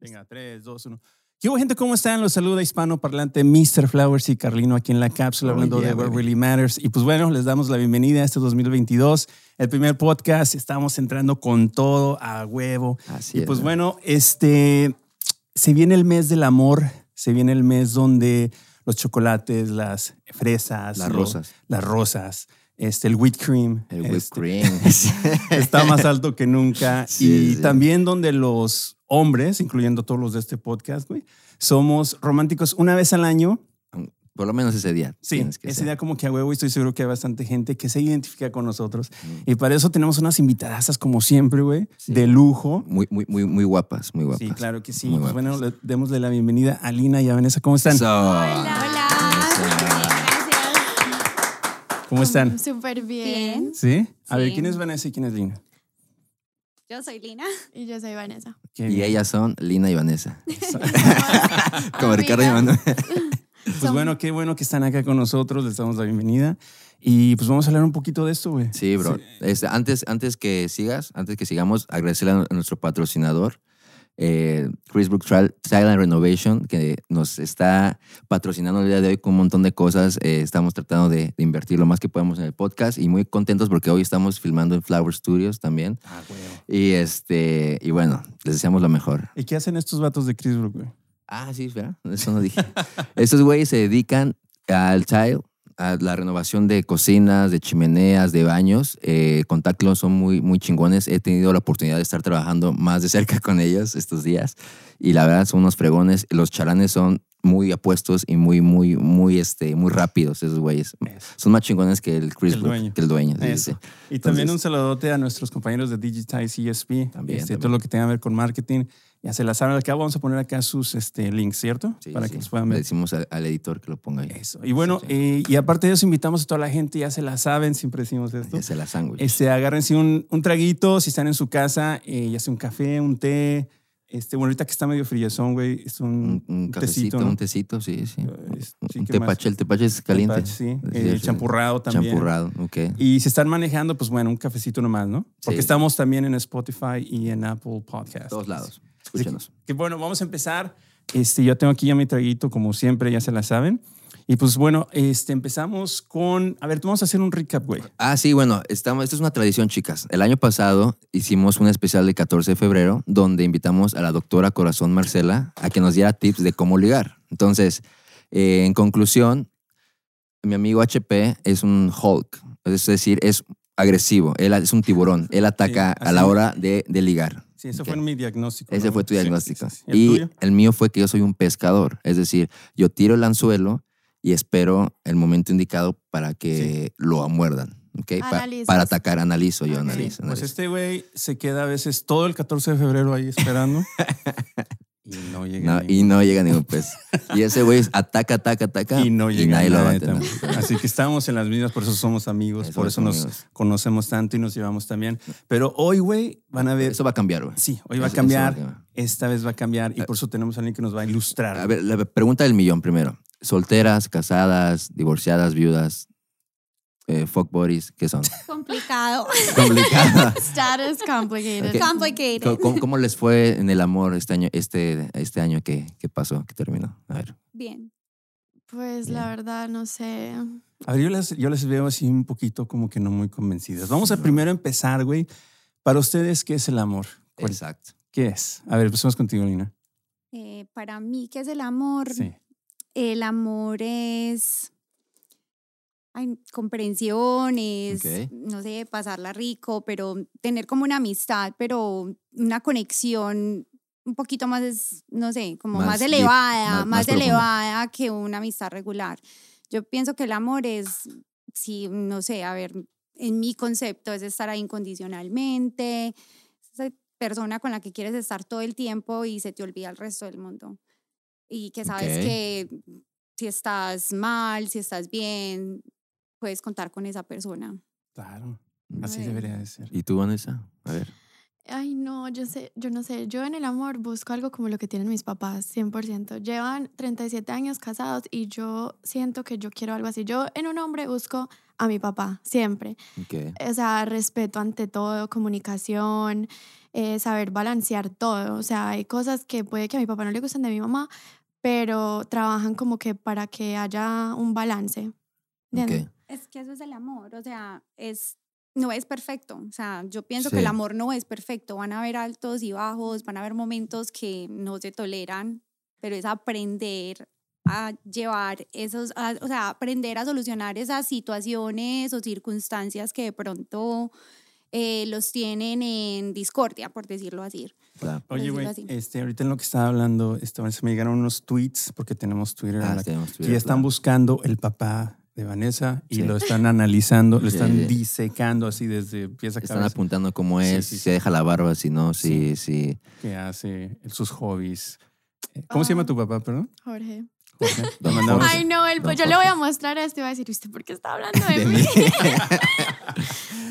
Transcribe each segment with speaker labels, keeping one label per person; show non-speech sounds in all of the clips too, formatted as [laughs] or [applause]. Speaker 1: Venga, 3, 2, 1. ¿Qué hubo, gente? ¿Cómo están? Los saluda hispanoparlante Mr. Flowers y Carlino aquí en la cápsula
Speaker 2: Oh,
Speaker 1: hablando
Speaker 2: yeah,
Speaker 1: de What
Speaker 2: baby.
Speaker 1: Really Matters. Y pues bueno, les damos la bienvenida a este 2022, el primer podcast. Estamos entrando con todo a huevo.
Speaker 2: Así
Speaker 1: Y
Speaker 2: es.
Speaker 1: pues bueno, este se viene el mes del amor, se viene el mes donde los chocolates, las fresas,
Speaker 2: Las
Speaker 1: lo-
Speaker 2: rosas.
Speaker 1: las rosas, este, el whipped cream,
Speaker 2: El whipped
Speaker 1: este, [laughs]
Speaker 2: cream.
Speaker 1: está más alto que nunca.
Speaker 2: [laughs] Sí,
Speaker 1: y
Speaker 2: sí.
Speaker 1: también donde los hombres, incluyendo todos los de este podcast, güey, somos románticos una vez al año.
Speaker 2: [laughs] Por lo menos ese día.
Speaker 1: Sí,
Speaker 2: tienes que
Speaker 1: ese
Speaker 2: ser.
Speaker 1: día como que a huevo y estoy seguro que hay bastante gente que se identifica con nosotros.
Speaker 2: Mm.
Speaker 1: Y para eso tenemos unas invitadasas como siempre, güey,
Speaker 2: Sí.
Speaker 1: de lujo.
Speaker 2: Muy, muy, muy, muy guapas, muy guapas.
Speaker 1: Sí, claro que sí.
Speaker 2: Muy
Speaker 1: Pues
Speaker 2: guapas.
Speaker 1: bueno, le- démosle la bienvenida a Lina y a Vanessa. ¿Cómo están?
Speaker 2: So,
Speaker 3: Hola.
Speaker 1: ¿Cómo están?
Speaker 3: [laughs] Súper
Speaker 4: Bien.
Speaker 3: bien.
Speaker 1: ¿Sí? A
Speaker 4: Sí.
Speaker 1: ver, ¿quién es Vanessa y quién es Lina?
Speaker 4: Yo soy Lina. [laughs]
Speaker 3: Y yo soy [laughs] Vanessa.
Speaker 1: Qué
Speaker 2: y
Speaker 1: bien.
Speaker 2: ellas son Lina y
Speaker 3: [laughs]
Speaker 2: Vanessa. Como Ricardo y
Speaker 3: Amigas.
Speaker 2: Manuel.
Speaker 1: Pues bueno, qué bueno que están acá con nosotros. Les damos la bienvenida. Y pues vamos a hablar un poquito de esto, güey.
Speaker 2: Sí, bro. Este, antes, antes que sigas, antes que sigamos, agradecerle a, a nuestro patrocinador, eh, Chris Brook Trial- Trial and Renovation, que nos está patrocinando el día de hoy con un montón de cosas. Eh, estamos tratando de, de invertir lo más que podemos en el podcast y muy contentos porque hoy estamos filmando en Flower Studios también.
Speaker 1: Ah, huevo.
Speaker 2: Y este, y bueno, les deseamos lo mejor.
Speaker 1: ¿Y qué hacen estos vatos de Chris Brook, güey?
Speaker 2: Ah, sí, ¿verdad? [laughs] Eso no dije. Estos güeyes se dedican al tile, a la renovación de cocinas, de chimeneas, de baños. Eh, contactos son muy, muy chingones. He tenido la oportunidad de estar trabajando más de cerca con ellos estos días. Y la verdad son unos fregones. Los charanes son muy apuestos y muy, muy, muy, este, muy rápidos esos güeyes. Son más chingones que el Chris
Speaker 1: Que el
Speaker 2: Brook,
Speaker 1: dueño.
Speaker 2: que el dueño. sí, sí,
Speaker 1: Eso.
Speaker 2: sí.
Speaker 1: Y también
Speaker 2: Entonces-
Speaker 1: un saludote a nuestros compañeros de Digitize ESP. este,
Speaker 2: También, también.
Speaker 1: Todo lo que tenga que ver con marketing. Ya se la saben. Acá vamos a poner acá sus este, links, ¿cierto?
Speaker 2: Sí,
Speaker 1: Para
Speaker 2: sí.
Speaker 1: que los puedan
Speaker 2: Le
Speaker 1: ver.
Speaker 2: decimos al, al editor que lo ponga ahí.
Speaker 1: Eso. Y bueno,
Speaker 2: Sí, sí.
Speaker 1: eh, y aparte de eso, invitamos a toda la gente. Ya se la saben. Siempre decimos esto.
Speaker 2: Ya se la sándwich.
Speaker 1: Este, agárrense un, un traguito si están en su casa, eh, ya sea un café, un té. Este, bueno, ahorita que está medio frillezón, güey, es
Speaker 2: Un,
Speaker 1: un,
Speaker 2: un
Speaker 1: un
Speaker 2: cafecito,
Speaker 1: tecito, ¿no?
Speaker 2: un tecito, sí, sí.
Speaker 1: Eh, es- sí,
Speaker 2: un
Speaker 1: ¿qué más?
Speaker 2: tepache, el tepache es caliente.
Speaker 1: tepache, sí.
Speaker 2: Sí,
Speaker 1: Eh,
Speaker 2: sí.
Speaker 1: champurrado también.
Speaker 2: Champurrado, ok.
Speaker 1: Y si están manejando, pues bueno, un cafecito nomás, ¿no? Porque
Speaker 2: Sí.
Speaker 1: estamos también en Spotify y en Apple Podcasts.
Speaker 2: Todos lados.
Speaker 1: Así que-
Speaker 2: Escúchanos.
Speaker 1: que bueno, vamos a empezar. Este, yo tengo aquí ya mi traguito, como siempre, ya se la saben. Y pues bueno, este, empezamos con. A ver, vamos a hacer un recap, güey.
Speaker 2: Ah, sí, bueno, estamos, esta es una tradición, chicas. El año pasado hicimos un especial del 14 de febrero donde invitamos a la doctora Corazón Marcela a que nos diera tips de cómo ligar. Entonces, eh, en conclusión, mi amigo HP es un Hulk, es decir, es agresivo, él es un tiburón, él ataca a la
Speaker 1: así.
Speaker 2: hora de, de ligar.
Speaker 1: Sí, eso
Speaker 2: Ok.
Speaker 1: fue mi diagnóstico.
Speaker 2: Ese
Speaker 1: ¿no?
Speaker 2: fue tu
Speaker 1: Sí,
Speaker 2: diagnóstico.
Speaker 1: sí, sí. ¿Y el
Speaker 2: y
Speaker 1: tuyo?
Speaker 2: el mío fue que yo soy un pescador. Es decir, yo tiro el anzuelo y espero el momento indicado para que lo muerdan. ¿ok? Pa-
Speaker 3: Analizas.
Speaker 2: para atacar, analizo yo,
Speaker 3: Ok.
Speaker 1: Sí,
Speaker 2: analizo.
Speaker 1: pues
Speaker 2: analizo.
Speaker 1: este güey se queda a veces todo el 14 de febrero ahí
Speaker 2: [laughs]
Speaker 1: esperando. y no llega.
Speaker 2: No,
Speaker 1: a
Speaker 2: y no llega ningún pez. y ese güey es ataca, ataca, ataca.
Speaker 1: ningún- y no llega.
Speaker 2: nadie lo va a
Speaker 1: nadie
Speaker 2: entender.
Speaker 1: tampoco. Así que estamos en las mismas, por eso somos amigos,
Speaker 2: Eso
Speaker 1: por
Speaker 2: es,
Speaker 1: eso nos
Speaker 2: amigos.
Speaker 1: conocemos tanto y nos llevamos también. Pero hoy, güey, van a ver.
Speaker 2: Eso va a cambiar, güey.
Speaker 1: sí, hoy va a
Speaker 2: Eso- eso
Speaker 1: cambiar.
Speaker 2: cambiar.
Speaker 1: Esta vez va a cambiar y
Speaker 2: A-
Speaker 1: por eso tenemos a alguien que nos va a ilustrar.
Speaker 2: A ver, la pregunta del millón primero. Solteras, casadas, divorciadas, viudas, eh, fuck buddies,
Speaker 1: [laughs]
Speaker 2: ¿qué son?
Speaker 4: Complicado. [laughs]
Speaker 2: Complicada.
Speaker 3: Status complicated.
Speaker 2: Ok.
Speaker 4: Complicated.
Speaker 2: ¿Cómo, cómo- cómo les fue en el amor este año, este, este año que, que pasó, que terminó? A ver.
Speaker 4: Bien.
Speaker 3: Pues la verdad, no sé.
Speaker 1: A ver, yo las, yo las veo así un poquito como que no muy convencidas. Vamos a
Speaker 2: No.
Speaker 1: primero empezar, güey. Para ustedes, ¿qué es el amor? ¿Cuál-
Speaker 2: Exacto.
Speaker 1: ¿Qué es? A ver, empezamos contigo, Lina.
Speaker 4: Eh, para mí, ¿qué es el amor?
Speaker 1: Sí.
Speaker 4: El amor es ay, comprensión, es,
Speaker 2: Ok.
Speaker 4: no sé, pasarla rico, pero tener como una amistad, pero una conexión un poquito más, es, no sé, como más,
Speaker 2: Más deep,
Speaker 4: elevada,
Speaker 2: más-
Speaker 4: más,
Speaker 2: más profunda.
Speaker 4: elevada que una amistad regular. Yo pienso que el amor es, sí, no sé, a ver, en mi concepto es estar ahí incondicionalmente, esa persona con la que quieres estar todo el tiempo y se te olvida el resto del mundo. Y que sabes
Speaker 2: Ok.
Speaker 4: que mm, si estás mal, si estás bien, puedes contar con esa persona.
Speaker 1: Claro. Así
Speaker 4: Ay.
Speaker 1: debería de ser.
Speaker 2: ¿Y tú, Vanessa? A ver.
Speaker 3: Ay, no, yo sé, yo no sé. Yo en el amor busco algo como lo que tienen mis papás, 100%. Llevan 37 años casados y yo siento que yo quiero algo así. Yo en un hombre busco a mi papá, siempre.
Speaker 2: Ok.
Speaker 3: O sea, respeto ante todo, comunicación, eh, saber balancear todo. O sea, hay cosas que puede que a mi papá no le gusten de mi mamá, pero trabajan como que para que haya un balance. ¿entiendes?
Speaker 2: Ok.
Speaker 4: Es que eso es el amor, o sea, es no es perfecto, o sea, yo pienso que
Speaker 2: Sí.
Speaker 4: el amor no es perfecto, van a haber altos y bajos, van a haber momentos que no se toleran, pero es aprender a llevar esos, a- o sea, aprender a solucionar esas situaciones o circunstancias que de pronto eh, los tienen en discordia, por decirlo así.
Speaker 2: Claro.
Speaker 1: Oye,
Speaker 4: decirlo
Speaker 1: güey,
Speaker 4: así.
Speaker 1: este, ahorita en lo que estaba hablando, este, se me llegaron unos tweets, porque tenemos Twitter,
Speaker 2: Ah,
Speaker 1: en la-
Speaker 2: tenemos
Speaker 1: que
Speaker 2: Twitter,
Speaker 1: ya están
Speaker 2: claro.
Speaker 1: buscando el papá de Vanessa y
Speaker 2: Sí.
Speaker 1: lo están analizando, lo
Speaker 2: Sí,
Speaker 1: están
Speaker 2: sí.
Speaker 1: disecando así desde pieza a
Speaker 2: Están
Speaker 1: cabeza,
Speaker 2: apuntando cómo
Speaker 1: Sí,
Speaker 2: es,
Speaker 1: sí,
Speaker 2: si
Speaker 1: sí.
Speaker 2: se deja la barba, si no, si, si.
Speaker 1: que hace sus hobbies. Eh, ¿Cómo se
Speaker 3: Ah.
Speaker 1: llama tu papá, perdón?
Speaker 3: Jorge.
Speaker 1: [laughs] Jorge.
Speaker 2: Don
Speaker 1: Le mandamos-
Speaker 2: Jorge.
Speaker 3: Ay, no, el, pues
Speaker 2: Don
Speaker 3: yo le voy
Speaker 2: Jorge.
Speaker 3: a mostrar a este y va a decir, ¿usted por qué está [laughs] hablando de,
Speaker 2: de mí.
Speaker 3: mí?
Speaker 2: [laughs]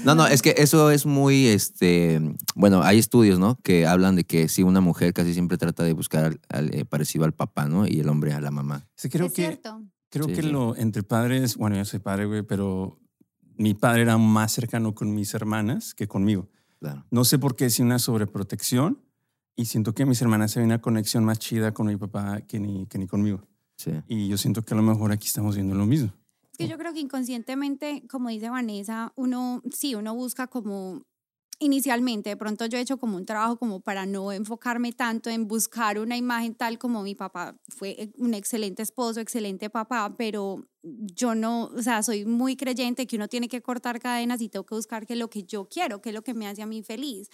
Speaker 2: No, no, es que eso es muy, este, bueno, hay estudios, ¿no? Que hablan de que si una mujer casi siempre trata de buscar al- al, eh, parecido al papá, ¿no? Y el hombre a la mamá.
Speaker 1: Sí, creo
Speaker 4: es
Speaker 1: que,
Speaker 4: cierto.
Speaker 1: creo
Speaker 2: Sí,
Speaker 1: que
Speaker 2: sí.
Speaker 1: lo entre padres, bueno, yo soy padre, güey, pero mi padre era más cercano con mis hermanas que conmigo.
Speaker 2: Claro.
Speaker 1: No sé por qué, si una sobreprotección y siento que mis hermanas se ven una conexión más chida con mi papá que ni, que ni conmigo.
Speaker 2: Sí.
Speaker 1: Y yo siento que a lo mejor aquí estamos viendo lo mismo.
Speaker 4: Es que yo creo que inconscientemente, como dice Vanessa, uno, sí, uno busca como inicialmente, de pronto yo he hecho como un trabajo como para no enfocarme tanto en buscar una imagen tal como mi papá fue eh, un excelente esposo, excelente papá, pero yo no, o sea, soy muy creyente que uno tiene que cortar cadenas y tengo que buscar que lo que yo quiero, que es lo que me hace a mí feliz.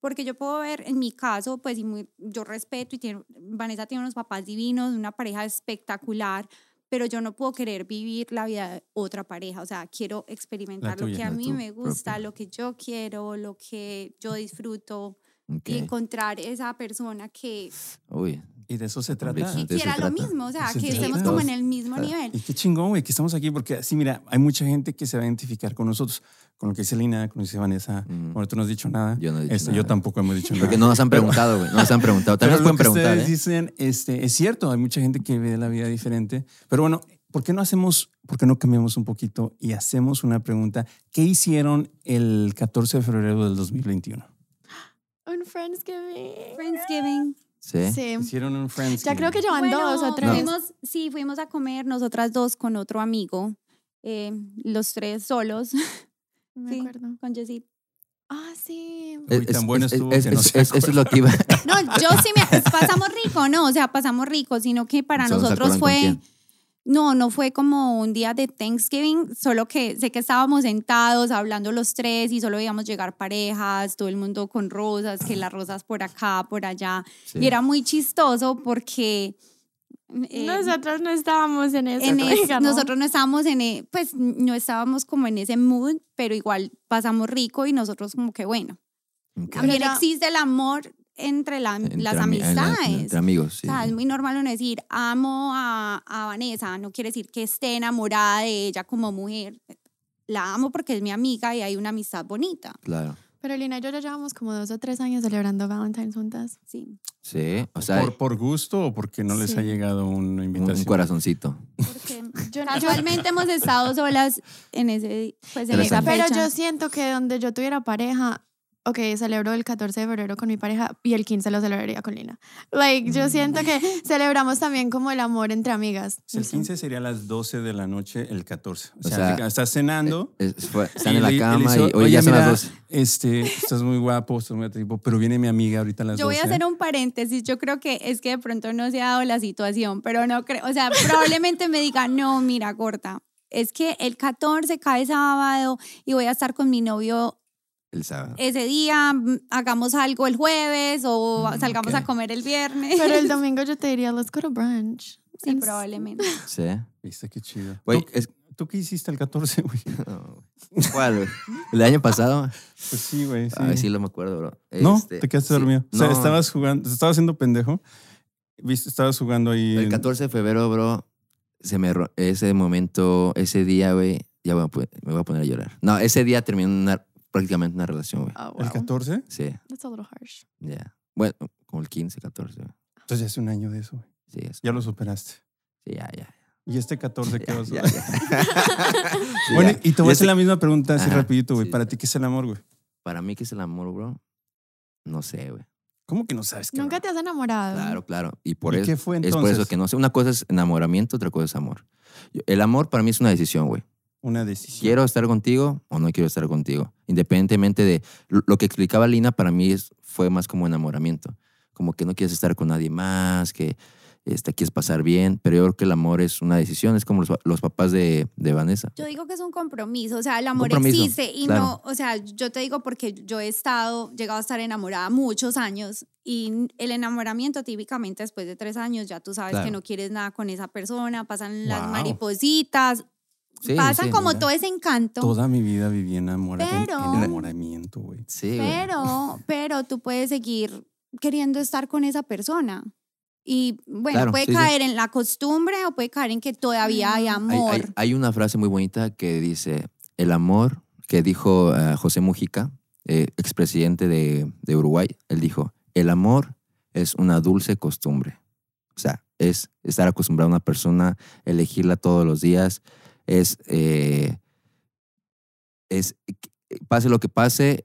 Speaker 4: Porque yo puedo ver, en mi caso, pues y muy- yo respeto y tiene- Vanessa tiene unos papás divinos, una pareja espectacular, pero yo no puedo querer vivir la vida de otra pareja. O sea, quiero experimentar lo
Speaker 1: tuya,
Speaker 4: que a
Speaker 2: la
Speaker 4: mí
Speaker 2: tu
Speaker 4: me gusta,
Speaker 2: propia.
Speaker 4: lo que yo quiero, lo que yo disfruto
Speaker 2: Ok.
Speaker 4: y encontrar esa persona que,
Speaker 2: Uy,
Speaker 1: Y de eso se trata.
Speaker 4: que
Speaker 2: Interesante. de eso Ah.
Speaker 4: quiera lo
Speaker 2: trata.
Speaker 4: mismo, o sea,
Speaker 1: Eso
Speaker 4: que
Speaker 1: se
Speaker 4: estemos
Speaker 1: trata.
Speaker 4: como en el mismo
Speaker 2: Claro.
Speaker 4: nivel.
Speaker 1: Y qué chingón, güey, que estamos aquí, porque sí, mira, hay mucha gente que se va a identificar con nosotros, con lo que dice Lina, con lo que dice Vanessa.
Speaker 2: Ujú.
Speaker 1: Bueno, tú no has dicho nada.
Speaker 2: Yo no he dicho
Speaker 1: Este,
Speaker 2: nada.
Speaker 1: Yo tampoco hemos dicho nada.
Speaker 2: porque no nos han preguntado, güey. No nos han preguntado. También
Speaker 1: Pero
Speaker 2: nos pueden
Speaker 1: lo que
Speaker 2: preguntar,
Speaker 1: ustedes
Speaker 2: ¿eh?
Speaker 1: dicen, este, es cierto, hay mucha gente que ve la vida diferente. Pero bueno, ¿por qué no hacemos, por qué no cambiamos un poquito y hacemos una pregunta? ¿Qué hicieron el 14 de febrero del 2021?
Speaker 3: un Friendsgiving.
Speaker 4: Friendsgiving.
Speaker 2: ¿eh? Sí.
Speaker 3: Sí.
Speaker 1: Hicieron un friends.
Speaker 3: Em, Ya creo que llevan
Speaker 4: Bueno,
Speaker 3: dos o tres.
Speaker 4: fuimos, sí, fuimos a comer nosotras dos con otro amigo, eh, los tres solos, [laughs]
Speaker 3: No me
Speaker 4: Sí.
Speaker 3: acuerdo.
Speaker 4: con Jessie.
Speaker 3: Ah, sí.
Speaker 1: Uy, tan bueno estuvo que no
Speaker 2: es-
Speaker 1: se
Speaker 2: es- Eso es lo que iba.
Speaker 4: No, yo sí me pues, pasamos rico, no, o sea, pasamos rico, sino que para
Speaker 2: Solo se
Speaker 4: nosotros
Speaker 2: acuerdan con
Speaker 4: fue
Speaker 2: quién.
Speaker 4: no, no fue como un día de Thanksgiving, solo que sé que estábamos sentados hablando los tres y solo veíamos llegar parejas, todo el mundo con rosas, que las rosas por acá, por allá.
Speaker 2: [laughs] Sí.
Speaker 4: Y era muy chistoso porque eh,
Speaker 3: Nosotros no estábamos en eso. [laughs]
Speaker 4: en
Speaker 2: [laughs]
Speaker 3: como
Speaker 4: es-
Speaker 3: digan, ¿no?
Speaker 4: nosotros no estábamos en, e- pues no estábamos como en ese mood, pero igual pasamos rico y nosotros como que bueno,
Speaker 2: Ok.
Speaker 4: también
Speaker 3: Mira.
Speaker 4: existe el amor entre, la-
Speaker 2: Entre
Speaker 4: las
Speaker 2: ami- en- en-
Speaker 4: amistades.
Speaker 2: Entre amigos, sí.
Speaker 4: O sea, es muy normal uno decir, amo a, a Vanessa, no quiere decir que esté enamorada de ella como mujer. La amo porque es mi amiga y hay una amistad bonita.
Speaker 2: Claro.
Speaker 3: Pero Lina y yo ya llevamos como dos o tres años celebrando Valentine's juntas.
Speaker 4: Sí.
Speaker 2: Sí. O sea,
Speaker 1: ¿Por, por gusto o porque no les
Speaker 3: Sí.
Speaker 1: ha llegado una
Speaker 2: un,
Speaker 1: invitación?
Speaker 2: un corazoncito. [laughs]
Speaker 4: Porque casualmente hemos estado solas en, ese, pues, en
Speaker 2: Pero
Speaker 4: esa
Speaker 2: sí.
Speaker 3: Pero
Speaker 4: fecha.
Speaker 3: yo siento que donde yo tuviera pareja, ok, celebro el 14 de febrero con mi pareja y el 15 lo celebraría con Lina. Like,
Speaker 4: Mm.
Speaker 3: yo siento
Speaker 4: [laughs]
Speaker 3: que celebramos también como el amor entre
Speaker 1: O
Speaker 3: amigas.
Speaker 1: sea, Pues el
Speaker 3: Sí.
Speaker 1: 15 sería a las 12 de la noche, el 14. O
Speaker 2: O
Speaker 1: sea,
Speaker 2: sea,
Speaker 1: te- estás cenando.
Speaker 2: Es- fue- están en
Speaker 1: y
Speaker 2: la
Speaker 1: le- le
Speaker 2: cama
Speaker 1: hizo,
Speaker 2: y hoy ya son
Speaker 1: mira,
Speaker 2: las 12.
Speaker 1: Este, estás muy guapo, estás muy atractivo, pero viene mi amiga ahorita a las
Speaker 4: Yo voy a
Speaker 1: 12.
Speaker 4: hacer un paréntesis. Yo creo que es que de pronto no se ha dado la situación, pero no creo. O sea, probablemente me diga, no, mira, gorda, es que el 14 cae sábado y voy a estar con mi novio
Speaker 2: El sábado.
Speaker 4: ese día. mm, Hagamos algo el jueves o
Speaker 2: Mm,
Speaker 4: salgamos
Speaker 2: ok.
Speaker 4: a comer el viernes.
Speaker 3: Pero el domingo yo te diría, let's go to brunch.
Speaker 4: [laughs] Sí,
Speaker 3: En-
Speaker 4: probablemente.
Speaker 2: Sí.
Speaker 1: Viste qué chido.
Speaker 2: Güey,
Speaker 1: ¿Tú,
Speaker 2: es- [laughs]
Speaker 1: tú qué hiciste el 14, [laughs] güey?
Speaker 2: no, güey. ¿Cuál, güey? ¿El año pasado?
Speaker 1: Pues sí, güey. Sí.
Speaker 2: A ver si lo me acuerdo, bro.
Speaker 1: No,
Speaker 2: Este,
Speaker 1: te quedaste
Speaker 2: sí.
Speaker 1: dormido. O sea,
Speaker 2: No,
Speaker 1: estabas jugando, estabas haciendo pendejo. Viste, estabas jugando ahí.
Speaker 2: El
Speaker 1: en-
Speaker 2: 14 de febrero, bro, se me ro- ese momento, ese día, güey, ya voy a po- me voy a poner a llorar. No, ese día terminó una- prácticamente una relación, güey.
Speaker 3: Oh,
Speaker 1: ¿El
Speaker 3: wow.
Speaker 1: 14?
Speaker 2: Sí,
Speaker 3: That's a little harsh.
Speaker 2: ya. Bueno, como el 15, 14, güey.
Speaker 1: Entonces ya hace un año de eso, güey.
Speaker 2: Sí, eso.
Speaker 1: Ya lo superaste.
Speaker 2: Sí, ya, ya.
Speaker 1: ¿Y este
Speaker 2: [laughs]
Speaker 1: 14 qué
Speaker 2: ya,
Speaker 1: vas a [laughs]
Speaker 2: ya,
Speaker 1: hacer?
Speaker 2: ya. Sí,
Speaker 1: Bueno,
Speaker 2: ya.
Speaker 1: y te voy a
Speaker 2: Ese-
Speaker 1: hacer la misma pregunta así
Speaker 2: Ajá,
Speaker 1: rapidito, güey.
Speaker 2: sí,
Speaker 1: ¿Para
Speaker 2: sí.
Speaker 1: ti qué es el amor, güey?
Speaker 2: Para mí, que es el amor, bro? No sé, güey.
Speaker 1: ¿Cómo que no sabes? qué
Speaker 3: Nunca
Speaker 1: va?
Speaker 3: te has enamorado.
Speaker 2: Claro, claro. Y por
Speaker 1: Ah. ¿Y
Speaker 2: eso.
Speaker 1: qué fue
Speaker 2: Es
Speaker 1: entonces?
Speaker 2: por eso que no sé. Una cosa es enamoramiento, otra cosa es amor. Yo- El amor para mí es una decisión, güey.
Speaker 1: Una decisión.
Speaker 2: quiero estar contigo o no quiero estar contigo. Independientemente de lo lo que explicaba Lina, para mí es- fue más como enamoramiento. Como que no quieres estar con nadie más, que este, quieres pasar bien. Pero yo creo que el amor es una decisión, es como los, los papás de, de Vanessa.
Speaker 4: Yo digo que es un compromiso, o sea, el amor
Speaker 2: compromiso,
Speaker 4: existe y
Speaker 2: claro.
Speaker 4: no, o sea, yo te digo porque yo he estado, llegado a estar enamorada muchos años y el enamoramiento típicamente después de tres años ya tú sabes
Speaker 2: Claro.
Speaker 4: que no quieres nada con esa persona, pasan las
Speaker 1: Wow.
Speaker 4: maripositas,
Speaker 2: Sí,
Speaker 4: pasan
Speaker 2: sí,
Speaker 4: como
Speaker 1: mira.
Speaker 4: todo ese encanto.
Speaker 1: Toda mi vida viví enamorada
Speaker 4: Pero-
Speaker 1: enamoramiento, güey.
Speaker 2: Sí, güey. [laughs]
Speaker 4: Pero, pero tú puedes seguir queriendo estar con esa persona. Y bueno,
Speaker 2: Claro,
Speaker 4: puede
Speaker 2: sí, sí.
Speaker 4: caer en la costumbre o puede caer en que todavía
Speaker 2: Hay,
Speaker 4: hay amor.
Speaker 2: hay- hay una frase muy bonita que dice, el amor que dijo eh, José Mujica, eh, expresidente de, de Uruguay, él dijo, el amor es una dulce costumbre. O sea, es estar acostumbrado a una persona, elegirla todos los días, es, eh, es pase lo que pase,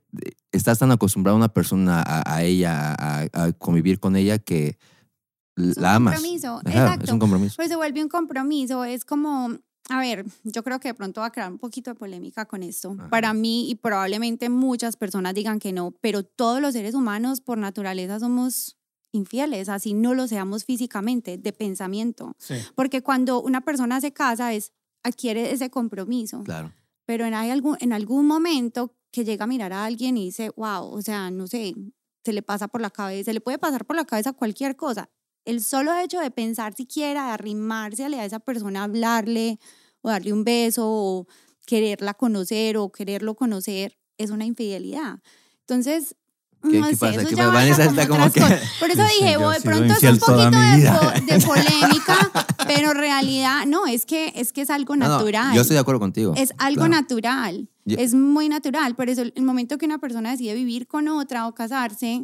Speaker 2: estás tan acostumbrado a una persona, a, a ella, a, a convivir con ella que
Speaker 4: Es un
Speaker 2: la amas.
Speaker 4: compromiso.
Speaker 2: Ajá,
Speaker 4: Exacto.
Speaker 2: es un compromiso.
Speaker 4: Pues se vuelve un compromiso, es como, a ver, yo creo que de pronto va a crear un poquito de polémica con esto.
Speaker 2: Ajá.
Speaker 4: Para mí y probablemente muchas personas digan que no, pero todos los seres humanos por naturaleza somos infieles, así no lo seamos físicamente, de pensamiento.
Speaker 1: Sí.
Speaker 4: Porque cuando una persona se casa es adquiere ese compromiso,
Speaker 2: Claro.
Speaker 4: pero en, hay algún, en algún momento que llega a mirar a alguien y dice, wow, o sea, no sé, se le pasa por la cabeza, se le puede pasar por la cabeza cualquier cosa. El solo hecho de pensar siquiera, de arrimarse a esa persona, hablarle o darle un beso o quererla conocer o quererlo conocer, es una infidelidad. Entonces,
Speaker 2: ¿Qué-
Speaker 4: no
Speaker 2: qué
Speaker 4: sé,
Speaker 2: pasa?
Speaker 4: eso
Speaker 2: ¿Qué
Speaker 4: ya
Speaker 2: pasa?
Speaker 4: baja
Speaker 2: Vanessa está
Speaker 4: como
Speaker 2: como
Speaker 4: otras
Speaker 2: que-
Speaker 4: cosas. Por
Speaker 2: [laughs]
Speaker 4: eso
Speaker 1: Dice,
Speaker 4: dije,
Speaker 1: yo
Speaker 4: "Oh,
Speaker 1: he
Speaker 4: de
Speaker 1: sido
Speaker 4: pronto es
Speaker 1: infiel
Speaker 4: un
Speaker 1: toda
Speaker 4: poquito
Speaker 1: mi
Speaker 4: de,
Speaker 1: vida".
Speaker 4: po- de polémica, pero realidad, no, es que es, que es algo
Speaker 2: No, no,
Speaker 4: natural.
Speaker 2: yo estoy de acuerdo contigo.
Speaker 4: Es algo
Speaker 2: Claro.
Speaker 4: natural,
Speaker 2: Ye-
Speaker 4: es muy natural. Por eso el momento que una persona decide vivir con otra o casarse,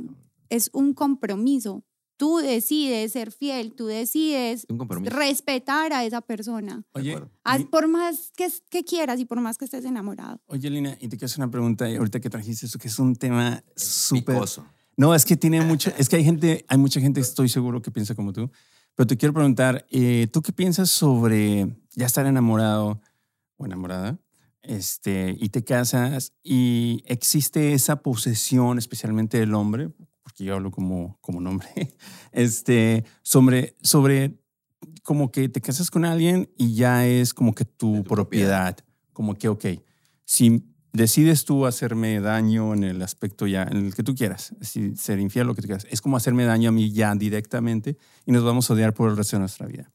Speaker 4: es un compromiso. Tú decides ser fiel, tú decides
Speaker 2: Un compromiso.
Speaker 4: respetar a esa persona.
Speaker 1: Oye,
Speaker 2: acuerdo.
Speaker 4: Haz
Speaker 1: y-
Speaker 4: por más que, que quieras y por más que estés enamorado.
Speaker 1: oye, Lina, y te quiero hacer una pregunta eh, ahorita que trajiste eso, que es un tema súper
Speaker 2: Picoso.
Speaker 1: No, es que tiene mucho, es que hay gente, hay mucha gente, estoy seguro que piensa como tú, pero te quiero preguntar, eh, ¿tú qué piensas sobre ya estar enamorado o enamorada? Este, y te casas y existe esa posesión, especialmente del hombre, porque yo hablo como, como un hombre, [laughs] este, sobre, sobre como que te casas con alguien y ya es como que tu,
Speaker 2: De tu
Speaker 1: propiedad, como que, ok, si decides tú hacerme daño en el aspecto ya, en el que tú quieras, si ser infiel, lo que tú quieras, es como hacerme daño a mí ya directamente y nos vamos a odiar por el resto de nuestra vida.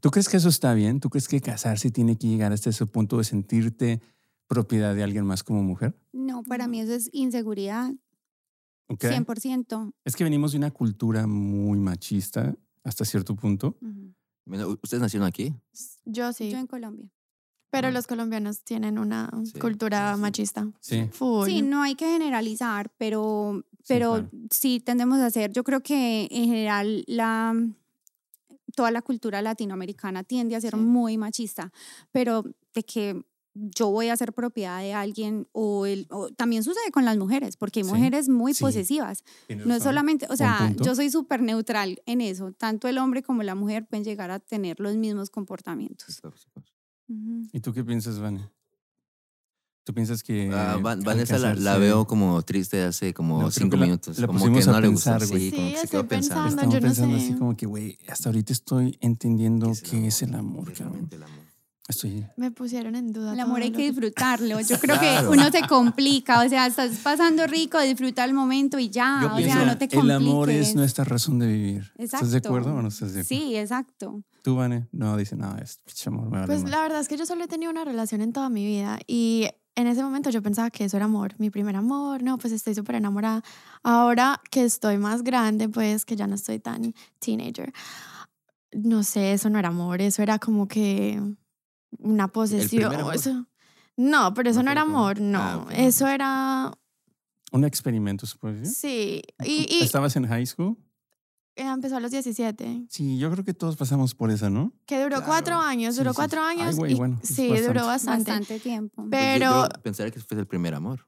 Speaker 1: ¿Tú crees que eso está bien? ¿Tú crees que casarse tiene que llegar hasta ese punto de sentirte propiedad de alguien más como mujer?
Speaker 4: No, para mí eso es inseguridad,
Speaker 1: ¿Ok?
Speaker 4: 100%.
Speaker 1: Es que venimos de una cultura muy machista hasta cierto punto.
Speaker 4: Ujú.
Speaker 2: Bueno, u- ¿Ustedes nacieron aquí?
Speaker 3: Yo sí.
Speaker 4: Yo en Mm. Colombia.
Speaker 3: pero
Speaker 2: Ah.
Speaker 3: los colombianos tienen una
Speaker 2: Sí,
Speaker 3: cultura
Speaker 2: sí, sí.
Speaker 3: machista.
Speaker 1: Sí.
Speaker 3: Full.
Speaker 4: Sí, no hay que generalizar, pero, pero
Speaker 1: claro.
Speaker 4: sí tendemos a hacer, yo creo que en general la, toda la cultura latinoamericana tiende a ser
Speaker 3: Sí.
Speaker 4: muy machista, pero de que yo voy a ser propiedad de alguien o, el, o- también sucede con las mujeres, porque hay
Speaker 1: Sí,
Speaker 4: mujeres muy
Speaker 1: sí.
Speaker 4: posesivas. No es solamente, o sea,
Speaker 1: punto.
Speaker 4: yo soy súper neutral en eso, tanto el hombre como la mujer pueden llegar a tener los mismos comportamientos. Ujú.
Speaker 1: ¿Y tú qué piensas, Vane? ¿Tú piensas Eh, que...
Speaker 2: Ah, Van-
Speaker 1: al
Speaker 2: Vanessa la, la
Speaker 1: casarse-
Speaker 2: veo como triste hace como
Speaker 1: No, creo
Speaker 2: cinco
Speaker 1: que la-
Speaker 2: minutos.
Speaker 1: la
Speaker 2: como
Speaker 1: pusimos
Speaker 2: que
Speaker 1: a
Speaker 2: no le gustó.
Speaker 1: pensar, güey.
Speaker 2: Sí, como
Speaker 3: Sí,
Speaker 2: que se
Speaker 3: estoy
Speaker 2: quedó pensando.
Speaker 3: pensando,
Speaker 1: Estaba
Speaker 3: yo no
Speaker 1: pensando
Speaker 3: sé.
Speaker 1: así como que, güey, hasta ahorita estoy entendiendo qué es el
Speaker 2: ¿Qué
Speaker 1: amor.
Speaker 2: es
Speaker 1: cabrón.
Speaker 2: realmente el amor?
Speaker 1: Estoy...
Speaker 3: Me pusieron en duda.
Speaker 4: El amor
Speaker 3: todo
Speaker 4: hay
Speaker 3: lo
Speaker 4: que disfrutarlo. [laughs] Yo creo
Speaker 2: Claro.
Speaker 4: que uno se complica. O sea, estás pasando rico, disfruta el momento y ya.
Speaker 2: Yo
Speaker 4: Ah, o
Speaker 2: pienso,
Speaker 4: sea, no te compliques.
Speaker 1: el amor es nuestra razón de vivir. ¿Estás de
Speaker 4: Exacto.
Speaker 1: acuerdo o no estás de acuerdo?
Speaker 4: Sí, exacto.
Speaker 1: Tú, Vane, no, dice, no, es pinche amor. me vale
Speaker 3: Pues
Speaker 1: madre.
Speaker 3: la verdad es que yo solo he tenido una relación en toda mi vida y en ese momento yo pensaba que eso era amor, mi primer amor, no, pues estoy súper enamorada. Ahora que estoy más grande, pues que ya no estoy tan teenager, no sé, eso no era amor, eso era como que una posesión.
Speaker 2: amor?
Speaker 3: eso- no, pero eso
Speaker 2: ¿No
Speaker 3: no,
Speaker 2: fue el primer?
Speaker 3: era amor, no,
Speaker 2: Ah, ok, no,
Speaker 3: eso
Speaker 2: pues.
Speaker 3: era,
Speaker 1: Un experimento, se puede decir.
Speaker 3: sí, y, y
Speaker 1: ¿Estabas en high school?
Speaker 3: eh, empezó a los 17,
Speaker 1: Sí, yo creo que todos pasamos por esa, ¿no?
Speaker 3: que duró
Speaker 2: Claro.
Speaker 3: cuatro años,
Speaker 1: Sí,
Speaker 3: duró
Speaker 1: sí,
Speaker 3: cuatro
Speaker 1: sí. Ay,
Speaker 3: años,
Speaker 1: güey,
Speaker 3: y-
Speaker 1: bueno, pues es
Speaker 3: sí, duró
Speaker 4: Bastante,
Speaker 3: bastante.
Speaker 4: tiempo.
Speaker 3: Pe-
Speaker 2: Pues yo- yo
Speaker 3: Pero-
Speaker 2: pensaba que fue el primer amor.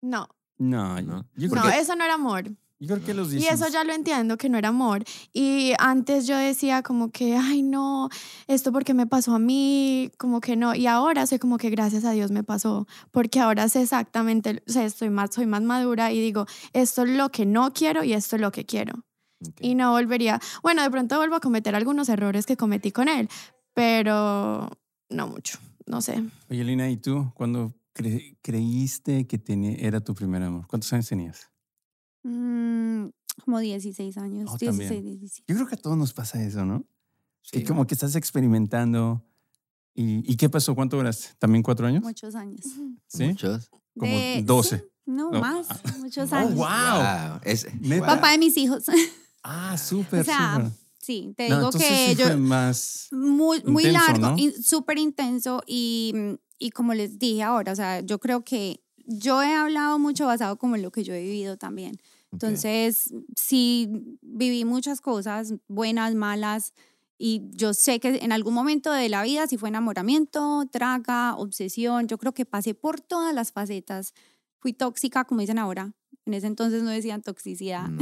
Speaker 3: No,
Speaker 1: No,
Speaker 2: ¿No?
Speaker 1: yo
Speaker 2: ¿Por
Speaker 1: creo
Speaker 3: no,
Speaker 2: qué?
Speaker 3: eso no era amor.
Speaker 1: Yo creo que a los
Speaker 3: Y
Speaker 1: 18.
Speaker 3: eso ya lo entiendo, que no era amor. Y antes yo decía como que, ay no, esto porque me pasó a mí, como que no. Y ahora soy como que gracias a Dios me pasó, porque ahora sé exactamente, o sea, estoy más, soy más madura y digo, esto es lo que no quiero y esto es lo que quiero.
Speaker 2: Ok.
Speaker 3: Y no volvería, bueno, de pronto vuelvo a cometer algunos errores que cometí con él, pero no mucho, no sé.
Speaker 1: Oye, Lina, ¿y tú cuándo cre- creíste que tenía- era tu primer amor? ¿Cuántos años tenías?
Speaker 4: Mm, como 16 años,
Speaker 1: Oh,
Speaker 4: 16,
Speaker 1: también.
Speaker 4: 17.
Speaker 1: Yo creo que a todos nos pasa eso, ¿no?
Speaker 2: Sí.
Speaker 1: Y como que estás experimentando. ¿Y, y qué pasó? ¿Cuánto duraste? ¿También cuatro años?
Speaker 4: Muchos años.
Speaker 1: Sí.
Speaker 2: Muchos.
Speaker 1: Como
Speaker 4: De-
Speaker 1: 12.
Speaker 4: sí, no,
Speaker 1: No.
Speaker 4: más, muchos
Speaker 1: Oh,
Speaker 4: años.
Speaker 1: wow.
Speaker 2: Wow, es-
Speaker 1: Neta.
Speaker 2: wow.
Speaker 4: Papá de mis hijos. [laughs]
Speaker 1: Ah, súper,
Speaker 4: O sea,
Speaker 1: súper.
Speaker 4: sí, te
Speaker 1: No,
Speaker 4: digo
Speaker 1: entonces
Speaker 4: que
Speaker 1: sí
Speaker 4: yo...
Speaker 1: fue más.
Speaker 4: muy, muy
Speaker 1: Intenso,
Speaker 4: largo,
Speaker 1: ¿no?
Speaker 4: y súper intenso y, mm, y como les dije ahora, o sea, yo creo que yo he hablado mucho basado como en lo que yo he vivido también. Entonces, sí, viví muchas cosas, buenas, malas, y yo sé que en algún momento de la vida, si fue enamoramiento, traga, obsesión, yo creo que pasé por todas las facetas. Fui tóxica, como dicen ahora. En ese entonces no decían toxicidad,
Speaker 2: No,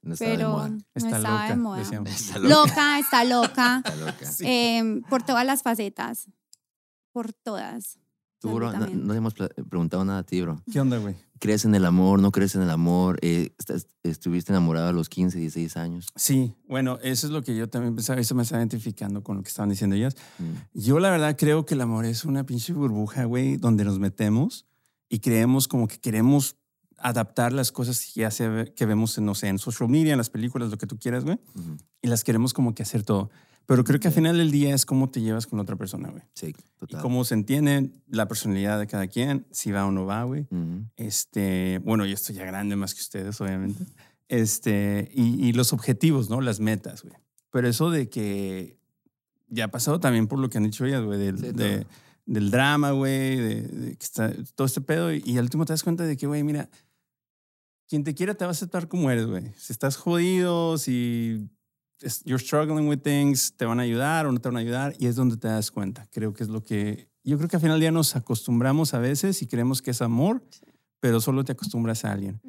Speaker 2: no estaba de
Speaker 4: pero
Speaker 2: moda. [laughs]
Speaker 4: no
Speaker 1: Está
Speaker 4: estaba de
Speaker 1: loca,
Speaker 4: moda.
Speaker 1: decíamos.
Speaker 2: Está loca.
Speaker 4: Loca,
Speaker 2: [laughs]
Speaker 4: está loca.
Speaker 2: Está loca.
Speaker 1: Sí.
Speaker 4: Em, por todas las facetas. Por todas.
Speaker 2: Tú, bro, no,
Speaker 4: absolutamente.
Speaker 2: no le hemos pla- preguntado nada a ti, bro.
Speaker 1: ¿Qué onda, güey?
Speaker 2: ¿Crees en el amor? ¿No crees en el amor? Eh, estás- ¿Estuviste enamorado a los 15, 16 años?
Speaker 1: Sí, bueno, eso es lo que yo también pensaba. Eso me estaba identificando con lo que estaban diciendo ellas.
Speaker 2: Mm.
Speaker 1: Yo la verdad creo que el amor es una pinche burbuja, güey, donde nos metemos y creemos como que queremos adaptar las cosas ya sea ve- que vemos, en, no sé, en social media, en las películas, lo que tú quieras, güey,
Speaker 2: Ujú.
Speaker 1: y las queremos como que hacer todo. Pero creo que al final del día es cómo te llevas con otra persona, güey.
Speaker 2: Sí,
Speaker 1: Y
Speaker 2: total.
Speaker 1: cómo se entiende la personalidad de cada quien, si va o no va, güey.
Speaker 2: Ujú.
Speaker 1: Este, bueno, yo estoy ya grande más que ustedes, obviamente. Este, y, y los objetivos, ¿no? Las metas, güey. Pero eso de que ya ha pasado también por lo que han dicho ellas, güey, del,
Speaker 2: Sí,
Speaker 1: de-
Speaker 2: todo.
Speaker 1: del drama, güey, de, de que está todo este pedo. Y, y al último te das cuenta de que, güey, mira, quien te quiera te va a aceptar como eres, güey. Si estás jodido, si es- you're struggling with things, te van a ayudar o no te van a ayudar. Y es donde te das cuenta. Creo que es lo que. Yo creo que al final ya nos acostumbramos a veces y creemos que es amor, pero solo te acostumbras a alguien.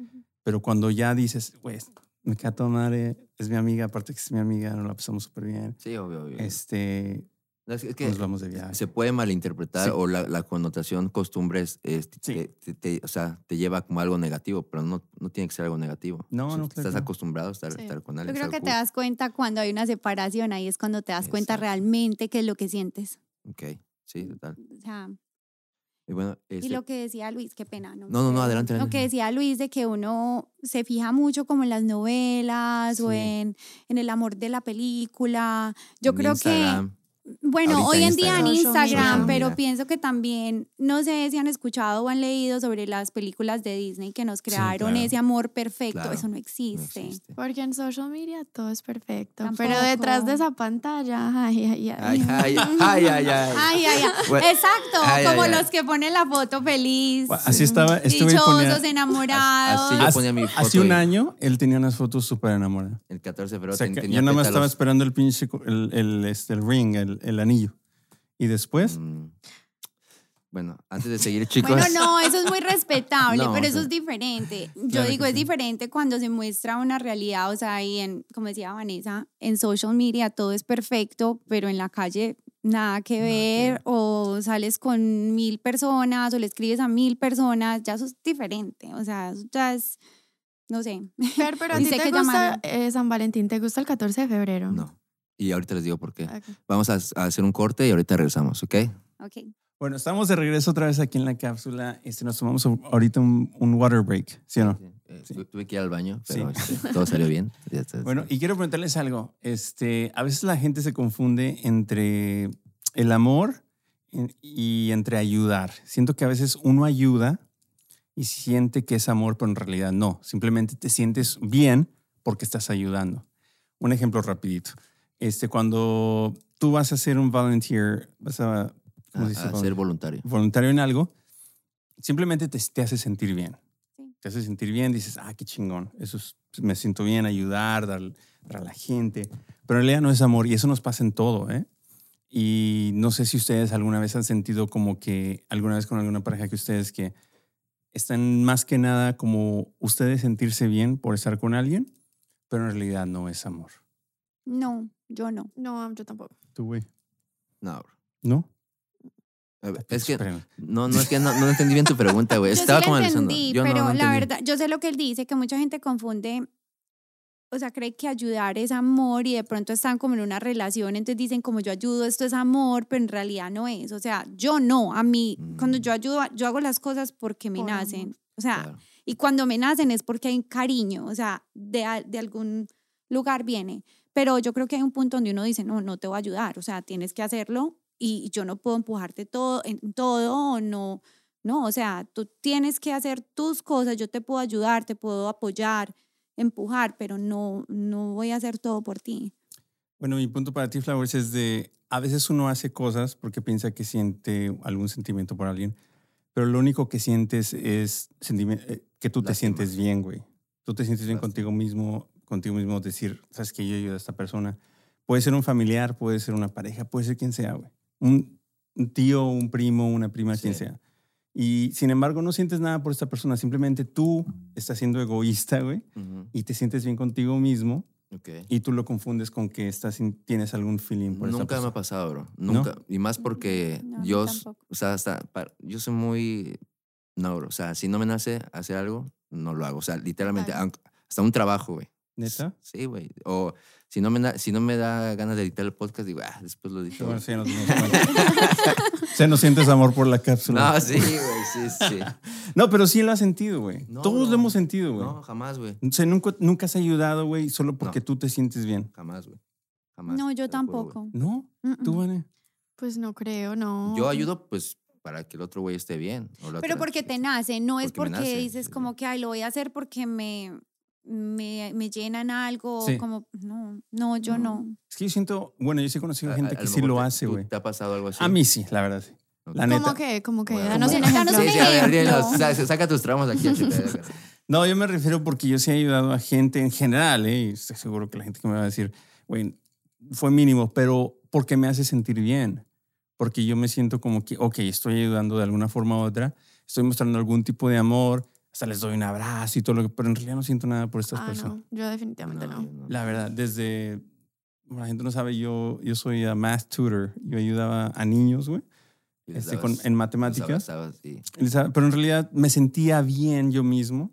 Speaker 1: Pero cuando ya dices, güey, me queda toda madre, es mi amiga, aparte que es mi amiga, nos la pasamos súper bien.
Speaker 2: Sí, obvio, obvio.
Speaker 1: Este,
Speaker 2: No, es- es que
Speaker 1: nos vamos de viaje.
Speaker 2: se puede malinterpretar
Speaker 1: Sí.
Speaker 2: o la, la connotación costumbres este,
Speaker 1: Sí.
Speaker 2: te, te- te- o sea, te lleva como algo negativo, pero no, no tiene que ser algo negativo.
Speaker 1: No,
Speaker 2: O sea,
Speaker 1: no,
Speaker 2: Estás
Speaker 1: claro que no.
Speaker 2: acostumbrado a estar,
Speaker 3: Sí.
Speaker 2: estar con
Speaker 4: Yo
Speaker 2: alguien.
Speaker 4: creo que
Speaker 2: estar
Speaker 4: te das cuenta cuando hay una separación, ahí es cuando te das cuenta
Speaker 2: Exacto.
Speaker 4: realmente qué es lo que sientes.
Speaker 2: cool. Ok, sí, total.
Speaker 4: O sea,
Speaker 2: Y bueno,
Speaker 4: y
Speaker 2: este,
Speaker 4: lo que decía Luis, qué pena. No,
Speaker 2: No, no, no, adelante,
Speaker 4: Lo
Speaker 2: adelante.
Speaker 4: que decía Luis de que uno se fija mucho como en las novelas o
Speaker 1: Sí.
Speaker 4: en, en el amor de la película. Yo
Speaker 2: en
Speaker 4: creo que...
Speaker 2: Instagram,
Speaker 4: Bueno,
Speaker 2: Ahorita
Speaker 4: hoy en
Speaker 2: Instagram.
Speaker 4: día en
Speaker 3: Social media.
Speaker 4: Instagram,
Speaker 2: Social
Speaker 4: pero
Speaker 2: media.
Speaker 4: pienso que también, no sé si han escuchado o han leído sobre las películas de Disney que nos crearon
Speaker 1: claro.
Speaker 4: ese amor perfecto.
Speaker 2: Claro,
Speaker 4: Eso no
Speaker 2: no
Speaker 4: existe.
Speaker 2: existe.
Speaker 3: Porque en social media todo es perfecto, pero
Speaker 4: Tampoco.
Speaker 3: detrás de esa pantalla, ay, ay, ay.
Speaker 2: Ay,
Speaker 4: [laughs]
Speaker 2: ay, ay, ay, ay.
Speaker 4: Ay, ay, ay.
Speaker 2: Bueno,
Speaker 4: Exacto,
Speaker 2: ay, ay,
Speaker 4: como
Speaker 2: ay.
Speaker 4: los que ponen la foto feliz,
Speaker 1: Gua- Así estaba, este güey
Speaker 4: dichosos,
Speaker 1: ponía-
Speaker 4: enamorados.
Speaker 2: Así yo
Speaker 1: Hace-
Speaker 2: ponía mi foto.
Speaker 1: Hace un
Speaker 2: y
Speaker 1: año él tenía unas fotos súper enamoradas.
Speaker 2: El 14 de
Speaker 1: O
Speaker 2: febrero
Speaker 1: sea,
Speaker 2: ten-
Speaker 1: que
Speaker 2: tenía
Speaker 1: yo nada más estaba
Speaker 2: pétalos.
Speaker 1: esperando el pinche, co- el, el, este, el ring, el, el anillo. Y después,
Speaker 2: Mm. Bueno, antes de
Speaker 4: [laughs]
Speaker 2: seguir, chicos.
Speaker 4: Bueno, no, eso es muy respetable,
Speaker 2: No,
Speaker 4: pero eso
Speaker 2: sí.
Speaker 4: es diferente. Yo
Speaker 1: Claro
Speaker 4: digo,
Speaker 1: que
Speaker 4: es
Speaker 1: sí.
Speaker 4: diferente cuando se muestra una realidad, o sea, y en, como decía Vanessa, en social media todo es perfecto, pero en la calle nada que
Speaker 2: Nada que
Speaker 4: ver,
Speaker 2: ver.
Speaker 4: o sales con mil personas, o le escribes a mil personas, ya eso es diferente, o sea, eso ya es, no sé,
Speaker 3: Fer, pero a ti
Speaker 4: Dice
Speaker 3: te
Speaker 4: que
Speaker 3: gusta
Speaker 4: llamarlo.
Speaker 3: eh, San Valentín, ¿te gusta el 14 de febrero?
Speaker 2: No. Y ahorita les digo por qué.
Speaker 3: Ok.
Speaker 2: Vamos a, a hacer un corte y ahorita regresamos, ¿ok?
Speaker 4: ok.
Speaker 1: bueno, estamos de regreso otra vez aquí en la cápsula. Este, nos tomamos ahorita un, un water break, ¿sí o no?
Speaker 2: Eh,
Speaker 1: Ah, Sí.
Speaker 2: tu- Tuve que ir al baño,
Speaker 1: Sí.
Speaker 2: pero
Speaker 1: [laughs]
Speaker 2: este, todo salió bien. Ya está,
Speaker 1: Bueno,
Speaker 2: sí.
Speaker 1: y quiero preguntarles algo. Este, a veces la gente se confunde entre el amor en- y entre ayudar. Siento que a veces uno ayuda y siente que es amor, pero en realidad no. Simplemente te sientes bien porque estás ayudando. Un ejemplo rapidito. Este, cuando tú vas a ser un volunteer, vas a, ¿cómo
Speaker 2: a,
Speaker 1: se dice?
Speaker 2: a ser voluntario.
Speaker 1: voluntario en algo, simplemente te, te hace sentir bien.
Speaker 4: Sí.
Speaker 1: Te hace sentir bien, dices, ah, qué chingón, eso es- me siento bien, ayudar, dar, dar a la gente. Pero en realidad no es amor y eso nos pasa en todo, ¿eh? Y no sé si ustedes alguna vez han sentido como que, alguna vez con alguna pareja que ustedes que están más que nada como ustedes sentirse bien por estar con alguien, pero en realidad no es amor.
Speaker 4: No, yo no.
Speaker 3: No, yo tampoco.
Speaker 1: ¿Tú, güey?
Speaker 2: No, bro.
Speaker 1: ¿No?
Speaker 2: A ver, Es que
Speaker 1: Espérame.
Speaker 2: no, no es que no, no entendí bien tu pregunta, güey.
Speaker 4: [laughs] Yo sí
Speaker 2: Estaba
Speaker 4: la
Speaker 2: como analizando.
Speaker 4: entendí,
Speaker 2: Yo no,
Speaker 4: pero
Speaker 2: no
Speaker 4: la
Speaker 2: entendí.
Speaker 4: verdad, yo sé lo que él dice, que mucha gente confunde, o sea, cree que ayudar es amor y de pronto están como en una relación, entonces dicen como yo ayudo, esto es amor, pero en realidad no es. O sea, yo no, a mí, cuando
Speaker 2: Mm.
Speaker 4: yo ayudo, yo hago las cosas porque me
Speaker 3: Por amor.
Speaker 4: nacen. O sea,
Speaker 2: Claro.
Speaker 4: y cuando me nacen es porque hay un cariño, o sea, de, a- de algún lugar viene. Pero yo creo que hay un punto donde uno dice, no, no te voy a ayudar, o sea, tienes que hacerlo y yo no puedo empujarte todo, en todo o no. No, o sea, tú tienes que hacer tus cosas, yo te puedo ayudar, te puedo apoyar, empujar, pero no, no voy a hacer todo por ti.
Speaker 1: Bueno, mi punto para ti, Flowers, es de a veces uno hace cosas porque piensa que siente algún sentimiento por alguien, pero lo único que sientes es sentimi- eh, que tú te
Speaker 2: Lástima.
Speaker 1: sientes bien, güey. Tú te sientes bien
Speaker 2: Lástima.
Speaker 1: contigo mismo, contigo mismo decir, sabes que yo ayudo a esta persona. Puede ser un familiar, puede ser una pareja, puede ser quien sea, güey. Un, un tío, un primo, una prima, quien
Speaker 2: Sí.
Speaker 1: sea. Y sin embargo, no sientes nada por esta persona, simplemente tú estás siendo egoísta, güey,
Speaker 2: Ujú.
Speaker 1: y te sientes bien contigo mismo
Speaker 2: Ok.
Speaker 1: y tú lo confundes con que estás sin- tienes algún feeling por
Speaker 2: Nunca me
Speaker 1: esta
Speaker 2: ha
Speaker 1: persona.
Speaker 2: pasado, bro.
Speaker 1: ¿No?
Speaker 2: Nunca. Y más porque
Speaker 4: No, a mí
Speaker 2: yo,
Speaker 4: tampoco.
Speaker 2: o sea, hasta par- yo soy muy, no, bro. O sea, si no me nace hacer algo, no lo hago. O sea, literalmente,
Speaker 3: Claro.
Speaker 2: aunque- hasta un trabajo, güey.
Speaker 1: ¿Neta?
Speaker 2: Sí, güey. O si no, me da, si no me da ganas de editar el podcast, digo, ah, después lo edito.
Speaker 1: Bueno,
Speaker 2: güey".
Speaker 1: sí, ya nos dimos cuenta. [laughs] Se nos sientes amor por la cápsula.
Speaker 2: No, sí, güey, sí, sí.
Speaker 1: [laughs] No, pero sí lo has sentido, güey.
Speaker 2: No,
Speaker 1: Todos lo
Speaker 2: no.
Speaker 1: hemos sentido, güey.
Speaker 2: No, jamás, güey.
Speaker 1: O sea, nunca, nunca has ayudado, güey, solo porque tú te sientes bien.
Speaker 2: Jamás, güey. Jamás.
Speaker 4: No, yo
Speaker 2: te lo juro, güey.
Speaker 4: tampoco.
Speaker 1: ¿No?
Speaker 4: Mm,
Speaker 1: ¿Tú,
Speaker 4: mm.
Speaker 1: Vane?
Speaker 3: Pues no creo, no.
Speaker 2: Yo ayudo, pues, para que el otro güey esté bien. o la
Speaker 4: Pero
Speaker 2: otra.
Speaker 4: porque te nace, no es
Speaker 2: Porque
Speaker 4: porque
Speaker 2: me nace,
Speaker 4: dices
Speaker 2: sí.
Speaker 4: como que, ay, lo voy a hacer porque me, me, me llenan algo,
Speaker 1: Sí.
Speaker 4: como, no, no, yo no.
Speaker 1: Es que yo siento, bueno, yo sí he conocido
Speaker 2: A- a-
Speaker 1: gente
Speaker 2: a
Speaker 1: que sí
Speaker 2: mejor
Speaker 1: lo
Speaker 2: te-
Speaker 1: hace,
Speaker 2: tú-
Speaker 1: güey.
Speaker 2: ¿Te ha pasado algo así?
Speaker 1: A mí sí, la verdad sí.
Speaker 2: Ok.
Speaker 1: La neta.
Speaker 3: ¿Cómo que? ¿Cómo que?
Speaker 2: Bueno,
Speaker 3: danos
Speaker 2: ¿cómo
Speaker 3: un
Speaker 2: que?
Speaker 4: Danos
Speaker 2: Sí,
Speaker 4: un
Speaker 3: ejemplo.
Speaker 2: sí, a ver,
Speaker 4: ejemplo.
Speaker 2: dinos, sa- sa- saca tus tramos aquí. chupete.
Speaker 1: No, yo me refiero porque yo sí he ayudado a gente en general, ¿eh? y estoy seguro que la gente que me va a decir, güey, fue mínimo, pero porque me hace sentir bien. Porque yo me siento como que, ok, estoy ayudando de alguna forma u otra, estoy mostrando algún tipo de amor, hasta les doy un abrazo y todo lo que, pero en realidad no siento nada por estas
Speaker 3: Ah,
Speaker 1: personas.
Speaker 3: no, yo definitivamente no.
Speaker 2: yo pues, no.
Speaker 1: La verdad, desde, bueno, la gente no sabe, yo, yo soy uh, math tutor, yo ayudaba a niños, güey,
Speaker 2: Y les
Speaker 1: este,
Speaker 2: dabas-
Speaker 1: con- en
Speaker 2: les
Speaker 1: matemáticas.
Speaker 2: abrazabas y-
Speaker 1: Y sa- Pero en realidad me sentía bien yo mismo.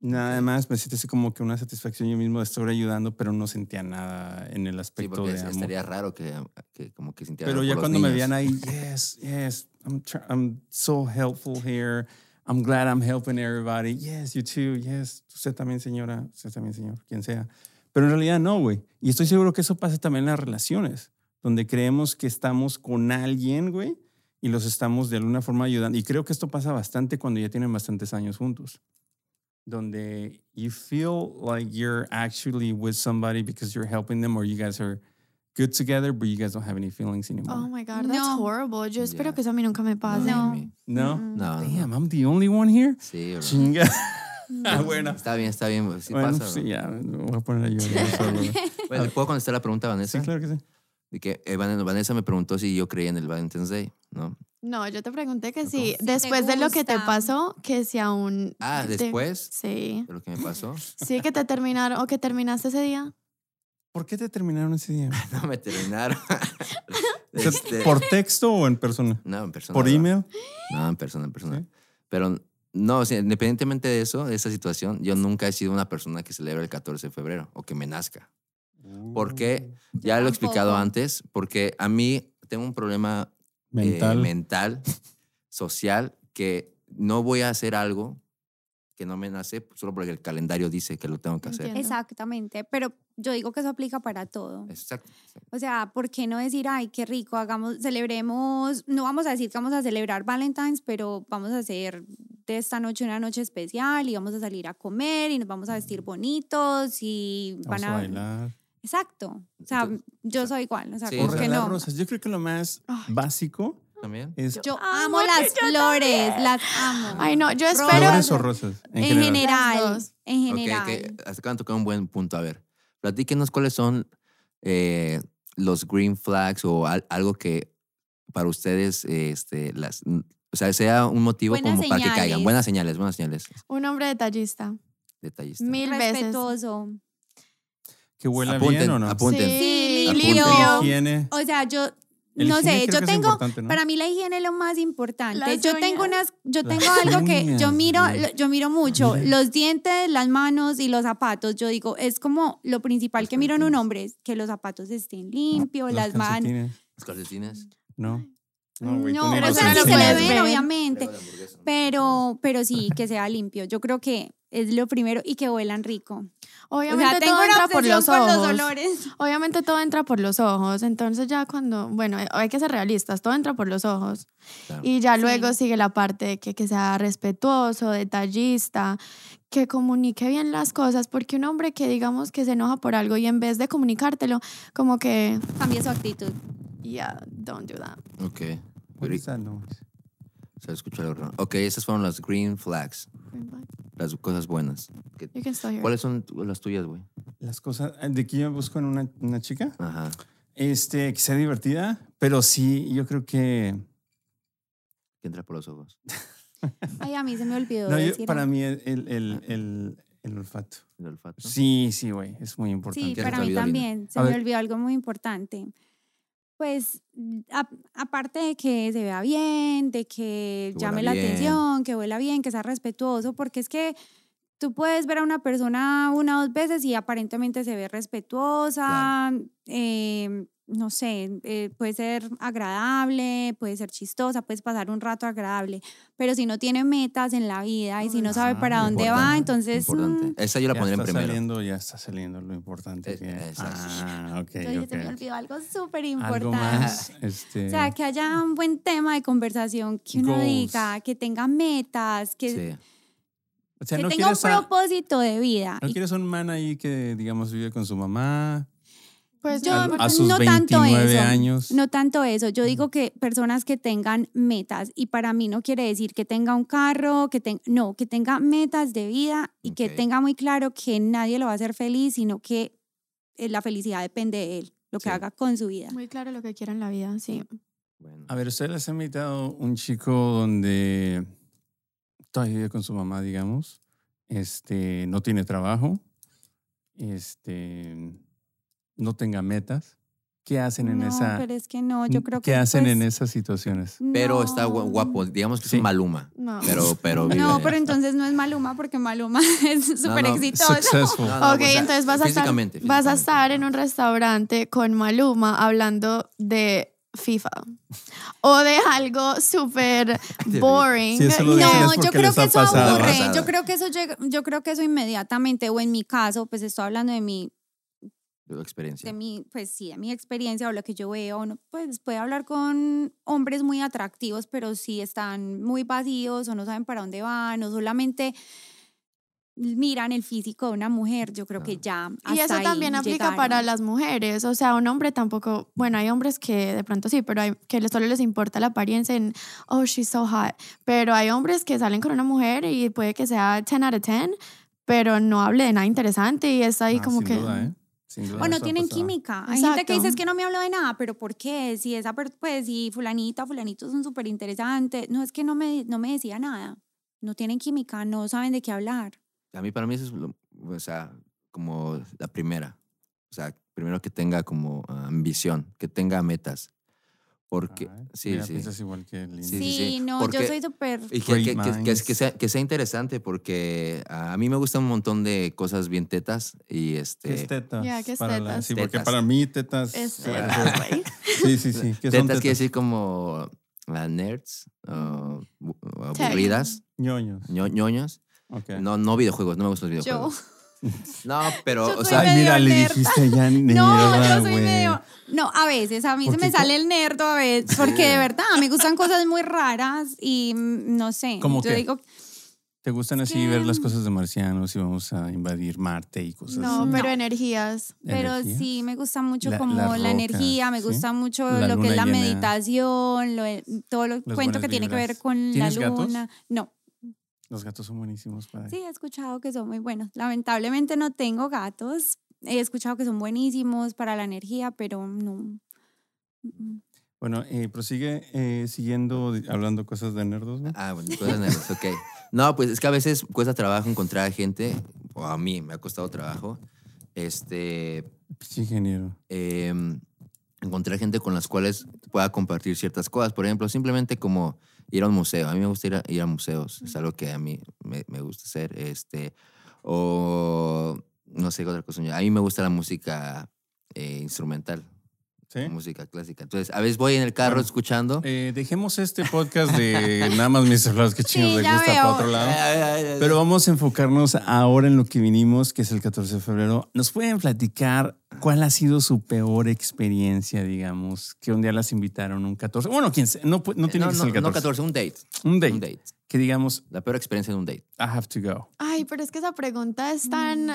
Speaker 1: Nada más me sentí así como que una satisfacción yo mismo de estar ayudando, pero no sentía nada en el
Speaker 2: Sí,
Speaker 1: aspecto
Speaker 2: porque
Speaker 1: de
Speaker 2: es-
Speaker 1: amor.
Speaker 2: estaría raro que, que como que sintiera
Speaker 1: pero
Speaker 2: algo
Speaker 1: ya
Speaker 2: por los
Speaker 1: cuando me
Speaker 2: niños.
Speaker 1: veían
Speaker 2: [laughs]
Speaker 1: ahí, yes, yes, I'm, tr- I'm so helpful here. I'm glad I'm helping everybody. Yes, you too. Yes, usted también, señora. Usted también, señor. Quien sea. Pero en realidad no, güey. Y estoy seguro que eso pasa también en las relaciones, donde creemos que estamos con alguien, güey, y los estamos de alguna forma ayudando. Y creo que esto pasa bastante cuando ya tienen bastantes años juntos, donde you feel like you're actually with somebody because you're helping them or you guys are good together, but you guys don't have any feelings anymore.
Speaker 3: Oh my God, that's
Speaker 4: No.
Speaker 3: horrible. Yo espero
Speaker 2: Ya.
Speaker 3: que eso a mí nunca me
Speaker 2: No,
Speaker 3: pase.
Speaker 4: No.
Speaker 2: mami.
Speaker 1: no?
Speaker 4: Mm, mm.
Speaker 2: No, no,
Speaker 1: Damn, I'm the only one here.
Speaker 2: Sí, bro.
Speaker 1: Chinga. Ah,
Speaker 2: Pero
Speaker 1: bueno.
Speaker 2: Está bien, está bien. bro. Sí
Speaker 1: bueno,
Speaker 2: pasa,
Speaker 1: pues
Speaker 2: bro.
Speaker 1: sí, ya, me voy a poner a llorar yo solo, güey.
Speaker 2: Bueno, ¿puedo contestar la pregunta a Vanessa?
Speaker 1: Sí, claro que sí.
Speaker 2: De que eh, Van- Vanessa me preguntó si yo creía en el Valentine's Day, ¿no?
Speaker 3: No, yo te pregunté que
Speaker 2: ¿Cómo?
Speaker 3: sí.
Speaker 4: te
Speaker 3: Después de lo que te
Speaker 4: gusta.
Speaker 3: pasó, que si aún.
Speaker 2: Ah,
Speaker 3: te-
Speaker 2: después
Speaker 3: Sí.
Speaker 2: de lo que me pasó. [laughs]
Speaker 3: Sí, que te terminaron o que terminaste ese día.
Speaker 1: ¿Por qué te terminaron ese
Speaker 2: [laughs]
Speaker 1: día?
Speaker 2: No me terminaron.
Speaker 1: [laughs] O sea,
Speaker 2: Este,
Speaker 1: ¿Por texto o en persona?
Speaker 2: No, en persona.
Speaker 1: ¿Por
Speaker 2: bro.
Speaker 1: email?
Speaker 2: No, en persona, en persona.
Speaker 1: ¿Sí?
Speaker 2: Pero no, o sea, independientemente de eso, de esa situación, yo nunca he sido una persona que celebra el 14 de febrero o que me nazca. ¿Por qué? ya lo he explicado
Speaker 4: tampoco.
Speaker 2: antes, porque a mí tengo un problema eh,
Speaker 1: Mental.
Speaker 2: mental, [laughs] social, que no voy a hacer algo que no me nace solo porque el calendario dice que lo tengo que hacer.
Speaker 3: Entiendo.
Speaker 4: Exactamente, pero yo digo que eso aplica para todo.
Speaker 2: Exacto.
Speaker 4: O sea, ¿por qué no decir, ay, qué rico, hagamos, celebremos, no vamos a decir que vamos a celebrar Valentine's, pero vamos a hacer de esta noche una noche especial y vamos a salir a comer y nos vamos a vestir bonitos y
Speaker 1: Vamos
Speaker 4: van
Speaker 1: a
Speaker 4: a...
Speaker 1: bailar.
Speaker 4: Exacto. O sea,
Speaker 2: Entonces,
Speaker 4: yo soy igual, o sea,
Speaker 2: Sí,
Speaker 4: ¿por
Speaker 2: exacto.
Speaker 4: qué
Speaker 1: Regalar
Speaker 4: no?
Speaker 1: rosas. Yo creo que lo más básico
Speaker 2: También.
Speaker 1: es
Speaker 4: Yo
Speaker 3: amo
Speaker 4: amo
Speaker 3: que
Speaker 4: las
Speaker 3: yo
Speaker 4: flores, las amo.
Speaker 3: Ay, no, yo espero.
Speaker 1: flores o rosas. En,
Speaker 4: en
Speaker 1: general.
Speaker 3: Las
Speaker 4: general,
Speaker 3: dos.
Speaker 4: en
Speaker 2: Ok,
Speaker 4: general.
Speaker 2: que hasta acá han tocado un buen punto. A ver, platíquenos cuáles son eh, los green flags o al- algo que para ustedes eh, este, las, O sea, sea un motivo
Speaker 4: Buenas
Speaker 2: como para que caigan.
Speaker 4: señales.
Speaker 2: Buenas señales, buenas señales.
Speaker 3: Un hombre detallista.
Speaker 2: Detallista.
Speaker 3: Mil veces.
Speaker 4: respetuoso.
Speaker 1: Que huela
Speaker 2: Apunten,
Speaker 1: bien o no.
Speaker 2: apunten. Punten.
Speaker 4: Sí,
Speaker 2: Apunten.
Speaker 4: limpio.
Speaker 1: La higiene.
Speaker 4: O sea, yo
Speaker 1: El
Speaker 4: no
Speaker 1: higiene creo
Speaker 4: sé,
Speaker 1: que
Speaker 4: yo
Speaker 1: es
Speaker 4: tengo
Speaker 1: importante, ¿no?
Speaker 4: Para mí la higiene es lo más importante.
Speaker 3: Las
Speaker 4: yo tengo
Speaker 3: uñas.
Speaker 4: unas, yo
Speaker 1: Las
Speaker 4: tengo algo que
Speaker 1: uñas,
Speaker 4: yo miro,
Speaker 1: güey.
Speaker 4: lo- yo miro mucho,
Speaker 1: Mira.
Speaker 4: los dientes, las manos y los zapatos. Yo digo, es como lo principal que miro en un hombre, es que los zapatos estén limpios,
Speaker 1: Los
Speaker 4: las manos.
Speaker 1: calcetines.
Speaker 2: Los calcetines.
Speaker 1: No. güey, tú
Speaker 3: No,
Speaker 1: ni
Speaker 3: pero
Speaker 1: los
Speaker 4: O
Speaker 3: eso
Speaker 4: sea,
Speaker 3: no
Speaker 4: sí
Speaker 3: lo
Speaker 1: calcetines.
Speaker 4: se le
Speaker 3: puedes
Speaker 4: ven,
Speaker 3: ver.
Speaker 4: obviamente.
Speaker 2: la hamburguesa.
Speaker 4: Pero, pero sí, que sea limpio. Yo creo que es lo primero y que huelan rico. O
Speaker 3: Obviamente
Speaker 4: sea, tengo
Speaker 3: todo
Speaker 4: una
Speaker 3: entra por
Speaker 4: obsesión
Speaker 3: los
Speaker 4: con los [laughs]
Speaker 3: ojos.
Speaker 4: olores.
Speaker 3: Obviamente todo entra por los ojos. Entonces ya cuando, bueno, eh, hay que ser realistas, todo entra por los ojos.
Speaker 2: Claro.
Speaker 3: Y ya
Speaker 4: Sí.
Speaker 3: luego sigue la parte de que, que sea respetuoso, detallista, que comunique bien las cosas, porque un hombre que digamos que se enoja por algo y en vez de comunicártelo, como que,
Speaker 4: Cambia su actitud.
Speaker 3: yeah, don't do that.
Speaker 2: Ok.
Speaker 1: What is that noise?
Speaker 2: Se escucha algo raro. Ok, esas fueron las green flags, las cosas buenas. Que-
Speaker 3: You can still hear.
Speaker 2: ¿Cuáles son tu- las tuyas, güey?
Speaker 1: Las cosas. eh, ¿De qué yo busco en una, una chica?
Speaker 2: Ajá.
Speaker 1: Este, que sea divertida, pero sí, yo creo que.
Speaker 2: Que entra por los ojos.
Speaker 4: Ay, a mí se me olvidó
Speaker 1: No, yo-
Speaker 4: decir.
Speaker 1: para mí, el, el, el, el- el olfato.
Speaker 2: El olfato.
Speaker 1: Sí, sí, güey, es muy importante.
Speaker 4: Sí,
Speaker 2: ¿Qué
Speaker 4: para
Speaker 2: se te
Speaker 4: mí
Speaker 2: olvidó, Lina?
Speaker 4: también. Se
Speaker 1: A
Speaker 4: me
Speaker 1: ver.
Speaker 4: olvidó algo muy importante. Pues, a- aparte de que se vea bien, de que,
Speaker 2: Que
Speaker 4: llame
Speaker 2: huela
Speaker 4: la
Speaker 2: bien.
Speaker 4: atención, que huela bien, que sea respetuoso, porque es que tú puedes ver a una persona una o dos veces y aparentemente se ve respetuosa, eh, no sé, eh, puede ser agradable, puede ser chistosa, puedes pasar un rato agradable, pero si no tiene metas en la vida y si no sabe
Speaker 1: Ah,
Speaker 4: para dónde
Speaker 2: Importante,
Speaker 4: va, entonces...
Speaker 2: importante.
Speaker 4: mm,
Speaker 2: Esa yo la
Speaker 1: Ya
Speaker 2: pondré en
Speaker 1: está
Speaker 2: primero.
Speaker 1: saliendo, ya está saliendo lo importante
Speaker 2: Eh,
Speaker 1: que
Speaker 2: exacto.
Speaker 1: Ah, ok,
Speaker 4: entonces
Speaker 1: ok.
Speaker 4: se me olvidó algo súper importante.
Speaker 1: Algo más, este,
Speaker 4: [laughs] O sea, que haya un buen tema de conversación, que uno
Speaker 1: Goals.
Speaker 4: diga, que tenga metas, que,
Speaker 2: Sí.
Speaker 1: o sea,
Speaker 4: que
Speaker 1: no
Speaker 4: tenga un
Speaker 1: quieres a-
Speaker 4: propósito de vida.
Speaker 1: no
Speaker 4: Y
Speaker 1: quieres un man ahí que, digamos, vive con su mamá,
Speaker 3: Pues
Speaker 4: yo-
Speaker 1: a,
Speaker 3: yo,
Speaker 1: a sus
Speaker 4: no tanto
Speaker 1: 29
Speaker 4: eso.
Speaker 1: años.
Speaker 4: No tanto eso, yo digo que personas que tengan metas, y para mí no quiere decir que tenga un carro, que tenga, no, que tenga metas de vida y
Speaker 2: Ok.
Speaker 4: que tenga muy claro que nadie lo va a hacer feliz, sino que eh, la felicidad depende de él, lo que
Speaker 2: Sí.
Speaker 4: haga con su vida.
Speaker 3: muy claro lo que quiero en la vida, sí.
Speaker 2: Bueno.
Speaker 1: A ver, ¿ustedes les ha invitado un chico donde todavía vive con su mamá, digamos? Este, no tiene trabajo, este, no tenga metas. ¿Qué hacen en
Speaker 4: no,
Speaker 1: esa?
Speaker 4: pero es que no, yo creo que
Speaker 1: ¿Qué hacen en
Speaker 4: pues,
Speaker 1: esas situaciones?
Speaker 2: Pero
Speaker 4: no.
Speaker 2: está gu- guapo. Digamos que es
Speaker 1: Sí.
Speaker 2: un Maluma.
Speaker 3: No.
Speaker 2: Pero, pero vive-
Speaker 4: No, pero entonces no es Maluma porque Maluma [laughs] es súper
Speaker 2: no,
Speaker 4: exitoso.
Speaker 1: Successful.
Speaker 2: No, no,
Speaker 3: Ok,
Speaker 2: o sea,
Speaker 3: entonces vas a, estar,
Speaker 2: físicamente,
Speaker 3: vas a
Speaker 2: físicamente.
Speaker 3: estar en un restaurante con Maluma hablando de FIFA o de algo súper
Speaker 1: [laughs]
Speaker 3: boring.
Speaker 1: Sí, eso lo
Speaker 3: No,
Speaker 1: dicen es
Speaker 4: yo
Speaker 1: porque
Speaker 4: creo
Speaker 1: les
Speaker 4: que
Speaker 1: ha
Speaker 4: eso
Speaker 1: pasado.
Speaker 4: aburre.
Speaker 2: Pasado.
Speaker 4: Yo creo que eso llega- yo creo que eso inmediatamente o en mi caso, pues estoy hablando de mi
Speaker 2: De tu experiencia.
Speaker 4: de mi pues sí, de mi experiencia o lo que yo veo, no, pues puede hablar con hombres muy atractivos, pero si están muy vacíos o no saben para dónde van, o solamente miran el físico de una mujer, yo creo que ya
Speaker 3: y
Speaker 4: hasta
Speaker 3: eso
Speaker 4: ahí
Speaker 3: también aplica
Speaker 4: llegaron.
Speaker 3: para las mujeres. O sea, un hombre tampoco. Bueno, hay hombres que de pronto sí, pero hay, que solo les importa la apariencia en, oh, she's so hot. Pero hay hombres que salen con una mujer y puede que sea 10 out of 10, pero no hable de nada interesante y está ahí
Speaker 1: [laughs] Ah,
Speaker 3: como
Speaker 1: sin
Speaker 3: que. mm.
Speaker 1: duda, ¿eh? Sin duda
Speaker 4: O no
Speaker 1: eso ha
Speaker 4: tienen
Speaker 1: pasado.
Speaker 4: química. Hay gente que dice
Speaker 3: Exacto.
Speaker 4: "Es que no me habló de nada, pero ¿por qué? Si esa, per- pues si fulanita, fulanito son súper interesantes. No, es que no me, no me decía nada. No tienen química, no saben de qué hablar.
Speaker 2: A mí, para mí, eso es lo- o sea, como la primera. O sea, primero que tenga como ah, ambición, que tenga metas. Porque,
Speaker 1: Ajá.
Speaker 2: sí,
Speaker 1: Ah, Mira,
Speaker 2: sí.
Speaker 1: piensas igual que Linda.
Speaker 2: Sí,
Speaker 4: Sí,
Speaker 2: sí, sí.
Speaker 4: no,
Speaker 2: Porque-
Speaker 4: yo soy súper...
Speaker 2: Y que, que-
Speaker 1: Great
Speaker 2: que- que-
Speaker 1: minds.
Speaker 2: que sea, que sea interesante porque a mí me gustan un montón de cosas bien tetas y
Speaker 1: ¿Qué
Speaker 2: este...
Speaker 1: es tetas?
Speaker 3: Ya, ¿qué es
Speaker 1: Para la-
Speaker 3: tetas?
Speaker 1: sí, porque
Speaker 2: Tetas.
Speaker 1: para mí tetas...
Speaker 3: Es,
Speaker 1: [laughs] Sí, sí, sí. ¿Qué son
Speaker 2: tetas quiere decir como ah, nerds, ah, bu-
Speaker 3: Tech.
Speaker 2: aburridas,
Speaker 1: Ñoños.
Speaker 2: ño- ñoños.
Speaker 1: Ok.
Speaker 2: No, no videojuegos, no me gustan los
Speaker 4: yo, [laughs]
Speaker 2: videojuegos. No, pero,
Speaker 4: Yo
Speaker 2: o
Speaker 4: soy
Speaker 2: sea,
Speaker 1: Ay, mira,
Speaker 4: medio
Speaker 1: le
Speaker 4: nerd.
Speaker 1: dijiste ya ni
Speaker 4: no,
Speaker 1: mierda,
Speaker 4: yo soy
Speaker 1: güey.
Speaker 4: medio... No, a veces, a mí se
Speaker 1: Porque
Speaker 4: me
Speaker 1: co-
Speaker 4: sale el nerdo a veces, porque de verdad, me gustan cosas muy raras y mm, no sé.
Speaker 1: ¿Cómo
Speaker 4: yo
Speaker 1: qué?
Speaker 4: digo,
Speaker 1: ¿Te gustan así
Speaker 4: que-
Speaker 1: ver las cosas de marcianos y vamos a invadir Marte y cosas
Speaker 3: no,
Speaker 1: así?
Speaker 3: pero energías.
Speaker 4: Pero
Speaker 1: ¿Energía?
Speaker 4: sí, me gusta mucho
Speaker 1: La-
Speaker 4: como la,
Speaker 1: las rocas,
Speaker 4: energía, me
Speaker 1: ¿sí?
Speaker 4: gusta mucho
Speaker 1: La
Speaker 4: lo
Speaker 1: luna
Speaker 4: que es la
Speaker 1: llena.
Speaker 4: meditación, lo de- todo lo
Speaker 1: Las
Speaker 4: cuento
Speaker 1: buenas
Speaker 4: que tiene que ver
Speaker 1: vibras.
Speaker 4: con la
Speaker 1: ¿Tienes gatos?
Speaker 4: luna. No,
Speaker 1: Los gatos son buenísimos para
Speaker 4: sí, he escuchado que son muy buenos. Lamentablemente no tengo gatos, he escuchado que son buenísimos para la energía, pero no. Mm, mm.
Speaker 1: Bueno, eh, prosigue eh, siguiendo di- hablando cosas de nerdos. güey.
Speaker 2: Ah, bueno, cosas nerviosas, ok. No, pues es que a veces cuesta trabajo encontrar gente, o a mí me ha costado trabajo, este,
Speaker 1: Pinche ingeniero.
Speaker 2: em, encontrar gente con las cuales pueda compartir ciertas cosas. Por ejemplo, simplemente como ir a un museo. A mí me gusta ir a, ir a museos, es algo que a mí me, me gusta hacer. Este, o no sé qué otra cosa. A mí me gusta la música eh, instrumental,
Speaker 1: ¿Sí?
Speaker 2: música clásica. Entonces, a veces voy en el carro
Speaker 1: Bueno,
Speaker 2: escuchando.
Speaker 1: Eh, dejemos este podcast de nada más mis celulares que chinos
Speaker 4: Sí,
Speaker 1: les
Speaker 4: ya
Speaker 1: gusta para
Speaker 4: veo.
Speaker 1: otro lado.
Speaker 2: Ay, ay, ay,
Speaker 1: Ah, Pero vamos a enfocarnos ahora en lo que vinimos, que es el 14 de febrero. ¿Nos pueden platicar cuál ha sido su peor experiencia, digamos? Que un día las invitaron un 14. Bueno, 15. No, pu- no tiene que
Speaker 2: eh, no, no,
Speaker 1: ser el 14.
Speaker 2: no 14, un date.
Speaker 1: Un date.
Speaker 2: Un date.
Speaker 1: Que digamos,
Speaker 2: La peor experiencia de un date.
Speaker 1: I have to go.
Speaker 3: Ay, pero es que esa pregunta es tan...
Speaker 4: Mm.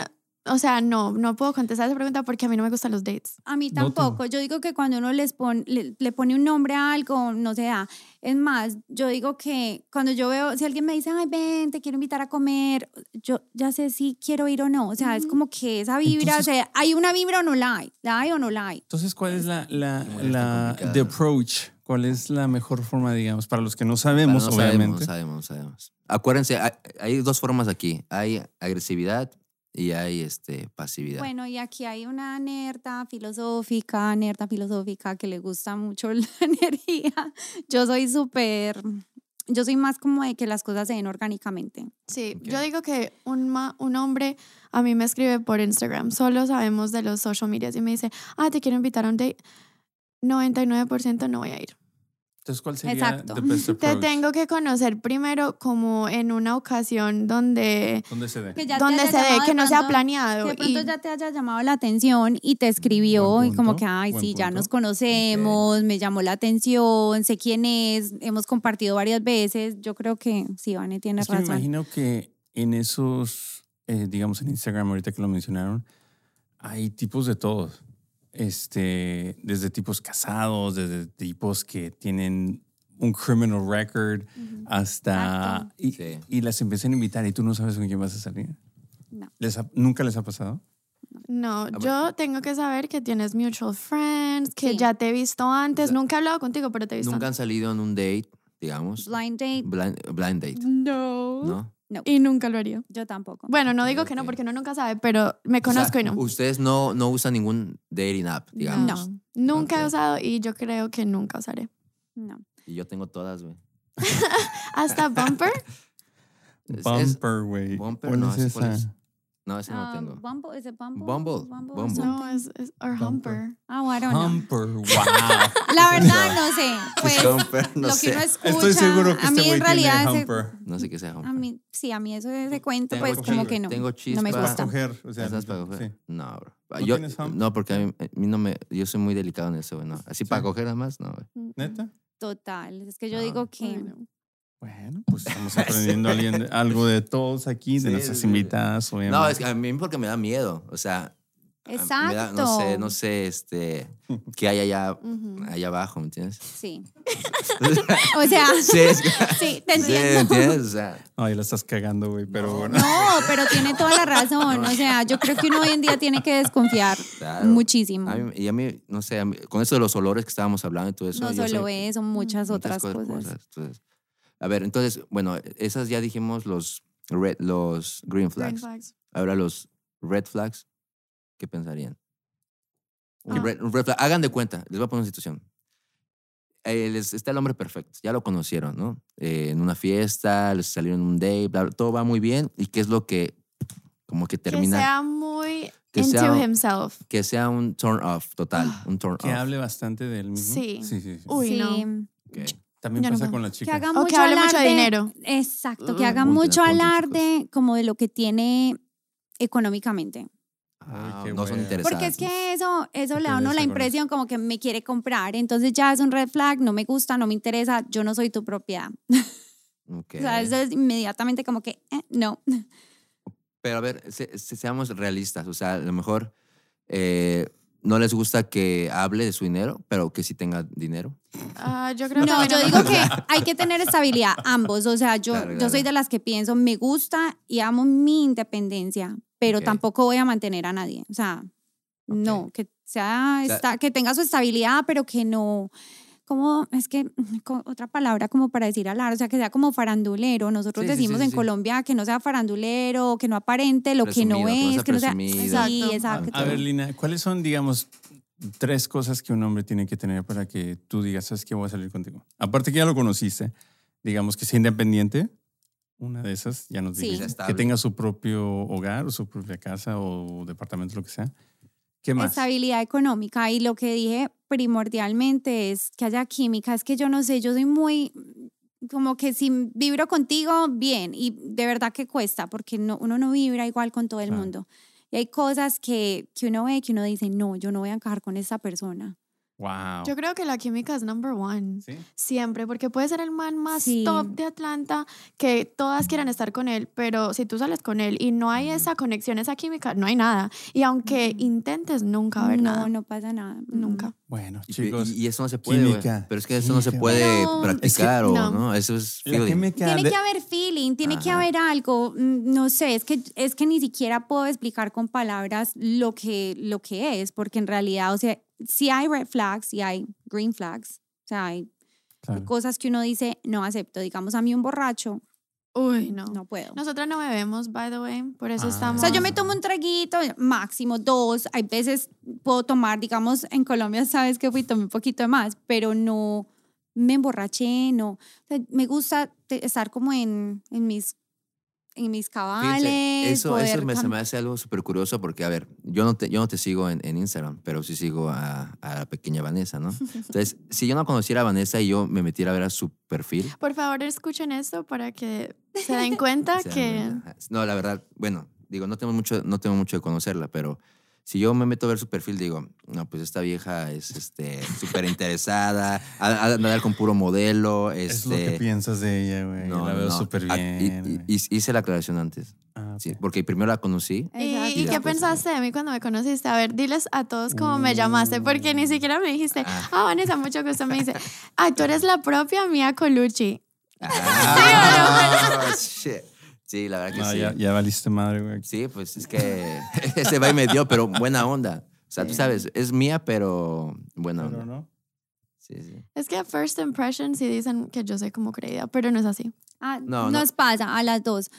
Speaker 3: O sea, no, no puedo contestar esa pregunta porque a mí no me gustan los dates.
Speaker 4: A mí
Speaker 1: No te-
Speaker 4: tampoco. Yo digo que cuando uno les pon- le, le pone un nombre a algo, no se da. Es más, yo digo que cuando yo veo, si alguien me dice, ay, ven, te quiero invitar a comer, yo ya sé si quiero ir o no. O sea, es como que esa vibra,
Speaker 1: Entonces-
Speaker 4: o sea, hay una vibra o no la hay. La hay o no la hay.
Speaker 1: Entonces, ¿cuál es la, la,
Speaker 2: Como ya
Speaker 1: la-
Speaker 2: está complicada.
Speaker 1: the approach? ¿Cuál es la mejor forma, digamos, para los que no
Speaker 2: Pero
Speaker 1: sabemos,
Speaker 2: no
Speaker 1: obviamente?
Speaker 2: sabemos, sabemos, sabemos. Acuérdense, hay, hay dos formas aquí. Hay agresividad y hay este, pasividad.
Speaker 4: Bueno, y aquí hay una nerda filosófica, nerda filosófica que le gusta mucho [laughs] la energía. Yo soy súper, yo soy más como de que las cosas se den orgánicamente.
Speaker 3: Sí,
Speaker 2: Ok.
Speaker 3: yo digo que un, ma- un hombre a mí me escribe por Instagram, solo sabemos de los social medias y me dice, ah, te quiero invitar a un date, 99% no voy a ir.
Speaker 1: Entonces, ¿cuál sería
Speaker 4: Exacto.
Speaker 1: the best
Speaker 3: Te
Speaker 1: approach?
Speaker 3: tengo que conocer primero como en una ocasión donde,
Speaker 1: ¿Dónde se ve?
Speaker 4: Que ya te
Speaker 3: donde
Speaker 4: haya
Speaker 3: se ve
Speaker 4: llamado de
Speaker 3: que no sea
Speaker 4: pronto-
Speaker 3: planeado.
Speaker 4: Que de pronto
Speaker 3: Oh, y-
Speaker 4: ya te haya llamado la atención y te escribió
Speaker 1: Buen
Speaker 4: y como
Speaker 1: punto,
Speaker 4: que, ay,
Speaker 1: buen
Speaker 4: sí, ya
Speaker 1: punto.
Speaker 4: nos conocemos, me llamó la atención, sé quién es, hemos compartido varias veces. Yo creo que sí, Vane tiene
Speaker 1: Es que me
Speaker 4: razón.
Speaker 1: imagino que en esos, eh, digamos en Instagram, ahorita que lo mencionaron, hay tipos de todos. Este, desde tipos casados, desde tipos que tienen un criminal record
Speaker 3: Ujú.
Speaker 1: hasta...
Speaker 4: Exacto.
Speaker 1: Y,
Speaker 2: Sí.
Speaker 1: y las empiezan a invitar y tú no sabes con quién vas a salir.
Speaker 4: No.
Speaker 1: ¿Les ha- ¿Nunca les ha pasado?
Speaker 3: No,
Speaker 2: ver.
Speaker 3: yo tengo que saber que tienes mutual friends, que
Speaker 4: Sí.
Speaker 3: ya te he visto antes,
Speaker 2: sea,
Speaker 3: nunca he hablado contigo, pero te he visto
Speaker 2: Nunca han salido en un date, digamos.
Speaker 4: Pues, Blind date,
Speaker 2: Blind, blind date,
Speaker 3: antes. No.
Speaker 2: ¿no?
Speaker 3: Y nunca lo haría.
Speaker 4: yo tampoco.
Speaker 3: Bueno, no digo
Speaker 2: Ok,
Speaker 3: que no,
Speaker 2: ok.
Speaker 3: porque uno nunca sabe, pero me
Speaker 2: O sea,
Speaker 3: conozco y no.
Speaker 2: Ustedes no, no usan ningún dating app, digamos.
Speaker 3: No. Nunca he
Speaker 2: Ok.
Speaker 3: usado y yo creo que nunca usaré.
Speaker 4: no.
Speaker 2: Y yo tengo todas, güey. [laughs]
Speaker 3: Hasta Bumper.
Speaker 2: Es- es-
Speaker 1: Bumper, güey.
Speaker 2: Bumper,
Speaker 1: ¿Cuál
Speaker 2: no,
Speaker 1: es
Speaker 2: ese cuál
Speaker 1: esa?
Speaker 2: es. no, ese no
Speaker 4: Um,
Speaker 2: tengo.
Speaker 4: Bumble, ¿es it Bumble?
Speaker 2: Bumble,
Speaker 4: Bumble,
Speaker 2: Bumble.
Speaker 4: something.
Speaker 3: No, es, es or
Speaker 1: Bumper.
Speaker 3: Humper.
Speaker 4: Ah, bueno, no.
Speaker 1: Bumper, wow.
Speaker 4: [laughs] La verdad, no sé. Pues,
Speaker 2: Bumper, [laughs] no
Speaker 4: lo que
Speaker 2: sé.
Speaker 4: uno escucha.
Speaker 1: Estoy seguro que
Speaker 4: a mí
Speaker 1: este güey tiene
Speaker 4: en realidad, ese-
Speaker 1: Humper.
Speaker 2: No sé qué sea.
Speaker 4: a mí, sí, a mí eso de ese cuento,
Speaker 2: Tengo
Speaker 4: pues como
Speaker 1: chispa,
Speaker 4: que no.
Speaker 2: tengo
Speaker 4: no me
Speaker 2: chispa.
Speaker 1: Para
Speaker 4: gusta.
Speaker 1: coger, o sea,
Speaker 2: ¿Estás para
Speaker 1: sí.
Speaker 2: coger? No, bro.
Speaker 1: ¿No
Speaker 2: yo,
Speaker 1: tienes hump?
Speaker 2: no, porque a mí, a mí no me. Yo soy muy delicado en eso, güey. No. Así para coger nada más, no, güey.
Speaker 1: ¿Neta?
Speaker 4: Total. Es que yo
Speaker 2: Ah.
Speaker 4: digo que.
Speaker 3: Ay, no.
Speaker 1: Bueno, pues estamos aprendiendo alguien de- algo de todos aquí, de
Speaker 2: Sí,
Speaker 1: nuestras
Speaker 2: sí, sí.
Speaker 1: invitadas, obviamente.
Speaker 2: No, es que a mí porque me da miedo. O sea. a- Ah, me da- no
Speaker 4: Exacto.
Speaker 2: sé, no
Speaker 1: [laughs]
Speaker 2: sé, este. ¿Qué hay allá,
Speaker 3: Ujú.
Speaker 2: allá abajo, me
Speaker 4: [laughs]
Speaker 2: entiendes? [laughs]
Speaker 4: Sí. O sea,
Speaker 2: sí, es que-
Speaker 4: sí,
Speaker 2: sí, ¿me
Speaker 4: te entiendo.
Speaker 2: entiendes? O sea,
Speaker 1: No, ya la estás cagando, güey, pero bueno.
Speaker 4: No, pero tiene toda la razón. O sea, yo creo que uno hoy en día tiene que desconfiar
Speaker 2: Claro.
Speaker 4: muchísimo.
Speaker 2: a mí- y a mí, no sé, a mí- con eso de los olores que estábamos hablando y todo eso.
Speaker 4: no
Speaker 2: yo
Speaker 4: solo
Speaker 2: soy-
Speaker 4: eso, muchas otras cosas.
Speaker 2: Entonces, a ver, entonces, bueno, esas ya dijimos los red, los green
Speaker 3: Green
Speaker 2: flags.
Speaker 3: flags.
Speaker 2: Ahora los red flags, ¿qué pensarían? Un
Speaker 3: Ah.
Speaker 2: red- un red flag. Hagan de cuenta, les voy a poner una situación. Eh, les- está el hombre perfecto, ya lo conocieron, ¿no? Eh, en una fiesta, les salieron un date, bla, bla, todo va muy bien. ¿Y qué es lo que, como que termina?
Speaker 3: Que sea muy
Speaker 2: Que
Speaker 3: into
Speaker 2: sea-
Speaker 3: himself.
Speaker 2: un turn off total,
Speaker 3: Ah,
Speaker 2: un turn
Speaker 1: Que
Speaker 2: off.
Speaker 1: hable bastante del mismo.
Speaker 3: Sí.
Speaker 1: Sí, sí, sí.
Speaker 3: Uy,
Speaker 4: sí.
Speaker 3: no.
Speaker 2: Ok.
Speaker 1: También
Speaker 3: yo no
Speaker 1: pasa
Speaker 3: puedo.
Speaker 1: con las
Speaker 4: Que
Speaker 1: chicas.
Speaker 4: haga
Speaker 3: O
Speaker 4: mucho
Speaker 3: que hable mucho de
Speaker 4: alarde-
Speaker 3: dinero.
Speaker 4: Exacto,
Speaker 3: Mm.
Speaker 4: que haga
Speaker 2: Punto,
Speaker 4: mucho
Speaker 2: punto, chicos.
Speaker 4: alarde como de lo que tiene económicamente.
Speaker 2: Ah,
Speaker 1: qué
Speaker 2: no son
Speaker 1: hueva.
Speaker 2: interesantes.
Speaker 4: Porque es que eso, eso
Speaker 1: Qué
Speaker 4: le da a uno
Speaker 1: pereza
Speaker 4: la
Speaker 1: con
Speaker 4: impresión como que me quiere comprar, entonces ya es un red flag, no me gusta, no me interesa, yo no soy tu propiedad.
Speaker 2: Ok.
Speaker 4: O sea, eso es inmediatamente como que, eh, no.
Speaker 2: Pero a ver, se- se- seamos realistas. O sea, a lo mejor eh, no les gusta que hable de su dinero, pero que sí tenga dinero.
Speaker 3: Ah, yo creo
Speaker 4: No,
Speaker 3: que
Speaker 4: yo
Speaker 2: [laughs]
Speaker 4: digo que hay que tener estabilidad ambos. O sea, yo,
Speaker 2: Claro,
Speaker 4: yo soy
Speaker 2: claro.
Speaker 4: de las que pienso, me gusta y amo mi independencia, pero
Speaker 2: Ok.
Speaker 4: tampoco voy a mantener a nadie. O sea, no, que sea,
Speaker 2: sea-
Speaker 4: esta- que tenga su estabilidad, pero que no, como, es que mm, co- otra palabra como para decir alar, o sea, que sea como farandulero. Nosotros
Speaker 2: Sí, sí,
Speaker 4: decimos
Speaker 2: sí,
Speaker 4: en
Speaker 2: sí.
Speaker 4: Colombia que no sea farandulero, que no aparente lo que no
Speaker 2: Presumido, que no
Speaker 4: es,
Speaker 2: sea
Speaker 4: que no sea.
Speaker 2: presumido.
Speaker 4: Sí,
Speaker 2: Exacto.
Speaker 4: exacto.
Speaker 1: A ver, Lina, ¿cuáles son, digamos, tres cosas que un hombre tiene que tener para que tú digas, sabes que voy a salir contigo? Aparte que ya lo conociste, digamos que sea independiente, una de esas, ya nos
Speaker 4: Sí.
Speaker 1: dijiste,
Speaker 2: Que sea
Speaker 1: que
Speaker 2: estable.
Speaker 1: tenga su propio hogar o su propia casa o departamento, lo que sea. ¿Qué más?
Speaker 4: Estabilidad económica. Y lo que dije primordialmente es que haya química. Es que yo no sé, yo soy muy mm, como que si vibro contigo, bien. Y de verdad que cuesta, porque no, uno no vibra igual con todo el
Speaker 1: Claro.
Speaker 4: mundo. Y hay cosas que, que uno ve que uno dice, no, yo no voy a encajar con esa persona.
Speaker 1: Wow.
Speaker 3: Yo creo que la química es number one.
Speaker 1: ¿Sí?
Speaker 3: Siempre, porque puede ser el man más
Speaker 4: Sí.
Speaker 3: top de Atlanta, que todas quieran estar con él, pero si tú sales con él y no hay esa conexión, esa química, no hay nada. Y aunque
Speaker 4: Ujú.
Speaker 3: intentes, nunca va a haber
Speaker 4: no,
Speaker 3: nada.
Speaker 4: no pasa nada. mm.
Speaker 3: Nunca.
Speaker 1: Bueno,
Speaker 2: Y-
Speaker 1: chicos.
Speaker 2: y, y eso no se puede. güey.
Speaker 1: química,
Speaker 2: Pero es que eso no se
Speaker 1: química.
Speaker 2: puede
Speaker 4: No,
Speaker 2: practicar
Speaker 3: es que-
Speaker 2: o
Speaker 3: no.
Speaker 2: no. Eso es
Speaker 1: la
Speaker 2: feeling.
Speaker 1: química
Speaker 4: Tiene
Speaker 1: de-
Speaker 4: que haber feeling, tiene que
Speaker 2: Ajá.
Speaker 4: haber algo, mm, no sé, es que, es que ni siquiera puedo explicar con palabras lo que, lo que es, porque en realidad, o sea, sí hay red flags y hay green flags, o sea, hay
Speaker 1: Claro.
Speaker 4: cosas que uno dice, no acepto, digamos, a mí un borracho,
Speaker 3: Uy, no.
Speaker 4: no puedo.
Speaker 3: Nosotras no bebemos, by the way, por eso
Speaker 1: Ah.
Speaker 4: O
Speaker 3: estamos.
Speaker 4: sea, yo me tomo un traguito, máximo dos, hay veces puedo tomar, digamos, en Colombia [laughs] sabes que fui, tomé un poquito de más, pero no me emborraché, no. O sea, me gusta te- estar como en, en mis en mis cabales.
Speaker 2: Fíjense, eso,
Speaker 4: poder
Speaker 2: eso me, se
Speaker 4: cam-
Speaker 2: me hace algo súper curioso porque, a ver, yo no te, yo no te sigo en, en Instagram, pero sí sigo a, a la pequeña Vanessa,
Speaker 3: [laughs]
Speaker 2: ¿no? Entonces, si yo no conociera a Vanessa y yo me metiera a ver a su perfil.
Speaker 3: Por favor, escuchen esto para que se
Speaker 4: [laughs]
Speaker 3: den cuenta
Speaker 2: se dan
Speaker 3: que.
Speaker 2: cuenta. Ajá. No, la verdad, bueno, digo, no tengo mucho, no tengo mucho de conocerla, pero si yo me meto a ver su perfil, digo, no, pues esta vieja es este [laughs] súper interesada, ha ha de andar con puro modelo, este.
Speaker 1: Es lo que piensas de ella, güey. Yo
Speaker 2: no,
Speaker 1: la
Speaker 2: no,
Speaker 1: veo
Speaker 2: no.
Speaker 1: súper
Speaker 2: Ah,
Speaker 1: bien.
Speaker 2: y- y-
Speaker 1: güey.
Speaker 2: y- hice la aclaración antes,
Speaker 1: Ah,
Speaker 2: sí,
Speaker 1: ok.
Speaker 2: porque primero la conocí.
Speaker 3: ¿Y,
Speaker 4: Exacto.
Speaker 3: y qué
Speaker 2: después-
Speaker 3: pensaste de mí cuando me conociste? A ver, diles a todos cómo me llamaste, porque ni siquiera me dijiste,
Speaker 2: Ah.
Speaker 3: ah, Vanessa, mucho gusto. Me dice, ah, tú eres la propia Mía Colucci.
Speaker 2: Ah, shit. Sí, la verdad que
Speaker 1: No,
Speaker 2: sí.
Speaker 1: ya, ya valiste madre, güey.
Speaker 2: Sí, pues es que [laughs] ese va y me dio, pero buena onda. O sea, tú sabes, es mía, pero buena
Speaker 1: Pero
Speaker 2: onda.
Speaker 1: no.
Speaker 2: Sí, sí.
Speaker 3: Es que first impression sí dicen que yo soy como creída, pero no es así.
Speaker 4: Ah,
Speaker 2: No, no.
Speaker 4: nos pasa a las dos.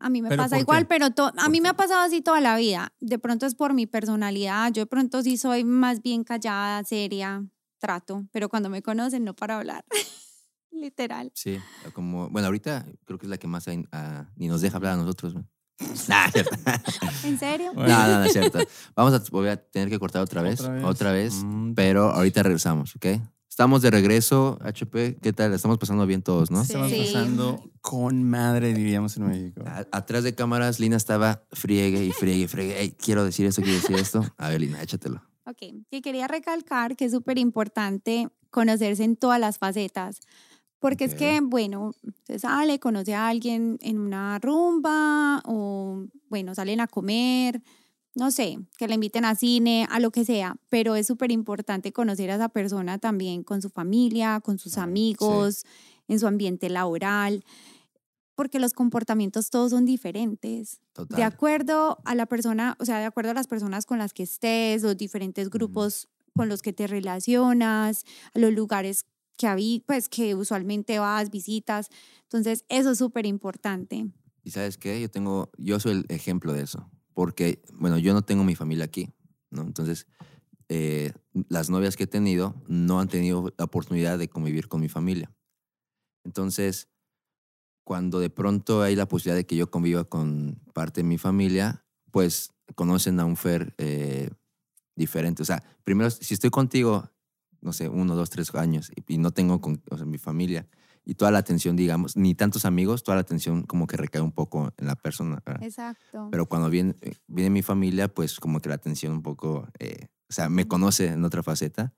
Speaker 4: A mí me
Speaker 1: ¿Pero por
Speaker 4: pasa
Speaker 1: qué?
Speaker 4: igual, pero to- a
Speaker 2: ¿Por
Speaker 4: mí
Speaker 2: qué?
Speaker 4: me ha pasado así toda la vida. De pronto es por mi personalidad. Yo de pronto sí soy más bien callada, seria, trato, pero cuando me conocen no para hablar. [laughs] Literal.
Speaker 2: Sí, como, bueno, ahorita creo que es la que más hay- ah, ni nos deja hablar a
Speaker 1: [laughs]
Speaker 2: nosotros. ¿no? Nah, cierto.
Speaker 4: ¿En serio?
Speaker 2: no,
Speaker 1: Bueno.
Speaker 2: no, no, es cierto. Vamos a, voy a tener que cortar otra vez,
Speaker 1: Otra
Speaker 2: otra
Speaker 1: vez.
Speaker 2: vez,
Speaker 1: Mm,
Speaker 2: pero ahorita regresamos, ¿ok? Estamos de regreso, HP, ¿qué tal? La Estamos pasando bien todos, ¿no?
Speaker 3: Sí.
Speaker 1: Estamos
Speaker 4: Sí.
Speaker 1: pasando con madre, diríamos en México.
Speaker 2: A- atrás de cámaras, Lina estaba friegue y friegue y friegue. Ey, quiero decir esto, quiero decir esto. A ver, Lina, échatelo.
Speaker 4: Ok, que quería recalcar que es súper importante conocerse en todas las facetas, porque es
Speaker 2: Ok.
Speaker 4: que, bueno, se sale, conoce a alguien en una rumba o, bueno, salen a comer, no sé, que le inviten a cine, a lo que sea, pero es súper importante conocer a esa persona también con su familia, con sus
Speaker 2: Claro, sí.
Speaker 4: amigos, en su ambiente laboral, porque los comportamientos todos son diferentes.
Speaker 2: Total.
Speaker 4: De acuerdo a la persona, o sea, de acuerdo a las personas con las que estés, los diferentes grupos con los que te relacionas, a los lugares que habi- pues que usualmente vas, visitas. Entonces, eso es súper importante.
Speaker 2: Y sabes qué, yo tengo, yo soy el ejemplo de eso, porque, bueno, yo no tengo mi familia aquí, ¿no? Entonces, eh, las novias que he tenido no han tenido la oportunidad de convivir con mi familia. Entonces, cuando de pronto hay la posibilidad de que yo conviva con parte de mi familia, pues conocen a un Fer eh, diferente. O sea, primero, si estoy contigo, no sé, uno, dos, tres años y, y no tengo con, o sea, mi familia y toda la atención, digamos, ni tantos amigos, toda la atención como que recae un poco en la persona. ¿verdad?
Speaker 4: Exacto.
Speaker 2: Pero cuando viene, eh, viene mi familia, pues como que la atención un poco, eh, o sea, me conoce en otra faceta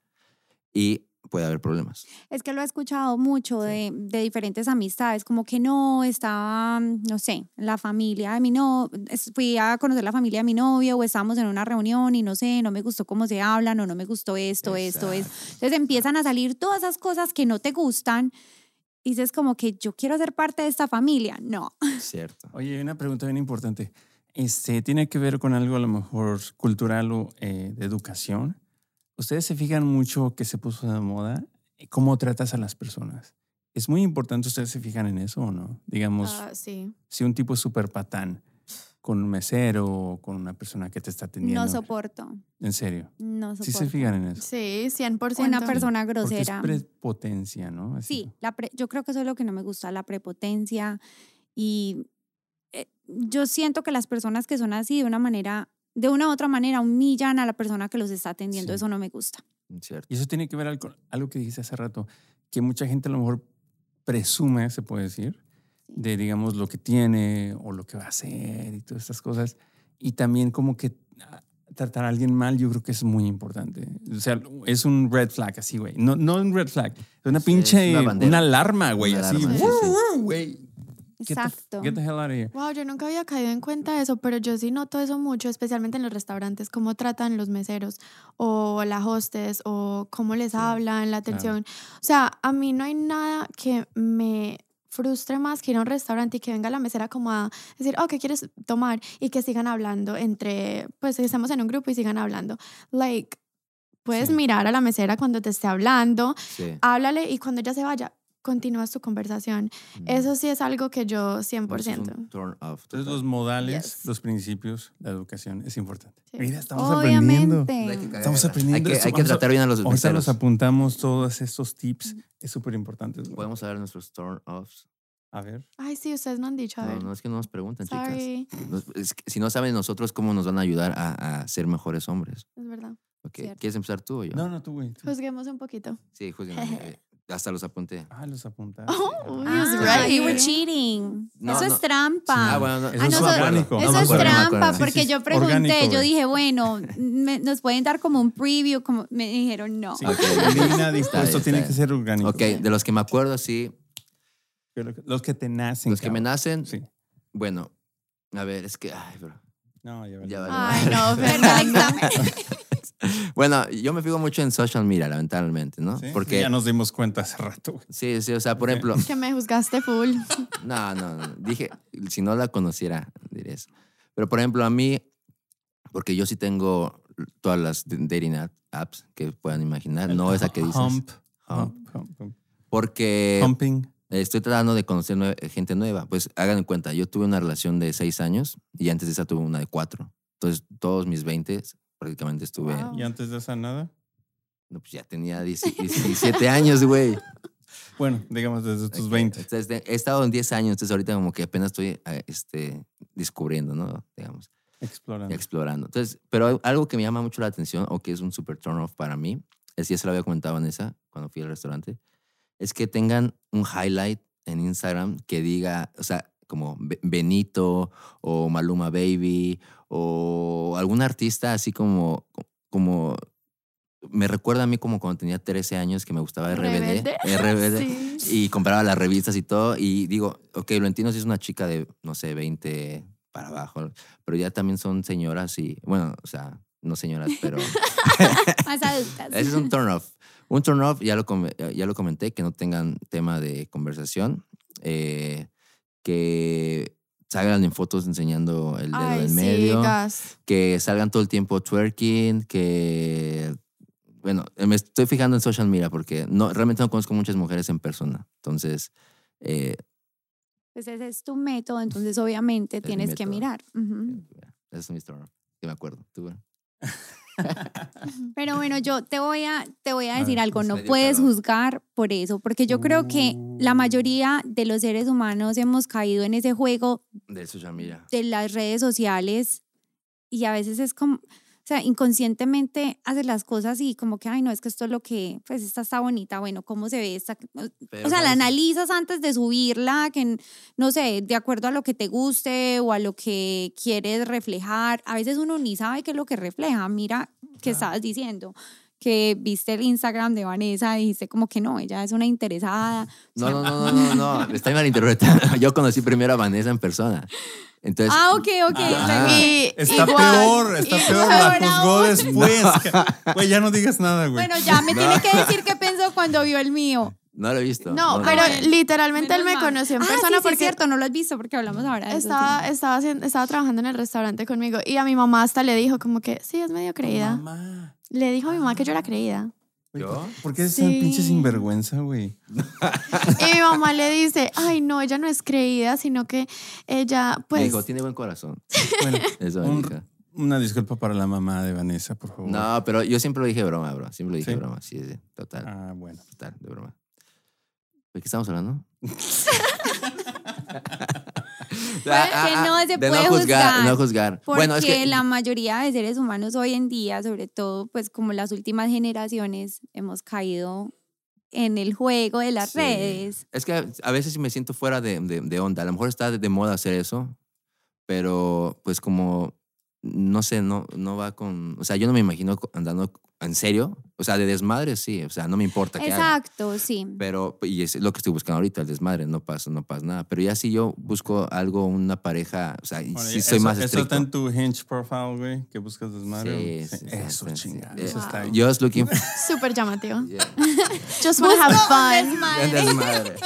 Speaker 2: y puede haber problemas.
Speaker 4: Es que lo he escuchado mucho de, de diferentes amistades, como que no, estaba, no sé, la familia de mi novio, fui a conocer la familia de mi novio o estábamos en una reunión y no sé, no me gustó cómo se hablan o no me gustó esto, esto, esto.
Speaker 2: Exacto.
Speaker 4: Entonces empiezan a salir todas esas cosas que no te gustan. Y dices como que yo quiero ser parte de esta familia. No.
Speaker 2: Cierto.
Speaker 1: Oye, hay una pregunta bien importante. Este, ¿Tiene que ver con algo a lo mejor cultural o eh, de educación? ¿Ustedes se fijan mucho que se puso de moda cómo tratas a las personas. Es muy importante, ¿ustedes se fijan en eso o no? Digamos,
Speaker 3: Ah, sí.
Speaker 1: si un tipo es súper patán con un mesero o con una persona que te está atendiendo.
Speaker 4: No soporto.
Speaker 1: en serio.
Speaker 4: No soporto.
Speaker 1: Sí se fijan en eso.
Speaker 3: Sí, 100%.
Speaker 4: Una persona
Speaker 1: Porque es
Speaker 4: grosera.
Speaker 1: prepotencia, ¿no? Así.
Speaker 4: Sí, la pre- yo creo que eso es lo que no me gusta, la prepotencia. Y eh, yo siento que las personas que son así, de una manera, de una u otra manera, humillan a la persona que los está atendiendo.
Speaker 2: Sí.
Speaker 4: Eso no me gusta.
Speaker 2: Cierto.
Speaker 1: Y eso tiene que ver al- con algo que dijiste hace rato, que mucha gente a lo mejor presume, se puede decir,
Speaker 4: Sí.
Speaker 1: de, digamos, lo que tiene o lo que va a hacer y todas estas cosas. Y también como que ah, tratar a alguien mal, yo creo que es muy importante. O sea, es un red flag así, güey. No, no un red flag, es una
Speaker 2: Sí,
Speaker 1: pinche,
Speaker 2: es una
Speaker 1: una,
Speaker 2: bandera.
Speaker 1: alarma, güey.
Speaker 2: Una
Speaker 1: Así,
Speaker 2: alarma, sí,
Speaker 1: "Woo,
Speaker 2: sí.
Speaker 1: woo", güey. Get the f-
Speaker 4: Exacto.
Speaker 1: Get the hell out of here.
Speaker 3: Wow, yo nunca había caído en cuenta de eso, pero yo sí noto eso mucho, especialmente en los restaurantes, cómo tratan los meseros o las hostes o cómo les hablan, la
Speaker 1: claro.
Speaker 3: atención. O sea, a mí no hay nada que me frustre más que ir a un restaurante y que venga la mesera como a decir, oh, ¿qué quieres tomar? Y que sigan hablando entre, pues estamos en un grupo y sigan hablando. Like, puedes
Speaker 1: Sí.
Speaker 3: mirar a la mesera cuando te esté hablando,
Speaker 2: Sí.
Speaker 3: háblale y cuando ella se vaya, continúas tu conversación.
Speaker 2: Mm.
Speaker 3: Eso sí es algo que yo
Speaker 2: No, eso es
Speaker 3: 100%.
Speaker 2: un turn off.
Speaker 1: Entonces los
Speaker 2: total.
Speaker 1: modales,
Speaker 3: Yes.
Speaker 1: los principios, la educación es importante.
Speaker 3: Sí.
Speaker 1: Mira, estamos aprendiendo.
Speaker 2: Hay que
Speaker 4: Obviamente.
Speaker 2: cagarla.
Speaker 1: Estamos aprendiendo
Speaker 2: Hay que,
Speaker 1: esto.
Speaker 2: hay que
Speaker 1: Vamos a-
Speaker 2: tratar bien a los
Speaker 1: Ahorita
Speaker 2: meseros.
Speaker 1: los apuntamos todos estos tips. Es súper importante.
Speaker 2: Podemos hablar de nuestros turn offs.
Speaker 1: A ver.
Speaker 3: Ay, sí, ustedes no han dicho, a
Speaker 2: No,
Speaker 3: ver.
Speaker 2: no es que no nos preguntan, chicas.
Speaker 3: Sorry,
Speaker 2: Nos- es que si no saben nosotros cómo nos van a ayudar a, a ser mejores hombres.
Speaker 3: es verdad.
Speaker 2: Ok,
Speaker 4: Cierto.
Speaker 2: ¿Quieres empezar tú o yo?
Speaker 1: No, no, tú, güey. tú.
Speaker 3: Juzguemos un poquito.
Speaker 2: Sí, Juli, no, eh, hasta los apunté.
Speaker 1: Ah, los apuntaste.
Speaker 3: Oh,
Speaker 1: Ah,
Speaker 3: uy, it's
Speaker 4: Ah,
Speaker 3: right.
Speaker 4: you were cheating.
Speaker 2: No,
Speaker 4: eso
Speaker 2: no.
Speaker 4: es trampa.
Speaker 1: Sí.
Speaker 2: Ah, bueno, no,
Speaker 1: Ah,
Speaker 2: no
Speaker 4: eso
Speaker 2: me
Speaker 4: es
Speaker 2: acuerdo.
Speaker 1: orgánico.
Speaker 2: No
Speaker 4: Eso
Speaker 2: me
Speaker 4: es
Speaker 2: acuerdo, no me
Speaker 4: trampa,
Speaker 2: acuerdo.
Speaker 1: Sí,
Speaker 4: porque
Speaker 1: sí,
Speaker 4: yo
Speaker 1: sí.
Speaker 4: pregunté,
Speaker 1: Orgánico,
Speaker 4: yo
Speaker 1: güey.
Speaker 4: dije, bueno, me- nos pueden dar como un preview, como me dijeron no.
Speaker 1: Sí,
Speaker 2: Ok.
Speaker 1: Lina dijo,
Speaker 2: Está bien,
Speaker 1: esto
Speaker 2: está
Speaker 1: tiene
Speaker 2: bien.
Speaker 1: que ser orgánico.
Speaker 2: Ok, de los que me acuerdo, sí.
Speaker 1: Pero Los que te nacen.
Speaker 2: Los que me
Speaker 1: cabrón.
Speaker 2: nacen,
Speaker 1: Sí.
Speaker 2: bueno, a ver, es que, ay, bro.
Speaker 1: No, ya vale.
Speaker 2: Ya vale. [laughs]
Speaker 3: Ay, no,
Speaker 4: Pero el
Speaker 3: Fernando.
Speaker 4: examen-
Speaker 2: Bueno, yo me fijo mucho en social media, lamentablemente, ¿no?
Speaker 1: ¿Sí?
Speaker 2: Porque,
Speaker 1: Ya nos dimos cuenta hace rato, güey.
Speaker 2: sí, sí, o sea, por
Speaker 1: Ok. [laughs]
Speaker 2: ejemplo,
Speaker 3: Que me juzgaste
Speaker 2: [laughs]
Speaker 3: full.
Speaker 2: No, no, no. Dije, si no la conociera, diría eso. Pero, por ejemplo, a mí, porque yo sí tengo todas las d- dating app- apps que puedan imaginar, no esa que dices.
Speaker 1: Hump.
Speaker 2: Hump. Eh,
Speaker 1: Hump. hump, hump.
Speaker 2: Porque
Speaker 1: Humping.
Speaker 2: estoy tratando de conocer nue- gente nueva. Pues hagan en cuenta, yo tuve una relación de seis años y antes de esa tuve una de cuatro. Entonces, todos mis 20 prácticamente estuve.
Speaker 3: Wow.
Speaker 1: ¿Y antes de esa nada?
Speaker 2: No, pues ya tenía 10 17 años, güey.
Speaker 1: Bueno, digamos desde tus
Speaker 2: Ok,
Speaker 1: 20.
Speaker 2: entonces, de- he estado en 10 años, entonces ahorita como que apenas estoy eh, este, descubriendo, ¿no? Digamos.
Speaker 1: Explorando.
Speaker 2: y explorando. Entonces, pero al- algo que me llama mucho la atención o que es un super turn off para mí, es ya se lo había comentado a Vanessa cuando fui al restaurante, es que tengan un highlight en Instagram que diga, o sea, como Be- Benito o Maluma Baby o algún artista así como, como me recuerda a mí como cuando tenía 13 años que me gustaba RBD,
Speaker 3: Rebelde.
Speaker 2: RBD
Speaker 3: [laughs] Sí.
Speaker 2: y compraba las revistas y todo. Y digo, ok, lo entiendo si es una chica de, no sé, 20 para abajo, pero ya también son señoras y, bueno, o sea, no señoras,
Speaker 3: [laughs]
Speaker 2: pero
Speaker 4: Más adultas.
Speaker 2: ese es un turn off. Un turn off, ya lo, com- ya lo comenté, que no tengan tema de conversación, eh, que salgan en fotos enseñando el dedo
Speaker 3: Ay,
Speaker 2: del
Speaker 3: sí,
Speaker 2: medio
Speaker 3: gas.
Speaker 2: que salgan todo el tiempo twerking, que... Bueno, me estoy fijando en social media porque no, realmente no conozco muchas mujeres en persona. Entonces, eh,
Speaker 4: Pues ese es tu método, entonces obviamente
Speaker 2: Es mi
Speaker 4: tienes que
Speaker 2: método.
Speaker 4: mirar. Ujú.
Speaker 2: esa es mi historia. Que me acuerdo. Tú, güey.
Speaker 4: Pero bueno, yo te voy a, te voy a
Speaker 1: A
Speaker 4: decir
Speaker 1: ver,
Speaker 4: algo,
Speaker 2: pues,
Speaker 4: no
Speaker 2: medio
Speaker 4: puedes
Speaker 2: calor.
Speaker 4: juzgar por eso, porque yo creo que
Speaker 1: Uh.
Speaker 4: la mayoría de los seres humanos hemos caído en ese juego
Speaker 2: Del social media.
Speaker 4: de las redes sociales y a veces es como, o sea, inconscientemente haces las cosas y como que, ay, no, es que esto es lo que, pues esta está bonita, bueno, ¿cómo se ve esta?
Speaker 2: Pero
Speaker 4: O sea, la
Speaker 2: sabes-
Speaker 4: analizas antes de subirla, que n- no sé, de acuerdo a lo que te guste o a lo que quieres reflejar. A veces uno ni sabe qué es lo que refleja. Mira, que
Speaker 1: Claro.
Speaker 4: estabas diciendo? Que viste el Instagram de Vanessa y dijiste como que no, ella es una interesada.
Speaker 2: No, no, no, no, no, no.
Speaker 4: [laughs]
Speaker 2: Está malinterpretando. [laughs] Yo conocí primero a Vanessa en persona. Entonces,
Speaker 4: ah, ok, ok.
Speaker 2: Ah,
Speaker 4: ok.
Speaker 3: [laughs] Y-
Speaker 1: Está
Speaker 3: igual,
Speaker 1: peor, está
Speaker 4: igual.
Speaker 1: peor. La juzgó
Speaker 4: Ahora,
Speaker 1: después. ca- Güey, ya no digas nada, güey.
Speaker 4: Bueno, ya me tiene que decir qué pensó cuando vio el mío.
Speaker 2: no lo he visto.
Speaker 3: No,
Speaker 2: lo
Speaker 3: pero
Speaker 2: he visto.
Speaker 3: literalmente él
Speaker 4: Menos
Speaker 3: me
Speaker 4: mal.
Speaker 3: conoció en
Speaker 4: Ah,
Speaker 3: persona
Speaker 4: sí, sí,
Speaker 3: porque
Speaker 4: es cierto, no lo has visto porque hablamos ahora. de eso,
Speaker 3: estaba,
Speaker 4: sí.
Speaker 3: estaba, haciendo- estaba trabajando en el restaurante conmigo y a mi mamá hasta le dijo como que sí, es medio creída.
Speaker 1: Mamá.
Speaker 2: Ah.
Speaker 3: Le dijo a mi mamá que yo era creída.
Speaker 2: ¿Yo?
Speaker 1: ¿Por qué es tan pinche
Speaker 3: Sí.
Speaker 1: sinvergüenza, güey?
Speaker 3: Y mi mamá le dice, ay, no, ella no es creída, sino que ella,
Speaker 2: Me
Speaker 3: pues,
Speaker 2: dijo, tiene buen corazón.
Speaker 1: Bueno,
Speaker 2: Eso
Speaker 1: Un-
Speaker 2: me dijo.
Speaker 1: una disculpa para la mamá de Vanessa, por favor.
Speaker 2: No, pero yo siempre lo dije de broma, bro. Siempre lo dije
Speaker 1: ¿Sí?
Speaker 2: de broma. Sí, sí, total.
Speaker 1: Ah, bueno.
Speaker 2: Total, de broma. ¿De qué estamos
Speaker 4: [laughs]
Speaker 2: hablando? [laughs]
Speaker 4: que no se
Speaker 2: Ah, de
Speaker 4: puede
Speaker 2: no juzgar.
Speaker 4: juzgar.
Speaker 2: de no juzgar.
Speaker 4: Porque
Speaker 2: Bueno, es que
Speaker 4: la mayoría de seres humanos hoy en día, sobre todo, pues como las últimas generaciones, hemos caído en el juego de las
Speaker 2: Sí.
Speaker 4: redes.
Speaker 2: Es que a- a veces me siento fuera de, de- de onda. A lo mejor está de, de moda hacer eso, pero pues como, no sé, no, no va con... O sea, yo no me imagino co- andando en serio. O sea, de desmadre sí. O sea, no me importa qué haga.
Speaker 4: Exacto, sí.
Speaker 2: Pero, y es lo que estoy buscando ahorita, el desmadre. No pasa, no pasa nada. Pero ya si yo busco algo, una pareja, o sea, y
Speaker 1: Ahora,
Speaker 2: sí
Speaker 1: eso-
Speaker 2: soy más
Speaker 1: Eso está
Speaker 2: estricto.
Speaker 1: en tu hinge profile, güey, que buscas desmadre.
Speaker 2: Sí, sí, sí,
Speaker 1: eso,
Speaker 2: sí, sí.
Speaker 1: chingada.
Speaker 2: Eh,
Speaker 1: Eso está ahí.
Speaker 2: Yo es looking...
Speaker 3: súper llamativo.
Speaker 2: Yeah.
Speaker 3: Just wanna have fun.
Speaker 4: [laughs]
Speaker 2: El desmadre.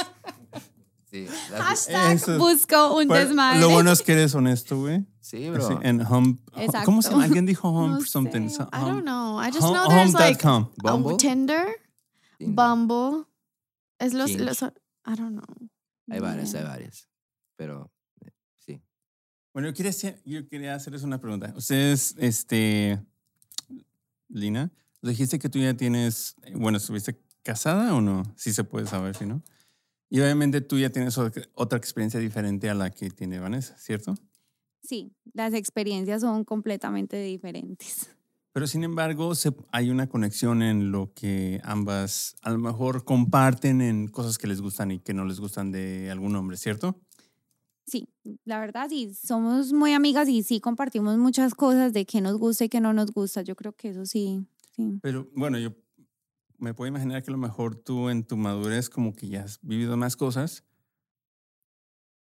Speaker 2: Sí, that's-
Speaker 4: Hashtag
Speaker 1: Eso.
Speaker 4: busco un
Speaker 1: Pero
Speaker 4: desmadre.
Speaker 1: Lo bueno es que eres honesto, güey.
Speaker 2: sí, bro.
Speaker 1: Así, En hump.
Speaker 4: Exacto.
Speaker 1: ¿Cómo se llama? Alguien
Speaker 3: [laughs]
Speaker 1: dijo hump
Speaker 4: No
Speaker 1: or something.
Speaker 4: sé.
Speaker 1: So- um,
Speaker 3: I don't
Speaker 1: hump-
Speaker 3: know. I just
Speaker 1: hum-
Speaker 3: know there's like
Speaker 1: hump.com.
Speaker 3: a
Speaker 2: Bumble.
Speaker 3: Tinder,
Speaker 2: Tinder.
Speaker 3: Bumble. Es los,
Speaker 2: Hinge.
Speaker 3: los- I don't know.
Speaker 2: Hay varias,
Speaker 4: Bien.
Speaker 2: hay varias. Pero eh, sí.
Speaker 1: Bueno, yo quería, hacer- yo quería hacerles una pregunta. Ustedes, este, Lina, dijiste que tú ya tienes, bueno, ¿estuviste casada o no? Sí se puede saber, si no. Y obviamente tú ya tienes ot- otra experiencia diferente a la que tiene Vanessa, ¿cierto?
Speaker 4: Sí, las experiencias son completamente diferentes.
Speaker 1: Pero sin embargo, se- hay una conexión en lo que ambas a lo mejor comparten en cosas que les gustan y que no les gustan de algún hombre, ¿cierto?
Speaker 4: Sí, la verdad sí, somos muy amigas y sí compartimos muchas cosas de qué nos gusta y qué no nos gusta. Yo creo que eso sí, sí.
Speaker 1: Pero bueno, yo me puedo imaginar que a lo mejor tú en tu madurez como que ya has vivido más cosas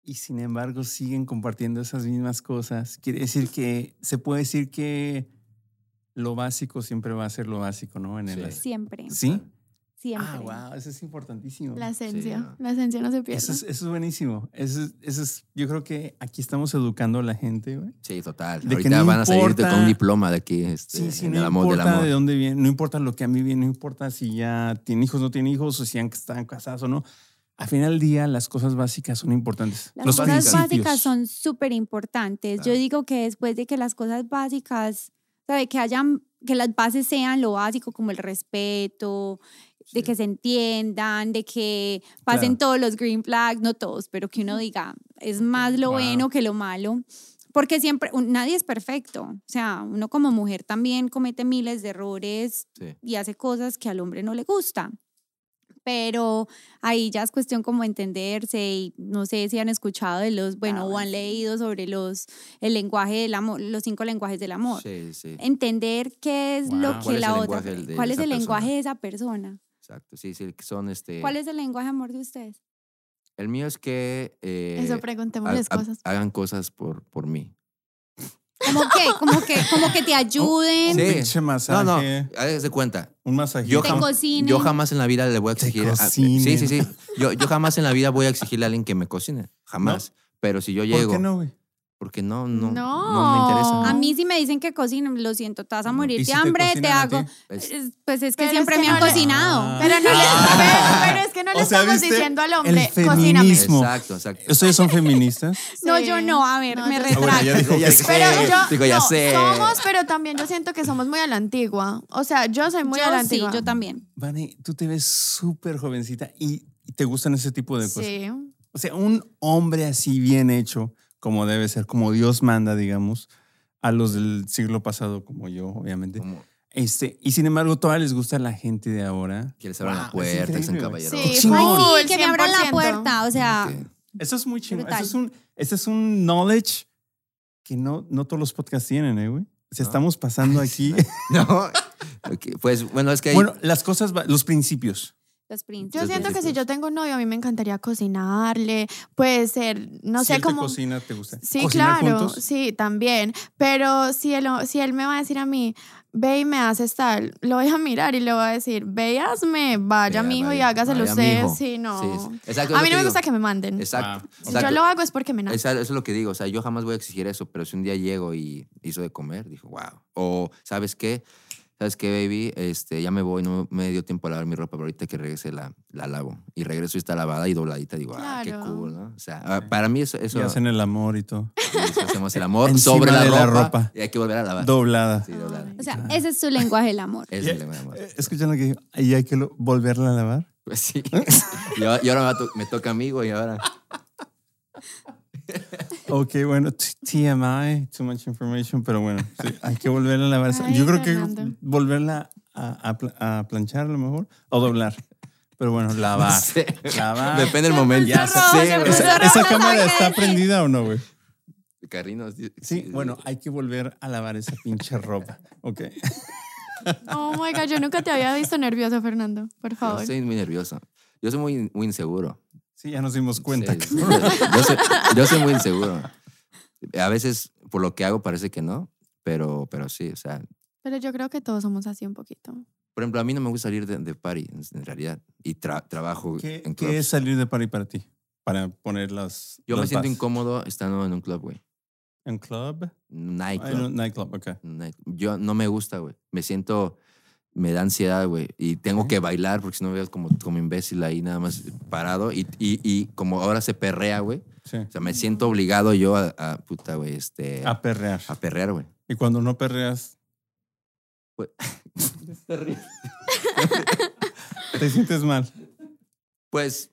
Speaker 1: y sin embargo siguen compartiendo esas mismas cosas. Quiere decir que se puede decir que lo básico siempre va a ser lo básico, ¿no? En el
Speaker 2: Sí.
Speaker 4: Siempre,
Speaker 1: ¿Sí?
Speaker 4: siempre.
Speaker 1: Ah, wow, eso es importantísimo.
Speaker 3: La esencia.
Speaker 2: no.
Speaker 3: La esencia no se pierde.
Speaker 1: Eso es, eso es buenísimo. Eso es, eso es- yo creo que aquí estamos educando a la gente, güey.
Speaker 2: Sí, total.
Speaker 1: De que
Speaker 2: Ahorita
Speaker 1: no
Speaker 2: van a salir de- con
Speaker 1: importa-
Speaker 2: un diploma de aquí. Este,
Speaker 1: Sí, sí,
Speaker 2: del
Speaker 1: no
Speaker 2: amor, del
Speaker 1: importa
Speaker 2: amor.
Speaker 1: de dónde viene, no importa lo que a mí viene, no importa si ya tiene hijos, no tiene hijos, o si han- están casados o no. Al final del día, las cosas básicas son importantes.
Speaker 4: Las
Speaker 1: Los
Speaker 4: cosas
Speaker 1: principios.
Speaker 4: básicas son súper importantes. Yo
Speaker 2: Claro.
Speaker 4: digo que después de que las cosas básicas, o sea, de que hayan, que las bases sean lo básico como el respeto, de
Speaker 2: Sí.
Speaker 4: que se entiendan, de que pasen
Speaker 1: Claro.
Speaker 4: todos los green flags, no todos, pero que uno diga, es más lo
Speaker 1: Wow.
Speaker 4: bueno que lo malo. Porque siempre, un- nadie es perfecto. O sea, uno como mujer también comete miles de errores
Speaker 2: Sí.
Speaker 4: y hace cosas que al hombre no le gusta. Pero ahí ya es cuestión como entenderse y no sé si han escuchado de los, bueno,
Speaker 3: Ah,
Speaker 4: o
Speaker 3: bueno,
Speaker 4: han
Speaker 3: sí.
Speaker 4: leído sobre los, el lenguaje del amor, los cinco lenguajes del amor.
Speaker 2: Sí, sí.
Speaker 4: Entender qué es
Speaker 1: Wow.
Speaker 4: lo
Speaker 1: ¿Cuál
Speaker 4: que
Speaker 2: es
Speaker 4: la
Speaker 2: el
Speaker 4: otra,
Speaker 2: lenguaje del- de
Speaker 4: cuál es
Speaker 2: esa
Speaker 4: el
Speaker 2: persona?
Speaker 4: lenguaje de esa persona.
Speaker 2: Exacto. Sí, sí. que Son este.
Speaker 4: ¿Cuál es el lenguaje amor de ustedes?
Speaker 2: El mío es que. eh,
Speaker 3: Eso
Speaker 2: ha-
Speaker 3: preguntémosles
Speaker 2: ha-
Speaker 3: cosas.
Speaker 2: Hagan cosas por, por mí.
Speaker 4: Como que, como que, como que te ayuden,
Speaker 1: Un
Speaker 2: Sí.
Speaker 1: pinche
Speaker 2: No,
Speaker 1: masaje,
Speaker 2: no. Háganse cuenta.
Speaker 1: un masaje.
Speaker 2: Yo
Speaker 4: te
Speaker 2: jam-
Speaker 4: cocinen.
Speaker 2: Yo jamás en la vida le voy a
Speaker 1: Te
Speaker 2: exigir. a- sí,
Speaker 1: cocinen.
Speaker 2: sí, sí. Yo, yo jamás en la vida voy a exigirle a alguien que me cocine. Jamás. Pero si yo
Speaker 1: ¿Por
Speaker 2: llego.
Speaker 1: qué no, güey?
Speaker 2: Porque no, no, no, me
Speaker 3: No.
Speaker 2: interesa.
Speaker 4: a mí si me dicen que cocinen, lo siento, te vas a
Speaker 1: No.
Speaker 4: morir
Speaker 1: ¿Y
Speaker 4: de
Speaker 1: si te
Speaker 4: hambre, te,
Speaker 1: cocinan a ti?
Speaker 4: hago.
Speaker 2: Es-
Speaker 4: Es- Pues es que
Speaker 3: Pero es
Speaker 4: siempre
Speaker 3: que
Speaker 4: me
Speaker 3: no
Speaker 4: han
Speaker 3: le-
Speaker 4: cocinado.
Speaker 1: Ah.
Speaker 3: Pero, no le- pero- pero es que no le
Speaker 1: [laughs] O sea,
Speaker 3: estamos
Speaker 1: ¿viste?
Speaker 3: diciendo al
Speaker 1: El
Speaker 3: hombre, cocíname.
Speaker 1: feminismo.
Speaker 2: Exacto, exacto.
Speaker 1: ¿Ustedes son feministas? [laughs]
Speaker 4: No,
Speaker 3: Sí.
Speaker 4: yo no, a ver,
Speaker 3: No,
Speaker 4: me
Speaker 3: yo-
Speaker 1: Ah, bueno, ya
Speaker 4: retracto.
Speaker 1: dijo
Speaker 2: Ya
Speaker 1: que
Speaker 2: sé.
Speaker 1: sí.
Speaker 3: Pero yo,
Speaker 2: Digo, ya
Speaker 3: no,
Speaker 2: sé.
Speaker 3: somos, pero también yo siento que somos muy a la antigua. O sea, yo soy muy a la
Speaker 4: Yo sí,
Speaker 3: antigua.
Speaker 4: yo también.
Speaker 1: Vane, tú te ves súper jovencita y, y te gustan ese tipo de cosas.
Speaker 3: Sí.
Speaker 1: O sea, un hombre así bien hecho, como debe ser, como Dios manda, digamos, a los del siglo pasado, como yo, obviamente.
Speaker 2: Como
Speaker 1: Este, y sin embargo, todavía les gusta la gente de ahora.
Speaker 2: que les abran
Speaker 3: Ah,
Speaker 2: la
Speaker 3: pues
Speaker 1: Wow, es
Speaker 2: puerta y son
Speaker 1: increíble, güey.
Speaker 2: caballeros.
Speaker 3: Sí,
Speaker 1: chingón.
Speaker 4: Ay,
Speaker 3: full,
Speaker 4: sí, que me abran la
Speaker 3: 100%.
Speaker 4: puerta, o sea,
Speaker 1: Eso es muy chingón.
Speaker 4: Brutal.
Speaker 1: Eso es un, ese es un knowledge que no, no todos los podcasts tienen, ¿eh, güey? O sea,
Speaker 2: No.
Speaker 1: estamos pasando aquí.
Speaker 2: [laughs] No. Ok, Pues bueno, es que hay-
Speaker 1: bueno, las cosas, va- los principios.
Speaker 4: los príncipes.
Speaker 3: Yo
Speaker 2: Los
Speaker 3: siento que si
Speaker 2: principios.
Speaker 3: yo tengo un novio, a mí me encantaría cocinarle, puede ser, no
Speaker 1: Si
Speaker 3: sé
Speaker 1: él te
Speaker 3: cómo.
Speaker 1: cocina, te gusta.
Speaker 3: Sí,
Speaker 1: ¿Cocinar
Speaker 3: claro,
Speaker 1: juntos?
Speaker 3: sí, también. Pero si él, si él me va a decir a mí, ve y me haces tal, lo voy a mirar y le voy a decir, ve y hazme,
Speaker 2: Vaya,
Speaker 3: vaya, mijo, y
Speaker 2: vaya,
Speaker 3: hágaselo
Speaker 2: vaya,
Speaker 3: usted.
Speaker 2: mijo.
Speaker 3: Sí, no.
Speaker 2: Sí, sí. Exacto, es
Speaker 3: A
Speaker 2: lo
Speaker 3: mí no me
Speaker 2: digo.
Speaker 3: gusta que me manden.
Speaker 2: Exacto.
Speaker 1: Ah,
Speaker 3: Si
Speaker 2: exacto.
Speaker 3: yo lo hago es porque me nace.
Speaker 2: Esa- Eso es lo que digo. O sea, yo jamás voy a exigir eso, pero si un día llego y hizo de comer, dijo, wow. O, ¿sabes qué? ¿sabes qué, baby? Este, ya me voy, no me dio tiempo a lavar mi ropa, pero ahorita que regrese la, la lavo. Y regreso y está lavada y dobladita. Digo, ah, qué
Speaker 3: Claro.
Speaker 2: cool, ¿no? O sea, ah, para mí eso... eso
Speaker 1: Y hacen el amor y todo.
Speaker 2: eso hacemos el amor
Speaker 1: Encima
Speaker 2: sobre la
Speaker 1: de la
Speaker 2: ropa,
Speaker 1: ropa.
Speaker 2: Y hay que volver a lavar.
Speaker 1: Doblada.
Speaker 2: Sí, doblada.
Speaker 4: O sea, ese es su lenguaje
Speaker 2: [laughs]
Speaker 4: del amor.
Speaker 2: Es el tema de amor.
Speaker 1: Ah. Eh, Escuchan lo que digo. Y hay que lo- volverla a lavar.
Speaker 2: Pues sí. y, ahora, y ahora me, va a to- me toca a mí, güey, ahora.
Speaker 1: Ok, bueno, t- TMI, too much information, pero bueno,
Speaker 2: [laughs]
Speaker 1: sí, hay que volverla a lavar.
Speaker 3: Ay,
Speaker 1: Yo creo que
Speaker 3: Fernando.
Speaker 1: volverla a, a pla- a planchar a lo mejor o doblar. Pero bueno, lavar.
Speaker 2: [laughs] Sí.
Speaker 1: Lavar.
Speaker 2: Depende del momento.
Speaker 1: Ya sé.
Speaker 2: Sí,
Speaker 4: se
Speaker 2: güey.
Speaker 4: puso
Speaker 1: ¿Esa,
Speaker 4: Pero
Speaker 1: esa
Speaker 4: no
Speaker 1: cámara
Speaker 4: sabía
Speaker 1: está
Speaker 4: decir.
Speaker 1: prendida o no, güey?
Speaker 2: Carrinos.
Speaker 1: Sí, bueno, hay que volver a lavar esa pinche ropa. Ok.
Speaker 3: Oh my God, yo nunca te había visto nervioso, Fernando. Por
Speaker 2: Yo
Speaker 3: favor.
Speaker 2: estoy muy nervioso. Yo soy muy, muy inseguro.
Speaker 1: Sí, ya nos dimos cuenta.
Speaker 2: Sí, yo, yo soy, yo soy muy inseguro. A veces, por lo que hago, parece que no, pero, pero sí, o sea.
Speaker 3: Pero yo creo que todos somos así un poquito.
Speaker 2: Por ejemplo, a mí no me gusta salir de, de party, en, en realidad, y tra- trabajo
Speaker 1: [laughs] ¿Qué,
Speaker 2: en
Speaker 1: qué
Speaker 2: clubs.
Speaker 1: es salir de party para ti? Para poner las.
Speaker 2: Yo me
Speaker 1: los
Speaker 2: siento
Speaker 1: bars.
Speaker 2: incómodo estando en un club, güey.
Speaker 1: ¿En club? Ah, En
Speaker 2: Nightclub.
Speaker 1: un nightclub, ok.
Speaker 2: Night- Yo no me gusta, güey. Me siento, me da ansiedad, güey. Y tengo
Speaker 1: Ok.
Speaker 2: que bailar porque si no me veo como, como imbécil ahí nada más parado. Y, y, y como ahora se perrea, güey.
Speaker 1: Sí.
Speaker 2: O sea, me siento obligado yo a, a, puta, güey, este, a,
Speaker 1: A perrear.
Speaker 2: perrear, güey.
Speaker 1: Y cuando no perreas, te sientes mal.
Speaker 2: Pues,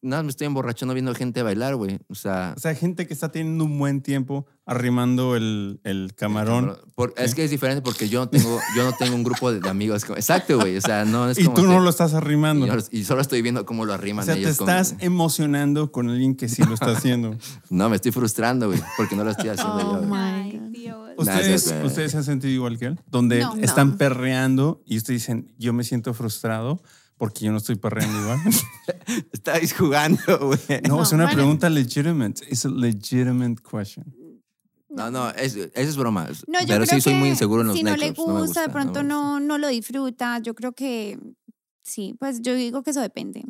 Speaker 2: nada, me estoy emborrachando viendo gente bailar, güey. O sea,
Speaker 1: O sea, gente que está teniendo un buen tiempo arrimando el, el camarón.
Speaker 2: por- es
Speaker 1: Sí.
Speaker 2: que es diferente porque yo no tengo, yo no tengo un grupo de, de amigos. como- exacto, güey. O sea, no es
Speaker 1: Y
Speaker 2: como
Speaker 1: tú no
Speaker 2: que-
Speaker 1: lo estás arrimando.
Speaker 2: y, yo- y solo estoy viendo cómo lo arriman
Speaker 1: o sea, te
Speaker 2: ellos. con-
Speaker 1: estás emocionando con alguien que sí lo
Speaker 2: [laughs]
Speaker 1: está haciendo.
Speaker 2: No, me estoy frustrando, güey, porque no lo estoy haciendo
Speaker 4: [laughs]
Speaker 3: Oh,
Speaker 2: yo. güey.
Speaker 3: my
Speaker 4: Ay,
Speaker 3: God.
Speaker 4: Dios.
Speaker 2: Nah,
Speaker 1: ¿Ustedes,
Speaker 2: sí, sí.
Speaker 1: ¿Ustedes se han sentido igual que él? Donde
Speaker 4: No.
Speaker 1: están
Speaker 3: No.
Speaker 1: perreando y ustedes dicen, yo me siento frustrado porque yo no estoy perreando
Speaker 3: [laughs]
Speaker 1: igual. [laughs]
Speaker 2: Estáis jugando, [laughs] güey.
Speaker 1: No,
Speaker 3: No,
Speaker 1: es una
Speaker 3: bueno.
Speaker 1: pregunta legitimate. Es a legitimate question.
Speaker 2: No, no, es- eso es broma.
Speaker 4: No, yo
Speaker 2: pero
Speaker 4: creo
Speaker 2: sí soy
Speaker 4: que
Speaker 2: muy inseguro en los
Speaker 4: si no le
Speaker 2: nightclubs,
Speaker 4: gusta,
Speaker 2: me
Speaker 4: de
Speaker 2: me
Speaker 4: pronto
Speaker 2: gusta.
Speaker 4: no, no lo disfruta. Yo creo que sí, pues yo digo que eso depende.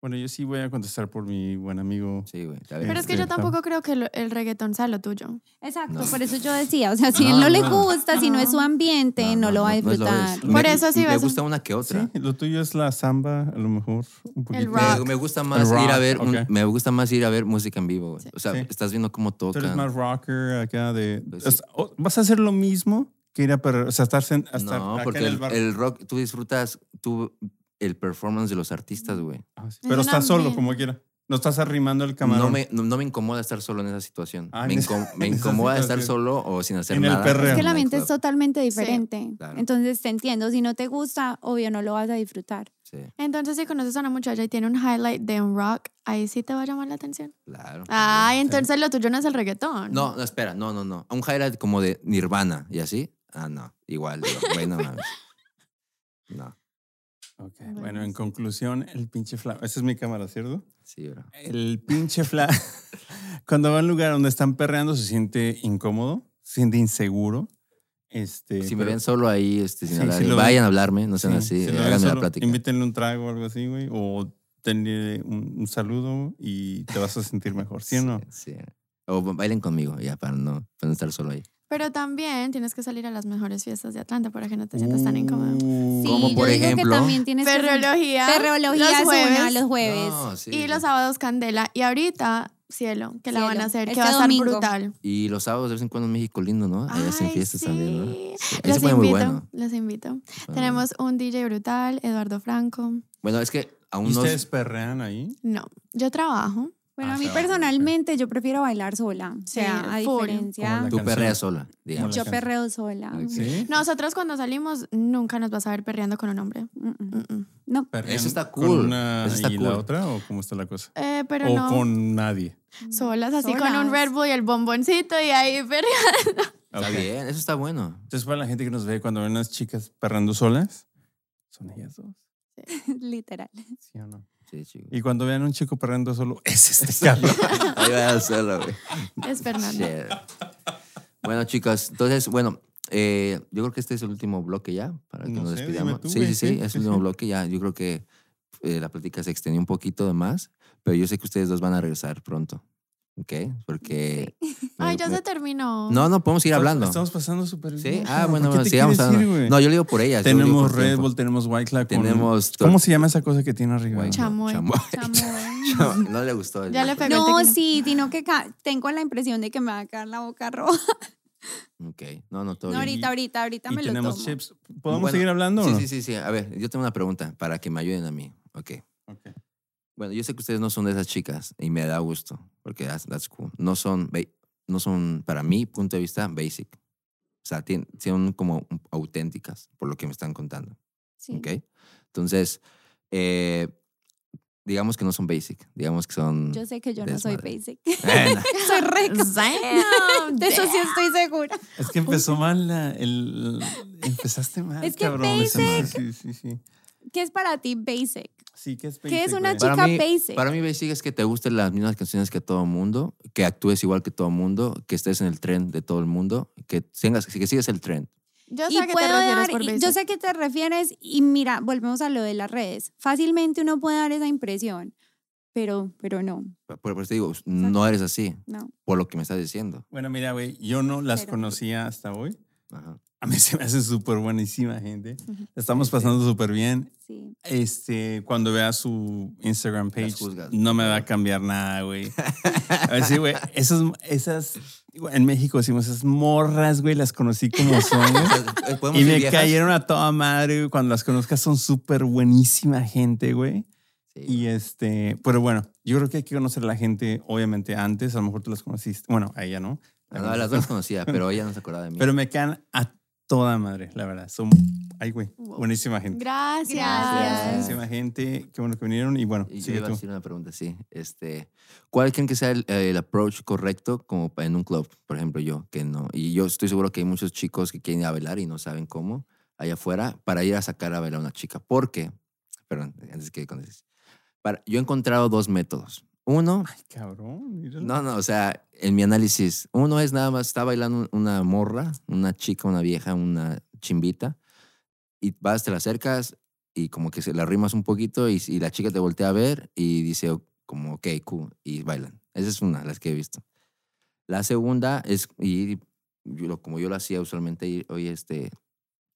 Speaker 1: Bueno, yo sí voy a contestar por mi buen amigo.
Speaker 2: Sí, güey. está bien.
Speaker 3: Pero es que
Speaker 1: Sí,
Speaker 3: yo
Speaker 1: claro.
Speaker 3: tampoco creo que lo- el reggaetón sea lo tuyo.
Speaker 4: Exacto,
Speaker 2: No.
Speaker 4: por eso yo decía, o sea, si
Speaker 2: No,
Speaker 4: él no, le
Speaker 2: no.
Speaker 4: gusta, si no es su ambiente, no, lo va a
Speaker 2: no es lo de-
Speaker 4: disfrutar.
Speaker 3: Por
Speaker 2: me-
Speaker 3: eso sí
Speaker 2: Me
Speaker 3: vas a-
Speaker 2: gusta una que
Speaker 1: Sí,
Speaker 2: otra.
Speaker 1: lo tuyo es la samba, a lo mejor un poquito.
Speaker 3: rock.
Speaker 2: Me, me gusta más
Speaker 1: rock,
Speaker 2: ir a ver, un-
Speaker 1: ok.
Speaker 2: me gusta más ir a ver música en vivo. güey.
Speaker 3: Sí.
Speaker 2: O sea,
Speaker 1: Sí.
Speaker 2: estás viendo cómo
Speaker 1: Tú eres
Speaker 2: tocan.
Speaker 1: más rocker acá de.
Speaker 2: Pues
Speaker 1: o
Speaker 2: sí.
Speaker 1: sea, o- Vas a hacer lo mismo que ir a perrear, o sea, estar, sen- a estar
Speaker 2: no,
Speaker 1: acá
Speaker 2: porque
Speaker 1: en el
Speaker 2: el,
Speaker 1: bar.
Speaker 2: el rock, tú disfrutas tú, el performance de los artistas, güey.
Speaker 1: Ah, sí.
Speaker 3: Es
Speaker 1: Pero
Speaker 3: un
Speaker 1: estás solo,
Speaker 3: ambiente.
Speaker 1: como quiera. No estás arrimando el camarón.
Speaker 2: No me, no, no me incomoda estar solo en esa situación.
Speaker 1: Ah,
Speaker 2: me,
Speaker 1: en esa-
Speaker 2: incom-
Speaker 1: [laughs]
Speaker 2: me
Speaker 1: en esa
Speaker 2: incomoda estar
Speaker 1: situación.
Speaker 2: solo o sin hacer
Speaker 1: En el
Speaker 2: nada.
Speaker 1: perreo.
Speaker 4: Es que
Speaker 2: en
Speaker 4: la
Speaker 2: un
Speaker 4: mente es
Speaker 2: nightclub.
Speaker 4: totalmente diferente.
Speaker 2: claro.
Speaker 4: Entonces te entiendo, si no te gusta, obvio no lo vas a disfrutar.
Speaker 2: Sí,
Speaker 3: Entonces, si conoces a una muchacha y tiene un highlight de un rock, ahí sí te va a llamar la atención.
Speaker 2: claro.
Speaker 3: Ay, entonces lo tuyo no es el reggaetón.
Speaker 2: No, no, espera, no, no, no. Un highlight como de Nirvana y así. Ah, no, igual. digo, güey, no mames. No,
Speaker 1: Ok,
Speaker 3: Bueno,
Speaker 1: Bueno, en
Speaker 3: sí.
Speaker 1: conclusión, el pinche flaco. Esa es mi cámara, ¿cierto?
Speaker 2: sí, bro.
Speaker 1: El pinche flaco. [laughs] Cuando va a un lugar donde están perreando, se siente incómodo, se siente inseguro. Este,
Speaker 2: Si me
Speaker 1: pero-
Speaker 2: ven solo ahí, este, sin
Speaker 1: Sí,
Speaker 2: hablar,
Speaker 1: sí lo
Speaker 2: vayan
Speaker 1: ven.
Speaker 2: a hablarme, no sean
Speaker 1: Sí,
Speaker 2: así,
Speaker 1: si
Speaker 2: eh,
Speaker 1: lo ven
Speaker 2: háganme la
Speaker 1: solo,
Speaker 2: plática.
Speaker 1: Invítenle un trago o algo así, güey. O tenle un, un saludo y te vas a sentir mejor, ¿sí o no?
Speaker 2: Sí, sí. O bailen conmigo, ya, para no, para no estar solo ahí.
Speaker 3: Pero también tienes que salir a las mejores fiestas de Atlanta para que no te sientas tan
Speaker 2: Mm.
Speaker 3: incómodo.
Speaker 1: Uh,
Speaker 4: Sí,
Speaker 2: Como
Speaker 4: yo
Speaker 2: por
Speaker 4: digo
Speaker 2: ejemplo-
Speaker 4: que también tienes que-
Speaker 3: Ferreología.
Speaker 4: Ferreología
Speaker 3: los
Speaker 4: es una,
Speaker 3: jueves,
Speaker 4: los jueves.
Speaker 2: No, sí.
Speaker 3: Pues, Y los sábados candela. Y ahorita, cielo, que la van
Speaker 4: Cielo.
Speaker 3: a hacer, que
Speaker 4: Este
Speaker 3: va a estar
Speaker 4: domingo.
Speaker 3: brutal.
Speaker 2: Y los sábados de vez en cuando en México lindo, ¿no? Ahí hacen
Speaker 3: Ay,
Speaker 2: fiestas
Speaker 3: sí.
Speaker 2: también, ¿no? Sí, Eso
Speaker 3: Los
Speaker 2: fue
Speaker 3: invito,
Speaker 2: muy bueno. Ah.
Speaker 3: los invito.
Speaker 2: fue muy
Speaker 3: Tenemos un DJ brutal, Eduardo Franco.
Speaker 2: bueno. Bueno, es que aún
Speaker 1: ¿Y
Speaker 2: no.
Speaker 1: ustedes perrean ahí?
Speaker 3: No, yo trabajo.
Speaker 4: Bueno,
Speaker 1: Ah,
Speaker 4: a mí
Speaker 1: se va, ok.
Speaker 4: personalmente yo prefiero bailar sola. O sea,
Speaker 3: Sí,
Speaker 4: a
Speaker 3: full.
Speaker 1: Como
Speaker 4: diferencia,
Speaker 1: la
Speaker 2: Tú
Speaker 1: canción.
Speaker 2: perreas sola,
Speaker 1: Como
Speaker 2: digamos.
Speaker 1: la
Speaker 4: yo
Speaker 1: canción.
Speaker 4: perreo sola.
Speaker 2: Ok.
Speaker 1: Sí.
Speaker 3: Nosotros cuando salimos nunca nos vas a ver perreando con un hombre.
Speaker 4: Mm, mm.
Speaker 3: Mm-mm.
Speaker 4: No,
Speaker 1: ¿Perrean
Speaker 2: Eso está
Speaker 1: con
Speaker 2: cool,
Speaker 1: una
Speaker 2: eso está
Speaker 1: y
Speaker 2: cool.
Speaker 1: la otra o cómo está la cosa?
Speaker 3: Eh, pero
Speaker 1: o
Speaker 3: no.
Speaker 1: con nadie.
Speaker 3: Solas, así con un
Speaker 4: Solas.
Speaker 3: Red Bull y el bomboncito y ahí
Speaker 2: [laughs]
Speaker 3: perreando.
Speaker 2: Está
Speaker 1: Ok.
Speaker 2: bien, eso está bueno.
Speaker 1: Entonces, para la gente que nos ve cuando ven unas chicas perreando solas, son ellas dos.
Speaker 4: [laughs] literal.
Speaker 1: ¿Sí o no?
Speaker 2: Sí, chico.
Speaker 1: Y cuando vean un chico perreando solo, [laughs] es este cabrón.
Speaker 2: [laughs] Ahí vas solo, güey.
Speaker 3: Es Fernando.
Speaker 2: Shit. Bueno, chicas, entonces, bueno, eh, yo creo que este es el último bloque ya, para que
Speaker 1: No
Speaker 2: nos
Speaker 1: sé, dime
Speaker 2: despidamos.
Speaker 1: tú,
Speaker 2: sí,
Speaker 1: güey,
Speaker 2: sí, sí,
Speaker 1: sí,
Speaker 2: es
Speaker 1: sí,
Speaker 2: el último
Speaker 1: sí.
Speaker 2: bloque ya. Yo creo que eh, la plática se extendió un poquito de más, pero yo sé que ustedes dos van a regresar pronto. ¿ok? Porque...
Speaker 3: [laughs] Ay, ya
Speaker 2: me-
Speaker 3: se terminó.
Speaker 2: No, no, podemos seguir hablando.
Speaker 1: Estamos pasando súper bien.
Speaker 2: Sí,
Speaker 1: O sea,
Speaker 2: ah, bueno,
Speaker 1: ¿por qué te
Speaker 2: sigamos
Speaker 1: quieres
Speaker 2: hablando.
Speaker 1: ir, güey?
Speaker 2: no, yo le digo por ellas. yo le digo
Speaker 1: tenemos
Speaker 2: por
Speaker 1: Red
Speaker 2: tiempo.
Speaker 1: Bull, tenemos White Claw. con-
Speaker 2: Tenemos...
Speaker 1: ¿Cómo se llama esa cosa que tiene arriba?
Speaker 2: White Claw.
Speaker 3: Chamoy.
Speaker 2: Chamoy.
Speaker 4: [laughs]
Speaker 3: Chamoy.
Speaker 2: No le gustó. el-
Speaker 3: Ya
Speaker 2: [laughs]
Speaker 3: le pegó
Speaker 4: No,
Speaker 3: el tequila.
Speaker 4: sí, sino que ca- tengo la impresión de que me va a quedar la boca roja.
Speaker 2: Ok, no, no, todo
Speaker 4: No,
Speaker 2: bien.
Speaker 4: ahorita, ahorita, ahorita
Speaker 1: Y
Speaker 4: me lo
Speaker 1: tenemos
Speaker 4: tomo.
Speaker 1: chips. ¿Podemos
Speaker 2: Bueno,
Speaker 1: seguir hablando? o
Speaker 2: Sí,
Speaker 1: no?
Speaker 2: sí, sí, sí. A ver, yo tengo una pregunta para que me ayuden a mí. Ok.
Speaker 1: Ok.
Speaker 2: Bueno, yo sé que ustedes no son de esas chicas y me da gusto, porque that's, that's cool. No son, ba- no son, para mi punto de vista, basic. O sea, tien- son como auténticas, por lo que me están contando.
Speaker 4: Sí.
Speaker 2: ¿Ok? Entonces, eh, digamos que no son basic, digamos que son... [laughs]
Speaker 4: Yo sé que yo no soy
Speaker 2: Desmadre.
Speaker 4: basic. [laughs]
Speaker 2: Bueno, [laughs]
Speaker 4: soy rex.
Speaker 3: Damn,
Speaker 4: De eso sí estoy segura.
Speaker 1: Es que empezó mal la- el. Empezaste mal.
Speaker 4: Es que
Speaker 1: cabrón, esa madre. Sí, sí, sí.
Speaker 4: ¿Qué es para ti basic?
Speaker 1: Sí, que es
Speaker 4: ¿Qué es
Speaker 1: basic,
Speaker 4: una
Speaker 1: güey.
Speaker 2: Para
Speaker 4: chica
Speaker 2: mí-
Speaker 4: basic?
Speaker 2: para mí basic es que te gusten las mismas canciones que todo el mundo, que actúes igual que todo el mundo, que estés en el tren de todo el mundo, que, tengas, que sigas el tren.
Speaker 3: Yo sé
Speaker 4: y
Speaker 3: a qué te
Speaker 4: puedo
Speaker 3: refieres
Speaker 4: dar,
Speaker 3: por
Speaker 4: y-
Speaker 3: basic.
Speaker 4: yo sé a qué te refieres y mira, volvemos a lo de las redes. Fácilmente uno puede dar esa impresión, pero, pero no,
Speaker 2: Por, por eso te digo, no eres así,
Speaker 4: no.
Speaker 2: por lo que me estás diciendo.
Speaker 1: Bueno, mira, güey, yo no las
Speaker 4: Pero-
Speaker 1: conocía hasta hoy.
Speaker 2: Ajá.
Speaker 1: A mí se me hace súper buenísima, gente.
Speaker 3: Ujú.
Speaker 1: Estamos pasando súper bien.
Speaker 4: Sí.
Speaker 1: Este, cuando vea su Instagram page,
Speaker 2: Las juzgas.
Speaker 1: no me va a cambiar nada, [laughs] güey. A ver, sí, güey, esas, esas, digo, en México decimos esas morras, güey, las conocí como son, [laughs] güey.
Speaker 2: Eh, ¿podemos
Speaker 1: Y
Speaker 2: ir
Speaker 1: me
Speaker 2: viejas?
Speaker 1: cayeron a toda madre, güey. Cuando las conozcas son súper buenísima gente, güey.
Speaker 2: Sí,
Speaker 1: Y este, pero bueno, yo creo que hay que conocer a la gente, obviamente, antes. A lo mejor tú las conociste. Bueno, a ella no.
Speaker 2: Ah, no, las dos conocía, pero ella no se acordaba de mí.
Speaker 1: Pero me caen a toda madre, la verdad. Son, ay, güey, buenísima gente.
Speaker 3: Gracias.
Speaker 4: Gracias.
Speaker 1: Buenísima gente. Qué bueno que vinieron. Y bueno,
Speaker 2: Y yo
Speaker 1: sigue
Speaker 2: iba a
Speaker 1: tú.
Speaker 2: hacer una pregunta, sí. Este, ¿Cuál creen que sea el, el approach correcto como pa- en un club? Por ejemplo, yo, que no. Y yo estoy seguro que hay muchos chicos que quieren ir a bailar y no saben cómo allá afuera para ir a sacar a bailar a una chica. Porque, perdón, antes que contestes. Para, yo he encontrado dos métodos. Uno,
Speaker 1: Ay, cabrón. míralo.
Speaker 2: No, no, o sea, en mi análisis, uno es nada más, está bailando una morra, una chica, una vieja, una chimbita, y vas, te la acercas y como que se la rimas un poquito y, y la chica te voltea a ver y dice o- como, ok, cool, y bailan. Esa es una, de las que he visto. La segunda es, y yo lo- como yo lo hacía usualmente, y, oye, este,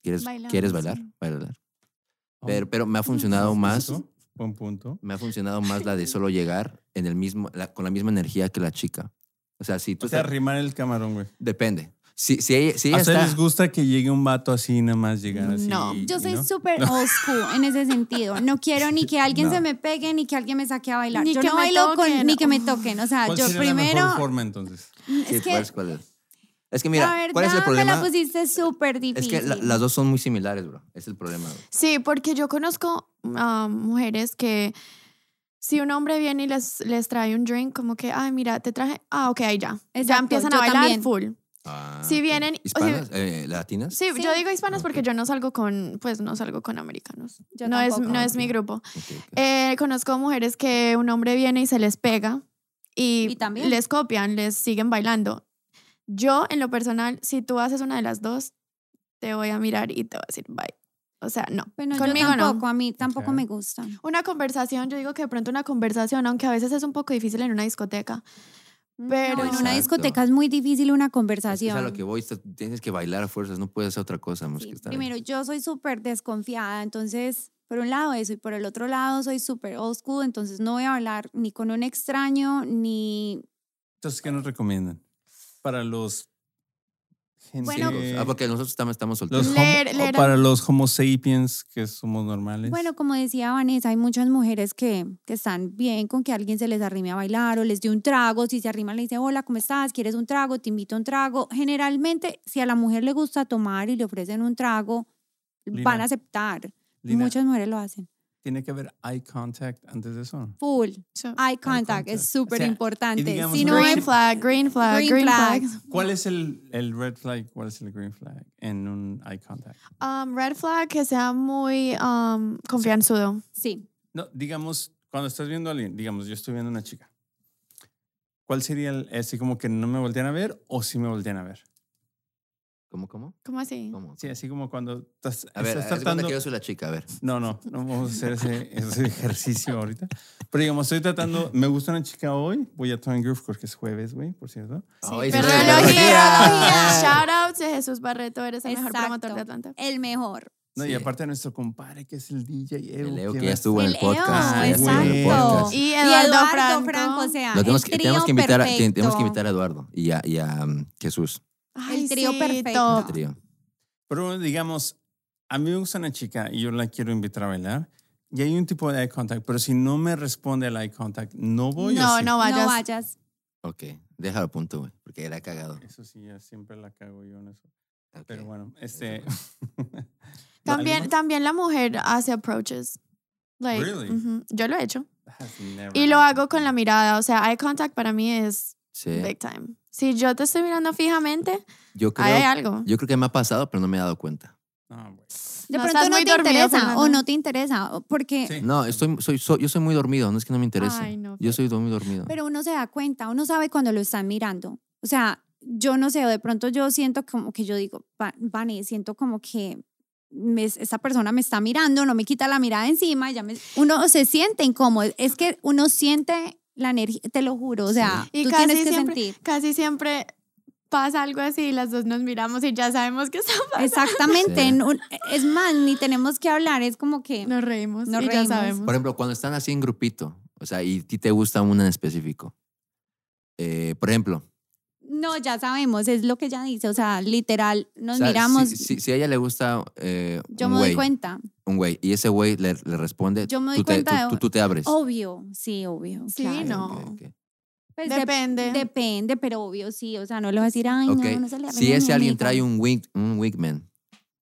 Speaker 2: ¿quieres,
Speaker 3: Bailamos,
Speaker 2: ¿quieres bailar?
Speaker 3: sí.
Speaker 2: Bailar.
Speaker 1: Oh,
Speaker 2: Pero, pero me ha funcionado
Speaker 1: ¿es
Speaker 2: más
Speaker 1: eso? Buen punto.
Speaker 2: me ha funcionado más la de solo llegar en el mismo, la- con la misma energía que la chica. O sea, si tú
Speaker 1: O sea,
Speaker 2: estás-
Speaker 1: arrimar el camarón, güey.
Speaker 2: depende. Si, si ella, si ella
Speaker 1: ¿A ustedes
Speaker 2: está-
Speaker 1: les gusta que llegue un vato así, nada más llegar así?
Speaker 3: No,
Speaker 1: y-
Speaker 4: Yo
Speaker 1: y
Speaker 4: soy
Speaker 1: no?
Speaker 4: súper old school
Speaker 2: [laughs]
Speaker 4: en ese sentido. No quiero ni que alguien se me pegue ni que alguien me saque a bailar.
Speaker 3: Ni
Speaker 4: yo
Speaker 3: que
Speaker 4: no
Speaker 3: me
Speaker 4: bailo
Speaker 3: toquen.
Speaker 4: con ni que me
Speaker 3: Uf.
Speaker 4: toquen. O sea,
Speaker 1: ¿Cuál
Speaker 4: yo
Speaker 1: sería la mejor
Speaker 4: primero.
Speaker 1: forma entonces?
Speaker 2: Sí,
Speaker 4: Es que
Speaker 2: ¿cuál es, cuál es? Es que
Speaker 4: la
Speaker 2: mira,
Speaker 4: verdad
Speaker 2: ¿cuál es el
Speaker 4: me la
Speaker 2: problema?
Speaker 4: pusiste súper
Speaker 2: Es
Speaker 4: difícil.
Speaker 2: que la- las dos son muy similares, bro. Es el problema. bro.
Speaker 3: Sí, porque yo conozco a mujeres que si un hombre viene y les, les trae un drink, como que, ay, mira, te traje, ah, ok, ahí ya. ya
Speaker 4: Exacto,
Speaker 3: empiezan a
Speaker 4: yo
Speaker 3: bailar
Speaker 4: también.
Speaker 3: full.
Speaker 2: Ah,
Speaker 3: Si
Speaker 2: ok.
Speaker 3: vienen- o sea-
Speaker 2: ¿Hispanas? Eh, ¿Latinas?
Speaker 3: Sí, yo
Speaker 4: Sí.
Speaker 3: digo hispanos
Speaker 2: Ok.
Speaker 3: porque yo no salgo con, pues no salgo con americanos.
Speaker 4: Yo
Speaker 3: no es,
Speaker 4: tampoco.
Speaker 3: no es mi
Speaker 2: Ok.
Speaker 3: grupo.
Speaker 2: Ok, ok.
Speaker 3: Eh, conozco mujeres que un hombre viene y se les pega y,
Speaker 4: Y también.
Speaker 3: les copian, les siguen bailando. Yo, en lo personal, si tú haces una de las dos, te voy a mirar y te voy a decir bye. O sea, no.
Speaker 4: Bueno,
Speaker 3: Conmigo
Speaker 4: yo
Speaker 3: no.
Speaker 4: tampoco, a mí tampoco
Speaker 1: Ok.
Speaker 4: me gusta.
Speaker 3: Una conversación, yo digo que de pronto una conversación, aunque a veces es un poco difícil en una discoteca. Pero-
Speaker 4: No, en
Speaker 2: Exacto.
Speaker 4: una discoteca es muy difícil una
Speaker 2: Es que es
Speaker 4: conversación.
Speaker 2: a lo que voy, está- tienes que bailar a fuerzas, no puedes hacer otra cosa más
Speaker 4: um, Sí,
Speaker 2: que estar ahí.
Speaker 4: Primero, yo soy súper desconfiada, entonces, por un lado eso, y por el otro lado soy súper old school, entonces no voy a hablar ni con un extraño, ni...
Speaker 1: Entonces, ¿qué nos recomiendan? Para los. Gente,
Speaker 3: Bueno,
Speaker 2: Ah, porque nosotros también estamos solteros.
Speaker 1: los homo-
Speaker 3: Leer-
Speaker 1: o
Speaker 3: leer-
Speaker 1: para los homo sapiens que somos normales.
Speaker 4: Bueno, como decía Vanessa, hay muchas mujeres que, que están bien con que alguien se les arrime a bailar o les dé un trago, si se arriman le dice, hola, ¿cómo estás? ¿Quieres un trago? Te invito a un trago. Generalmente, si a la mujer le gusta tomar y le ofrecen un trago, van
Speaker 1: Lina.
Speaker 4: a aceptar.
Speaker 1: Lina,
Speaker 4: Muchas mujeres lo hacen.
Speaker 1: tiene que haber eye contact antes de eso.
Speaker 4: Full.
Speaker 3: So-
Speaker 4: Eye contact
Speaker 1: contact.
Speaker 4: es
Speaker 1: O
Speaker 4: súper
Speaker 1: sea,
Speaker 4: importante.
Speaker 1: digamos,
Speaker 4: si no
Speaker 1: una
Speaker 4: hay
Speaker 3: green flag, green flag, green,
Speaker 4: Ah, Green
Speaker 3: flag.
Speaker 4: flag.
Speaker 1: ¿Cuál es el, el red flag? ¿Cuál es el green flag en un eye contact?
Speaker 3: Um, red flag que sea muy um, confianzudo.
Speaker 4: Sí.
Speaker 1: No, digamos, cuando estás viendo a alguien, digamos, yo estoy viendo a una chica. ¿Cuál sería el, así como que no me voltean a ver o sí me voltean a ver?
Speaker 2: ¿Cómo, cómo?
Speaker 3: ¿Cómo así?
Speaker 2: ¿Cómo?
Speaker 1: Sí, así como cuando estás,
Speaker 2: A ver,
Speaker 1: estás
Speaker 2: haz de cuenta
Speaker 1: tratando.
Speaker 2: que yo soy la chica, a ver.
Speaker 1: No, no, no vamos a hacer ese, ese ejercicio ahorita. Pero digamos, estoy tratando. Me gusta una chica hoy. Voy a Twin Groove porque es jueves, güey, por cierto.
Speaker 2: Ay,
Speaker 3: Pero
Speaker 2: sí,
Speaker 3: lo
Speaker 2: sí. [laughs]
Speaker 3: Shout out a Jesús Barreto, eres el mejor
Speaker 4: Exacto.
Speaker 3: promotor de Atlanta.
Speaker 4: El mejor.
Speaker 1: No, y
Speaker 2: Sí.
Speaker 1: aparte nuestro compadre que es el DJ Evo.
Speaker 2: El Leo
Speaker 1: que
Speaker 2: que ya
Speaker 1: va-
Speaker 2: estuvo en
Speaker 4: El
Speaker 2: el podcast.
Speaker 4: Eo,
Speaker 2: ya estuvo en el
Speaker 1: exacto.
Speaker 2: podcast.
Speaker 3: Y
Speaker 4: Oh. Y
Speaker 3: Eduardo,
Speaker 4: Eduardo
Speaker 3: Franco.
Speaker 4: Franco. o sea,
Speaker 2: Lo tenemos
Speaker 4: el
Speaker 2: que,
Speaker 4: trío
Speaker 2: tenemos que invitar a,
Speaker 4: perfecto.
Speaker 2: tenemos que invitar a Eduardo y a, y a um, Jesús,
Speaker 3: Ay,
Speaker 4: El trío
Speaker 3: sí,
Speaker 4: perfecto.
Speaker 3: top.
Speaker 2: el trío.
Speaker 1: Pero bueno, digamos, a mí me gusta una chica y yo la quiero invitar a bailar. Y hay un tipo de eye contact, pero si no me responde el eye contact, no voy a
Speaker 3: No, no vayas.
Speaker 4: No vayas.
Speaker 2: Ok, déjalo a punto, güey, porque era cagado.
Speaker 1: Eso sí, ya siempre la cago yo en eso.
Speaker 2: Ok.
Speaker 1: Pero bueno, este. [laughs]
Speaker 3: También, también la mujer hace approaches. Like,
Speaker 1: Really?
Speaker 3: ujú, Yo lo he hecho.
Speaker 1: Has never
Speaker 3: Y lo hago
Speaker 1: happened.
Speaker 3: con la mirada. O sea, eye contact para mí es
Speaker 2: Sí.
Speaker 3: big time. Si yo te estoy mirando fijamente,
Speaker 2: Yo
Speaker 3: ahí hay
Speaker 2: creo,
Speaker 3: algo.
Speaker 2: yo creo que me ha pasado, pero no me he dado cuenta.
Speaker 1: No, güey.
Speaker 4: De
Speaker 3: No, estás
Speaker 4: pronto no
Speaker 3: muy
Speaker 4: te
Speaker 3: dormido,
Speaker 4: interesa
Speaker 3: Fernando.
Speaker 4: o no te interesa, o- porque
Speaker 1: Sí.
Speaker 2: No, estoy, soy, soy- yo soy muy dormido, no es que no me interese.
Speaker 3: Ay, no,
Speaker 2: yo soy do- muy dormido.
Speaker 4: Pero uno se da cuenta, uno sabe cuando lo están mirando. O sea, yo no sé, o de pronto yo siento como que yo digo, "Va- Vane, siento como que me, esta persona me está mirando, no me quita la mirada encima, ya me- uno se siente incómodo. Es que uno siente la energía, te lo juro, o sea,
Speaker 3: Y
Speaker 4: tú
Speaker 3: casi
Speaker 4: tienes que
Speaker 3: siempre-
Speaker 4: sentir.
Speaker 3: Casi siempre pasa algo así y las dos nos miramos y ya sabemos que está pasando.
Speaker 4: Exactamente,
Speaker 2: Sí.
Speaker 4: en un- es más, ni tenemos que hablar, es como que...
Speaker 3: Nos reímos
Speaker 4: Nos
Speaker 3: y
Speaker 4: reímos.
Speaker 3: ya sabemos.
Speaker 2: Por ejemplo, cuando están así en grupito, o sea, y a ti te gusta una en específico. Eh, por ejemplo,
Speaker 4: No, ya sabemos, es lo que ella dice, o sea, literal,
Speaker 2: o
Speaker 4: nos
Speaker 2: sea,
Speaker 4: miramos,
Speaker 2: si, si- si a ella le gusta eh,
Speaker 4: yo
Speaker 2: un
Speaker 4: me
Speaker 2: güey,
Speaker 4: doy cuenta,
Speaker 2: un güey, y ese güey le, le responde,
Speaker 4: Yo me doy
Speaker 2: tú, te,
Speaker 4: cuenta
Speaker 2: tú,
Speaker 4: de- Oh,
Speaker 2: tú- tú te abres.
Speaker 4: obvio, sí, obvio.
Speaker 3: Sí,
Speaker 4: claro.
Speaker 2: Ok,
Speaker 3: no.
Speaker 2: ok, ok.
Speaker 4: Pues dep-
Speaker 3: Depende.
Speaker 4: Depende, pero obvio, sí. O sea, no le vas a decir, ay,
Speaker 2: Ok,
Speaker 4: no, no se le
Speaker 2: Si ese alguien trae un, wing, un wingman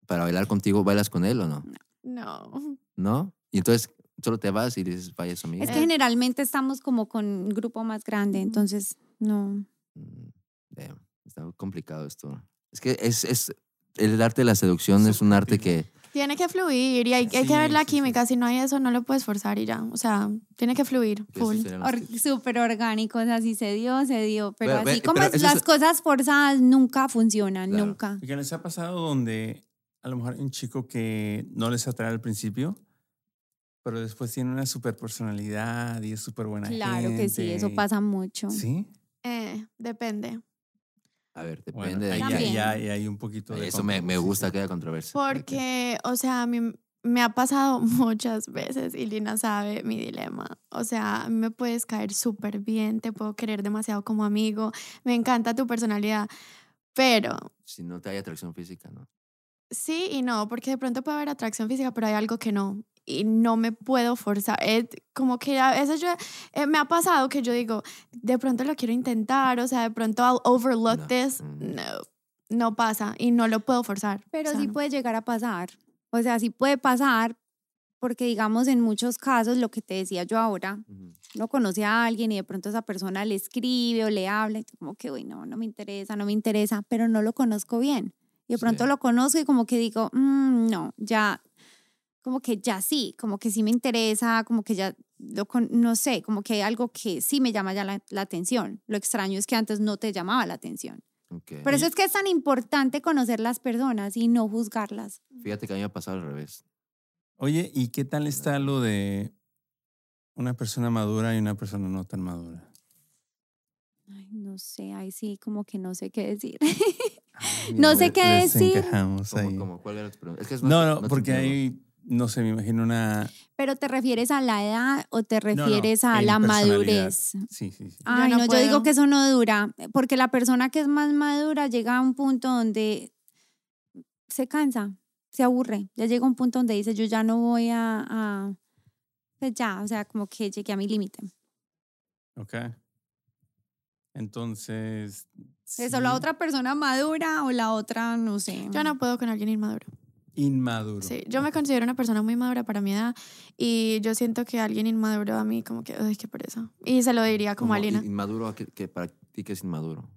Speaker 2: para bailar contigo, ¿bailas con él o no?
Speaker 3: no. [laughs]
Speaker 2: ¿No? Y entonces solo te vas y le dices, vaya su amigo.
Speaker 4: Es que generalmente estamos como con un grupo más grande,
Speaker 3: Ujú.
Speaker 4: entonces, no.
Speaker 2: Mm, damn, está complicado esto. Es que es, es el arte de la seducción es un arte que
Speaker 3: Tiene que fluir y hay, hay
Speaker 1: Sí,
Speaker 3: que ver la
Speaker 1: sí, sí.
Speaker 3: química. Si no hay eso, no lo puedes forzar y ya. O sea, tiene que fluir.
Speaker 2: que esos
Speaker 3: Full.
Speaker 2: serían los
Speaker 4: Or-
Speaker 2: tips.
Speaker 4: Súper orgánico, o sea, sí se dio, se dio. Pero
Speaker 2: Pero,
Speaker 4: así
Speaker 2: ve-
Speaker 4: como
Speaker 2: pero eso
Speaker 4: las
Speaker 2: es-
Speaker 4: cosas forzadas nunca funcionan,
Speaker 2: Claro.
Speaker 4: nunca.
Speaker 1: ¿Y que les ha pasado donde a lo mejor hay un chico que no les atrae al principio, pero después tiene una super personalidad y es súper buena
Speaker 4: Claro que sí, eso
Speaker 1: gente?
Speaker 4: pasa mucho.
Speaker 1: ¿Sí?
Speaker 3: Eh, depende.
Speaker 2: A ver, depende
Speaker 1: Bueno,
Speaker 2: de
Speaker 1: ahí,
Speaker 4: ya-
Speaker 1: ahí
Speaker 4: También.
Speaker 1: hay- ahí hay un poquito de...
Speaker 2: Eso me, me
Speaker 1: controversia.
Speaker 2: gusta que haya controversia. Ok.
Speaker 3: Porque, o sea, a mí me ha pasado [laughs] muchas veces y Lina sabe mi dilema. O sea, a mí me puedes caer súper bien, te puedo querer demasiado como amigo, me encanta tu personalidad, pero
Speaker 2: si no te hay atracción física, ¿no?
Speaker 3: sí y no, porque de pronto puede haber atracción física, pero hay algo que no. Y no me puedo forzar. Eh, como que a veces yo, eh, me ha pasado que yo digo, de pronto lo quiero intentar, o sea, de pronto I'll overlook
Speaker 2: No,
Speaker 3: this.
Speaker 2: mm.
Speaker 3: No, no pasa y no lo puedo forzar.
Speaker 4: Pero
Speaker 3: o sea,
Speaker 4: sí
Speaker 3: no.
Speaker 4: puede llegar a pasar. O sea, sí puede pasar, porque digamos, en muchos casos, lo que te decía yo ahora,
Speaker 2: Ujú.
Speaker 4: uno conoce a alguien y de pronto esa persona le escribe o le habla y tú como que, uy, no, no me interesa, no me interesa, pero no lo conozco bien. Y de pronto
Speaker 2: Sí.
Speaker 4: lo conozco y como que digo, "Mm, no, ya, como que ya sí, como que sí me interesa, como que ya, lo con- no sé, como que hay algo que sí me llama ya la, la atención. Lo extraño es que antes no te llamaba la atención.
Speaker 2: Ok.
Speaker 4: Por eso es que es tan importante conocer las personas y no juzgarlas.
Speaker 2: Fíjate que a mí me ha pasado al revés.
Speaker 1: Oye, ¿y qué tal está lo de una persona madura y una persona no tan madura?
Speaker 4: Ay, no sé, ahí sí, como que no sé qué decir.
Speaker 1: Ay,
Speaker 4: No
Speaker 1: mira,
Speaker 4: sé qué
Speaker 1: les
Speaker 4: decir.
Speaker 1: encajamos
Speaker 2: ¿Cómo-
Speaker 1: ahí.
Speaker 2: cómo? ¿Cuál era tu pregunta? Es que es-
Speaker 1: No,
Speaker 2: te-
Speaker 1: no,
Speaker 2: te
Speaker 1: porque
Speaker 2: entiendo.
Speaker 1: ahí, no sé, me imagino una...
Speaker 4: ¿Pero te refieres a la edad o te
Speaker 1: no,
Speaker 4: refieres a
Speaker 1: en
Speaker 4: la
Speaker 1: personalidad.
Speaker 4: madurez?
Speaker 1: Sí, sí, sí.
Speaker 4: Ay,
Speaker 3: no
Speaker 4: no, yo
Speaker 3: puedo.
Speaker 4: digo que eso no dura, porque la persona que es más madura llega a un punto donde se cansa, se aburre, ya llega a un punto donde dice, yo ya no voy a... a- pues ya, o sea, como que llegué a mi límite.
Speaker 1: Ok. Entonces...
Speaker 4: Eso, la
Speaker 1: sí,
Speaker 4: otra persona madura o la otra, no sé.
Speaker 3: Yo no puedo con alguien inmaduro.
Speaker 1: Inmaduro.
Speaker 3: Sí, yo me considero una persona muy madura para mi edad y yo siento que alguien inmaduro a mí como que, ay, qué pereza. Y se lo
Speaker 4: Ah,
Speaker 3: diría como a
Speaker 2: ¿Cómo?
Speaker 3: Lina,
Speaker 2: In- Inmaduro, ¿qué- qué para ti que es inmaduro?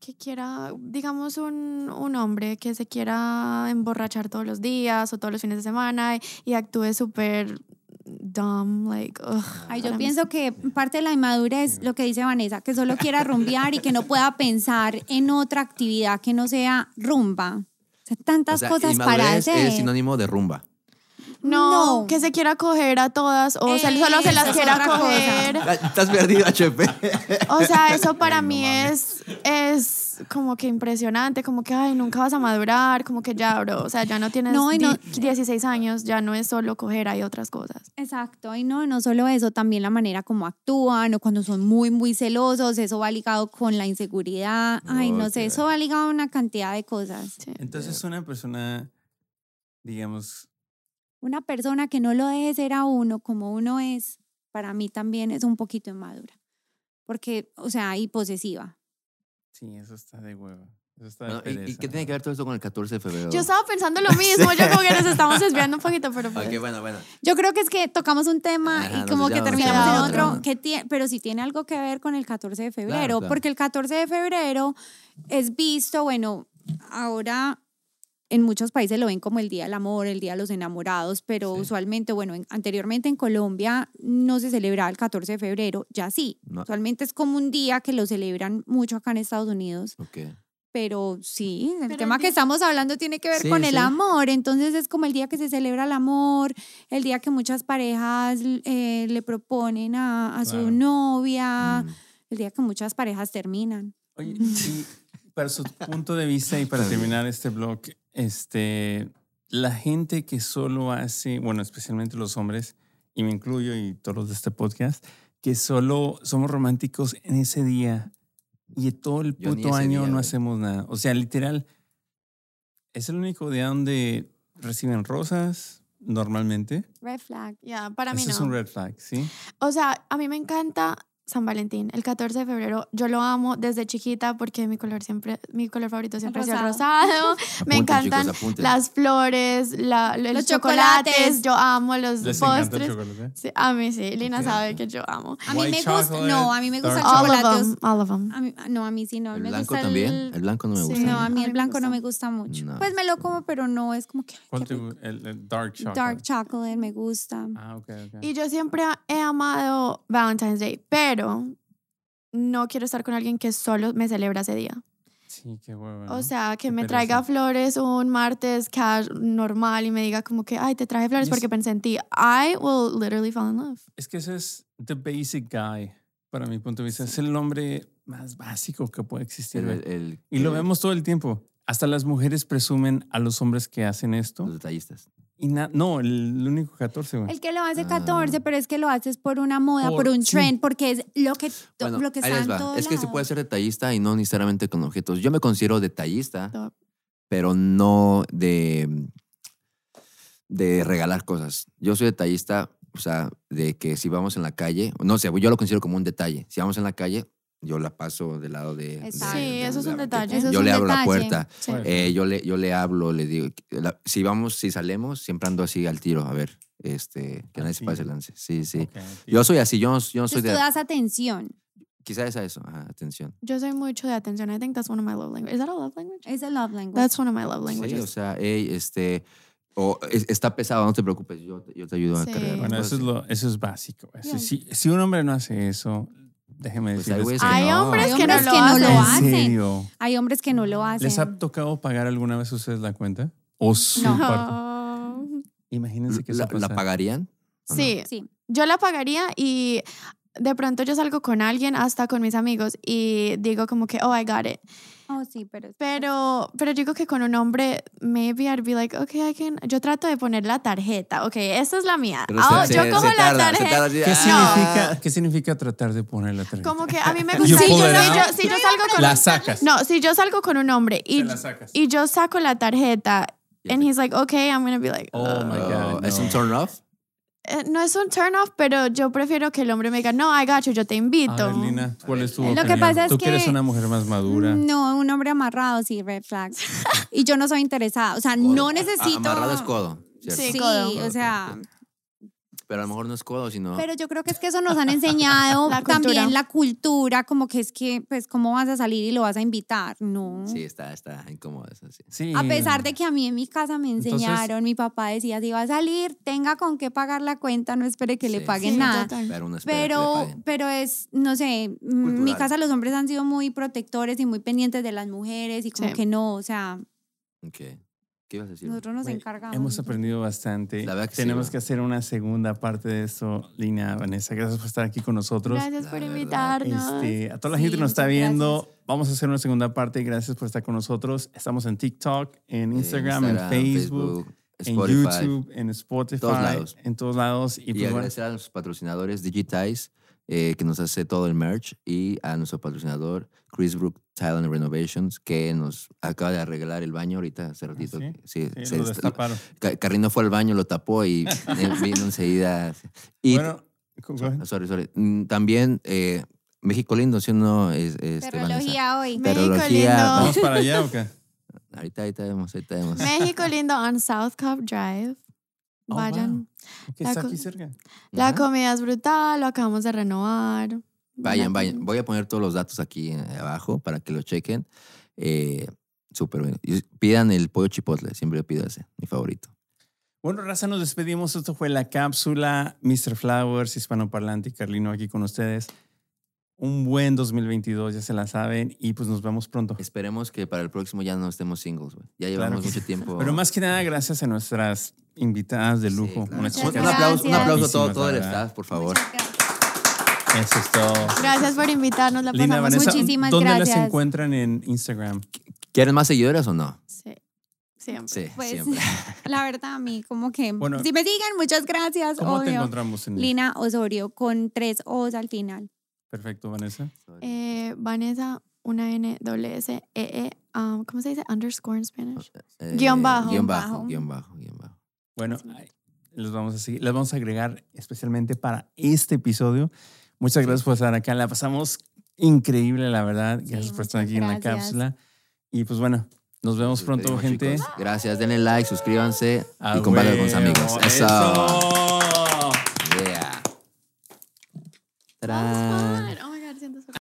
Speaker 3: que quiera, digamos, un, un hombre que se quiera emborrachar todos los días o todos los fines de semana y, y actúe súper dumb, like, ugh.
Speaker 4: Ay, yo
Speaker 3: para mí
Speaker 4: pienso que parte de la inmadurez, lo que dice Vanessa, que solo quiera rumbear y que no pueda pensar en otra actividad que no sea rumba. O sea, tantas
Speaker 2: O sea,
Speaker 4: cosas para
Speaker 2: inmadurez
Speaker 4: hacer.
Speaker 2: es sinónimo de rumba.
Speaker 3: No,
Speaker 4: No.
Speaker 3: que se quiera coger a todas o se- solo se
Speaker 4: Esa
Speaker 3: las
Speaker 4: es
Speaker 3: quiera
Speaker 4: otra cosa.
Speaker 2: [laughs]
Speaker 3: coger.
Speaker 2: Ah, Estás
Speaker 1: [laughs]
Speaker 2: perdido, HP.
Speaker 3: O sea, eso para mí es, es como que impresionante, como que, ay, nunca vas a madurar, como que ya, bro, o sea, ya no tienes
Speaker 4: No, y no-
Speaker 3: di- 16 años, ya no es solo coger, hay otras cosas.
Speaker 4: Exacto, y no, no solo eso, también la manera como actúan o cuando son muy, muy celosos, eso va ligado con la inseguridad. Ay, no sé,
Speaker 2: Ok.
Speaker 4: eso va ligado a una cantidad de cosas.
Speaker 1: Entonces, una persona, digamos,
Speaker 4: Una persona que no lo deje ser a uno como uno es, para mí también es un poquito inmadura. Porque, o sea, y posesiva.
Speaker 1: sí, eso está de huevo. Eso está de
Speaker 2: Bueno, ¿y- ¿y,
Speaker 1: pereza.
Speaker 2: qué tiene que ver todo esto con el 14 de febrero?
Speaker 3: Yo estaba pensando lo mismo, yo como que nos estamos desviando un poquito, pero pues,
Speaker 2: Ok, bueno, bueno.
Speaker 4: Yo creo que es que tocamos un tema
Speaker 2: Ajá,
Speaker 4: y
Speaker 2: nos
Speaker 4: como que
Speaker 2: desviamos,
Speaker 4: terminamos
Speaker 3: queda
Speaker 4: en
Speaker 3: otro,
Speaker 4: otro,
Speaker 2: ¿no?
Speaker 4: que tie- pero sí tiene algo que ver con el 14 de febrero,
Speaker 2: claro.
Speaker 4: porque el 14 de febrero es visto, bueno, ahora en muchos países lo ven como el Día del Amor, el Día de los Enamorados, pero usualmente, bueno, en- anteriormente en Colombia no se celebraba el 14 de febrero, ya sí.
Speaker 2: No.
Speaker 4: Usualmente es como un día que lo celebran mucho acá en Estados Unidos, pero sí, el
Speaker 3: Pero
Speaker 4: tema
Speaker 3: el
Speaker 4: que
Speaker 3: día-
Speaker 4: estamos hablando tiene que ver
Speaker 2: Sí,
Speaker 4: con
Speaker 2: sí.
Speaker 4: el amor, entonces es como el día que se celebra el amor, el día que muchas parejas eh, le proponen a, a
Speaker 1: Claro.
Speaker 4: su novia,
Speaker 2: Mm.
Speaker 4: el día que muchas parejas terminan.
Speaker 1: Oye, y
Speaker 3: [laughs]
Speaker 1: para su punto de vista y para terminar este blog, este, la gente que solo hace, bueno, especialmente los hombres, y me incluyo y todos los de este podcast, que solo somos románticos en ese día y todo el
Speaker 2: Yo ni
Speaker 1: puto
Speaker 2: ese
Speaker 1: año
Speaker 2: día,
Speaker 1: no
Speaker 2: güey.
Speaker 1: hacemos nada. O sea, literal, es el único día donde reciben rosas normalmente.
Speaker 4: Red flag.
Speaker 3: ya, para mí
Speaker 1: Eso
Speaker 3: no.
Speaker 1: es un red flag, ¿sí?
Speaker 3: O sea, a mí me encanta San Valentín, el 14 de febrero. Yo lo amo desde chiquita porque mi color siempre, mi color favorito siempre ha sido el
Speaker 4: Rosado.
Speaker 1: [laughs]
Speaker 3: rosado.
Speaker 2: Apunten,
Speaker 3: me encantan
Speaker 2: chicos, apunten.
Speaker 3: las flores, la- los,
Speaker 4: Los
Speaker 3: chocolates.
Speaker 4: chocolates.
Speaker 3: Yo amo los
Speaker 1: Les encanta el
Speaker 3: postres.
Speaker 1: chocolate.
Speaker 3: Sí, a mí sí, Lina
Speaker 2: Ok.
Speaker 3: sabe que yo amo.
Speaker 4: A mí
Speaker 1: White
Speaker 4: me gusta,
Speaker 1: chocolate,
Speaker 4: no, a mí me gusta el
Speaker 1: dark
Speaker 3: All of
Speaker 4: chocolate.
Speaker 3: them, all of
Speaker 1: Ah.
Speaker 3: them.
Speaker 4: A mí- ah, no, a mí sí, no.
Speaker 2: ¿El
Speaker 4: me
Speaker 2: blanco
Speaker 4: gusta el-
Speaker 2: también? El blanco no me
Speaker 3: Sí.
Speaker 2: gusta.
Speaker 4: No, a mí
Speaker 3: A mí me
Speaker 4: el blanco
Speaker 3: gusta.
Speaker 4: no me gusta mucho.
Speaker 2: No.
Speaker 4: Pues me lo como, pero no es como que... ay, qué
Speaker 1: ¿Cuál te
Speaker 4: rico.
Speaker 1: gu- el, el dark chocolate?
Speaker 4: Dark chocolate me gusta.
Speaker 1: Ah, ok, ok.
Speaker 3: Y yo siempre he amado Valentine's Day, pero no quiero estar con alguien que solo me celebra ese día.
Speaker 1: Sí, qué hueva.
Speaker 3: O
Speaker 1: ¿no?
Speaker 3: sea, que
Speaker 1: Qué
Speaker 3: me
Speaker 1: pereza.
Speaker 3: traiga flores un martes cash normal y me diga como que, ay, te traje
Speaker 1: Y
Speaker 3: flores
Speaker 1: es-
Speaker 3: porque pensé en ti. I will literally fall in love.
Speaker 1: Es que ese es the basic guy, para mi punto de vista. Es el hombre más básico que puede existir.
Speaker 2: El-
Speaker 1: güey.
Speaker 2: el-
Speaker 1: y lo
Speaker 2: el-
Speaker 1: vemos todo el tiempo. Hasta las mujeres presumen a los hombres que hacen
Speaker 2: Los
Speaker 1: esto.
Speaker 2: detallistas.
Speaker 1: Y na- no, el único 14, güey.
Speaker 4: El que lo hace
Speaker 2: Ah.
Speaker 4: 14, pero es que lo haces por una moda, por,
Speaker 1: Por-
Speaker 4: un
Speaker 1: sí.
Speaker 4: trend, porque es lo que,
Speaker 2: Bueno,
Speaker 4: lo que
Speaker 2: ahí
Speaker 4: está
Speaker 2: les
Speaker 4: en
Speaker 2: va.
Speaker 4: todo
Speaker 2: Es que se
Speaker 4: lado.
Speaker 2: puede ser detallista y no necesariamente con objetos. Yo me considero detallista,
Speaker 3: Top.
Speaker 2: pero no de, de regalar cosas. Yo soy detallista, o sea, de que si vamos en la calle, no sé, yo lo considero como un detalle. Si vamos en la calle, yo la paso del lado de... de-
Speaker 4: Exacto.
Speaker 3: Sí,
Speaker 2: de-
Speaker 3: eso es
Speaker 2: de-
Speaker 3: un
Speaker 2: de-
Speaker 3: detalle.
Speaker 4: Eso es
Speaker 2: yo
Speaker 4: un
Speaker 2: le abro la
Speaker 4: detalle.
Speaker 2: puerta.
Speaker 3: Sí.
Speaker 1: Bueno.
Speaker 2: Eh, yo, le, yo le hablo, le digo, que la- si vamos, si salimos, siempre ando así al tiro, a ver, este, que
Speaker 1: Al
Speaker 2: nadie se pase
Speaker 1: tiro.
Speaker 2: el lance. Sí, sí.
Speaker 1: Ok, tío.
Speaker 2: Yo soy así, yo, no- yo no soy
Speaker 4: Entonces tú
Speaker 2: de...
Speaker 4: das atención.
Speaker 2: Quizás es a eso, ajá, atención.
Speaker 3: Yo soy mucho de atención. I think that's one of my love languages. Is that a love language?
Speaker 4: Es el love language.
Speaker 3: That's one of my love
Speaker 2: Sí, o
Speaker 3: languages.
Speaker 2: sea, hey, este, o es- está pesado, no te preocupes, yo, te- yo te ayudo a
Speaker 3: Sí.
Speaker 2: cargar.
Speaker 1: Bueno,
Speaker 2: cosas
Speaker 1: eso es,
Speaker 2: así.
Speaker 1: lo, eso es básico. güey.
Speaker 3: Bien.
Speaker 1: Si, si- si un hombre no hace eso, déjeme
Speaker 2: Pues hay
Speaker 1: decirles.
Speaker 2: güeyes
Speaker 1: que-
Speaker 2: que
Speaker 3: Hay
Speaker 2: no.
Speaker 3: hombres
Speaker 4: Hay
Speaker 3: que
Speaker 4: hombres
Speaker 3: no Ah, lo
Speaker 4: que no lo
Speaker 3: hacen.
Speaker 1: ¿En
Speaker 4: hacen.
Speaker 1: serio?
Speaker 4: Hay hombres que no lo hacen.
Speaker 1: ¿Les ha tocado pagar alguna vez ustedes la cuenta? O su
Speaker 4: No.
Speaker 1: parte.
Speaker 3: No.
Speaker 1: Imagínense que
Speaker 2: ¿La,
Speaker 1: eso
Speaker 2: la
Speaker 1: pasa.
Speaker 2: pagarían? ¿O no?
Speaker 3: Sí,
Speaker 4: Sí.
Speaker 3: yo la pagaría y de pronto yo salgo con alguien, hasta con mis amigos, y digo como que, oh, I got it.
Speaker 4: Oh, sí, pero es-
Speaker 3: Pero, pero yo digo que con un hombre, maybe I'd be like, okay, I can. Yo trato de poner la tarjeta, ok, esta es la mía.
Speaker 2: Pero
Speaker 3: Ah,
Speaker 2: se-
Speaker 3: yo
Speaker 2: se-
Speaker 3: cojo
Speaker 2: se
Speaker 3: la
Speaker 2: tarda, se
Speaker 3: tarjeta.
Speaker 2: tarda así,
Speaker 1: ¿Qué, [laughs]
Speaker 2: ah.
Speaker 1: significa, ¿Qué significa tratar de poner la tarjeta?
Speaker 3: Como que
Speaker 1: [laughs]
Speaker 3: a mí me
Speaker 1: You
Speaker 3: gusta. Si yo,
Speaker 1: pull it
Speaker 3: si
Speaker 1: out.
Speaker 3: yo- si yo salgo con.
Speaker 1: La sacas.
Speaker 3: No, si yo salgo con un hombre y,
Speaker 1: Te la sacas.
Speaker 3: y yo saco la tarjeta.
Speaker 2: Ya
Speaker 3: And
Speaker 2: sé.
Speaker 3: he's like, okay, I'm gonna be like,
Speaker 1: Oh, my
Speaker 3: "Ugh".
Speaker 2: Oh,
Speaker 1: God,
Speaker 2: ¿Es
Speaker 1: no.
Speaker 2: un turn off?
Speaker 3: Eh, no es un turn off, pero yo prefiero que el hombre me diga, no, I got you, yo te
Speaker 1: A
Speaker 3: invito.
Speaker 1: ver, Lina, ¿cuál es tu
Speaker 4: Lo que
Speaker 1: opinión?
Speaker 4: pasa es
Speaker 1: Tú que eres
Speaker 4: que-
Speaker 1: una mujer más madura.
Speaker 4: No, un hombre amarrado, sí, red
Speaker 2: [laughs]
Speaker 4: flags. y yo no soy interesada. O sea,
Speaker 2: Codo.
Speaker 4: no
Speaker 2: A-
Speaker 4: necesito.
Speaker 2: Amarrado es codo. ¿cierto?
Speaker 4: Sí,
Speaker 3: Sí, codo.
Speaker 4: o sea,
Speaker 2: Pero a lo mejor no es codo, sino.
Speaker 4: Pero yo creo que es que eso nos han enseñado
Speaker 3: [laughs] La cultura.
Speaker 4: también la cultura, como que es que, pues, ¿cómo vas a salir y lo vas a invitar? No.
Speaker 2: Sí, está, está incómodo eso, sí.
Speaker 1: Sí.
Speaker 4: A pesar de que a mí en mi casa me
Speaker 1: Entonces-
Speaker 4: enseñaron, mi papá decía, si va a salir, tenga con qué pagar la cuenta, no espere que le
Speaker 2: Sí.
Speaker 4: paguen
Speaker 3: Sí,
Speaker 4: nada.
Speaker 3: total.
Speaker 2: Pero uno espera que le
Speaker 4: Pero,
Speaker 2: paguen.
Speaker 4: pero es, no sé, mm, en mi
Speaker 2: Cultural.
Speaker 4: casa los hombres han sido muy protectores y muy pendientes de las mujeres y como
Speaker 3: Sí.
Speaker 4: que no, o sea,
Speaker 2: Ok. ¿Qué ibas a decir?
Speaker 4: nosotros nos
Speaker 1: Güey,
Speaker 4: encargamos.
Speaker 1: Hemos aprendido bastante.
Speaker 2: La verdad que sí,
Speaker 1: Tenemos
Speaker 2: ¿no?
Speaker 1: que hacer una segunda parte de esto, Lina, Vanessa. Gracias por estar aquí con nosotros.
Speaker 3: Gracias por
Speaker 2: La verdad,
Speaker 3: invitarnos.
Speaker 1: Este, a toda la
Speaker 4: Sí,
Speaker 1: gente que nos está
Speaker 4: muchas
Speaker 1: viendo, vamos a hacer una segunda parte. Gracias por estar con nosotros. Estamos en TikTok, en
Speaker 2: Eh,
Speaker 1: Instagram, en Facebook,
Speaker 2: Spotify.
Speaker 1: en YouTube, en Spotify,
Speaker 2: Todos lados.
Speaker 1: en todos lados. Y,
Speaker 2: Y,
Speaker 1: pues, bueno,
Speaker 2: agradecer a nuestros patrocinadores Digitize, eh, que nos hace todo el merch, y a nuestro patrocinador Chris Brook Thailand Renovations, que nos acaba de arreglar el baño ahorita, hace ratito.
Speaker 1: ¿Ah, sí?
Speaker 2: Sí,
Speaker 1: sí,
Speaker 2: se
Speaker 1: eh, lo
Speaker 2: dest-
Speaker 1: destaparon.
Speaker 2: Ca- Carrino fue al baño, lo
Speaker 1: [laughs]
Speaker 2: tapó y eh, vino enseguida. Y,
Speaker 1: Bueno, co- co-
Speaker 2: [laughs] Ah, sorry, sorry. Mm, También eh, México Lindo, si uno es, este, Vanessa.
Speaker 4: Perología hoy.
Speaker 3: México
Speaker 2: Terrología,
Speaker 3: lindo.
Speaker 2: vamos.
Speaker 1: ¿vamos para allá o
Speaker 4: Ah,
Speaker 1: qué?
Speaker 2: Ahorita, ahí tenemos, ahí tenemos.
Speaker 3: México lindo on South Cup Drive.
Speaker 1: Oh,
Speaker 3: Vayan.
Speaker 1: wow. Que
Speaker 3: La
Speaker 1: está
Speaker 3: co-
Speaker 1: aquí cerca.
Speaker 3: La
Speaker 2: Ajá.
Speaker 3: comida es brutal, lo acabamos de renovar.
Speaker 2: Vayan,
Speaker 3: La
Speaker 2: vayan.
Speaker 3: com-
Speaker 2: Voy a poner todos los datos aquí eh, abajo para que lo chequen. Eh, Súper bueno. Y pidan el pollo chipotle, siempre lo pido ese, mi favorito.
Speaker 1: Bueno, Raza, nos despedimos. Esto fue la cápsula Mr. Flowers, hispanoparlante y Carlino aquí con ustedes. Un buen 2022, ya se la saben. Y pues nos vemos pronto.
Speaker 2: Esperemos que para el próximo ya no estemos singles, güey. Ya
Speaker 1: Claro
Speaker 2: llevamos
Speaker 1: que
Speaker 2: mucho tiempo.
Speaker 1: Pero más que nada, gracias a nuestras invitadas de
Speaker 2: Sí,
Speaker 1: lujo.
Speaker 2: claro.
Speaker 1: Unas
Speaker 2: Un-
Speaker 1: chicas
Speaker 2: un aplauso, un
Speaker 4: Gracias.
Speaker 2: aplauso a todo,
Speaker 1: guapísimas,
Speaker 2: todo el
Speaker 1: la verdad.
Speaker 2: staff, por favor.
Speaker 4: Muchas gracias.
Speaker 1: Eso es todo.
Speaker 3: Gracias por invitarnos, la
Speaker 1: Lina,
Speaker 3: pasamos
Speaker 1: Vanessa,
Speaker 3: muchísimo.
Speaker 4: muchísimas
Speaker 1: ¿dónde las
Speaker 4: gracias.
Speaker 1: encuentran en Instagram?
Speaker 2: ¿Quieren más seguidores o no?
Speaker 3: Sí, siempre.
Speaker 2: Sí,
Speaker 4: Pues,
Speaker 2: siempre.
Speaker 4: [laughs] La verdad, a mí, como que.
Speaker 1: Bueno.
Speaker 4: si me siguen, muchas gracias.
Speaker 1: ¿Cómo te
Speaker 4: obvio.
Speaker 1: encontramos en
Speaker 4: Lina Osorio con tres O's al final.
Speaker 1: Perfecto, Vanessa.
Speaker 3: Eh, Vanessa, una N, doble S, E, E, um, ¿cómo se dice? Underscore en Spanish.
Speaker 2: Eh,
Speaker 3: guión bajo.
Speaker 2: Guión bajo,
Speaker 4: Bajo.
Speaker 2: guión bajo, guión bajo.
Speaker 1: Bueno, ay, los vamos a seguir, los vamos a agregar especialmente para este episodio. Muchas gracias por estar acá. La pasamos increíble, la verdad. Gracias por estar
Speaker 4: muchas
Speaker 1: aquí en la
Speaker 4: gracias.
Speaker 1: cápsula. Y pues bueno, nos vemos
Speaker 2: Nos
Speaker 1: pronto,
Speaker 2: despedimos,
Speaker 1: gente.
Speaker 2: chicos. Gracias, denle like, suscríbanse
Speaker 1: A
Speaker 2: y compártanlo con sus
Speaker 1: huevo,
Speaker 2: amigos. Eso.
Speaker 1: eso.
Speaker 2: Ah.
Speaker 3: oh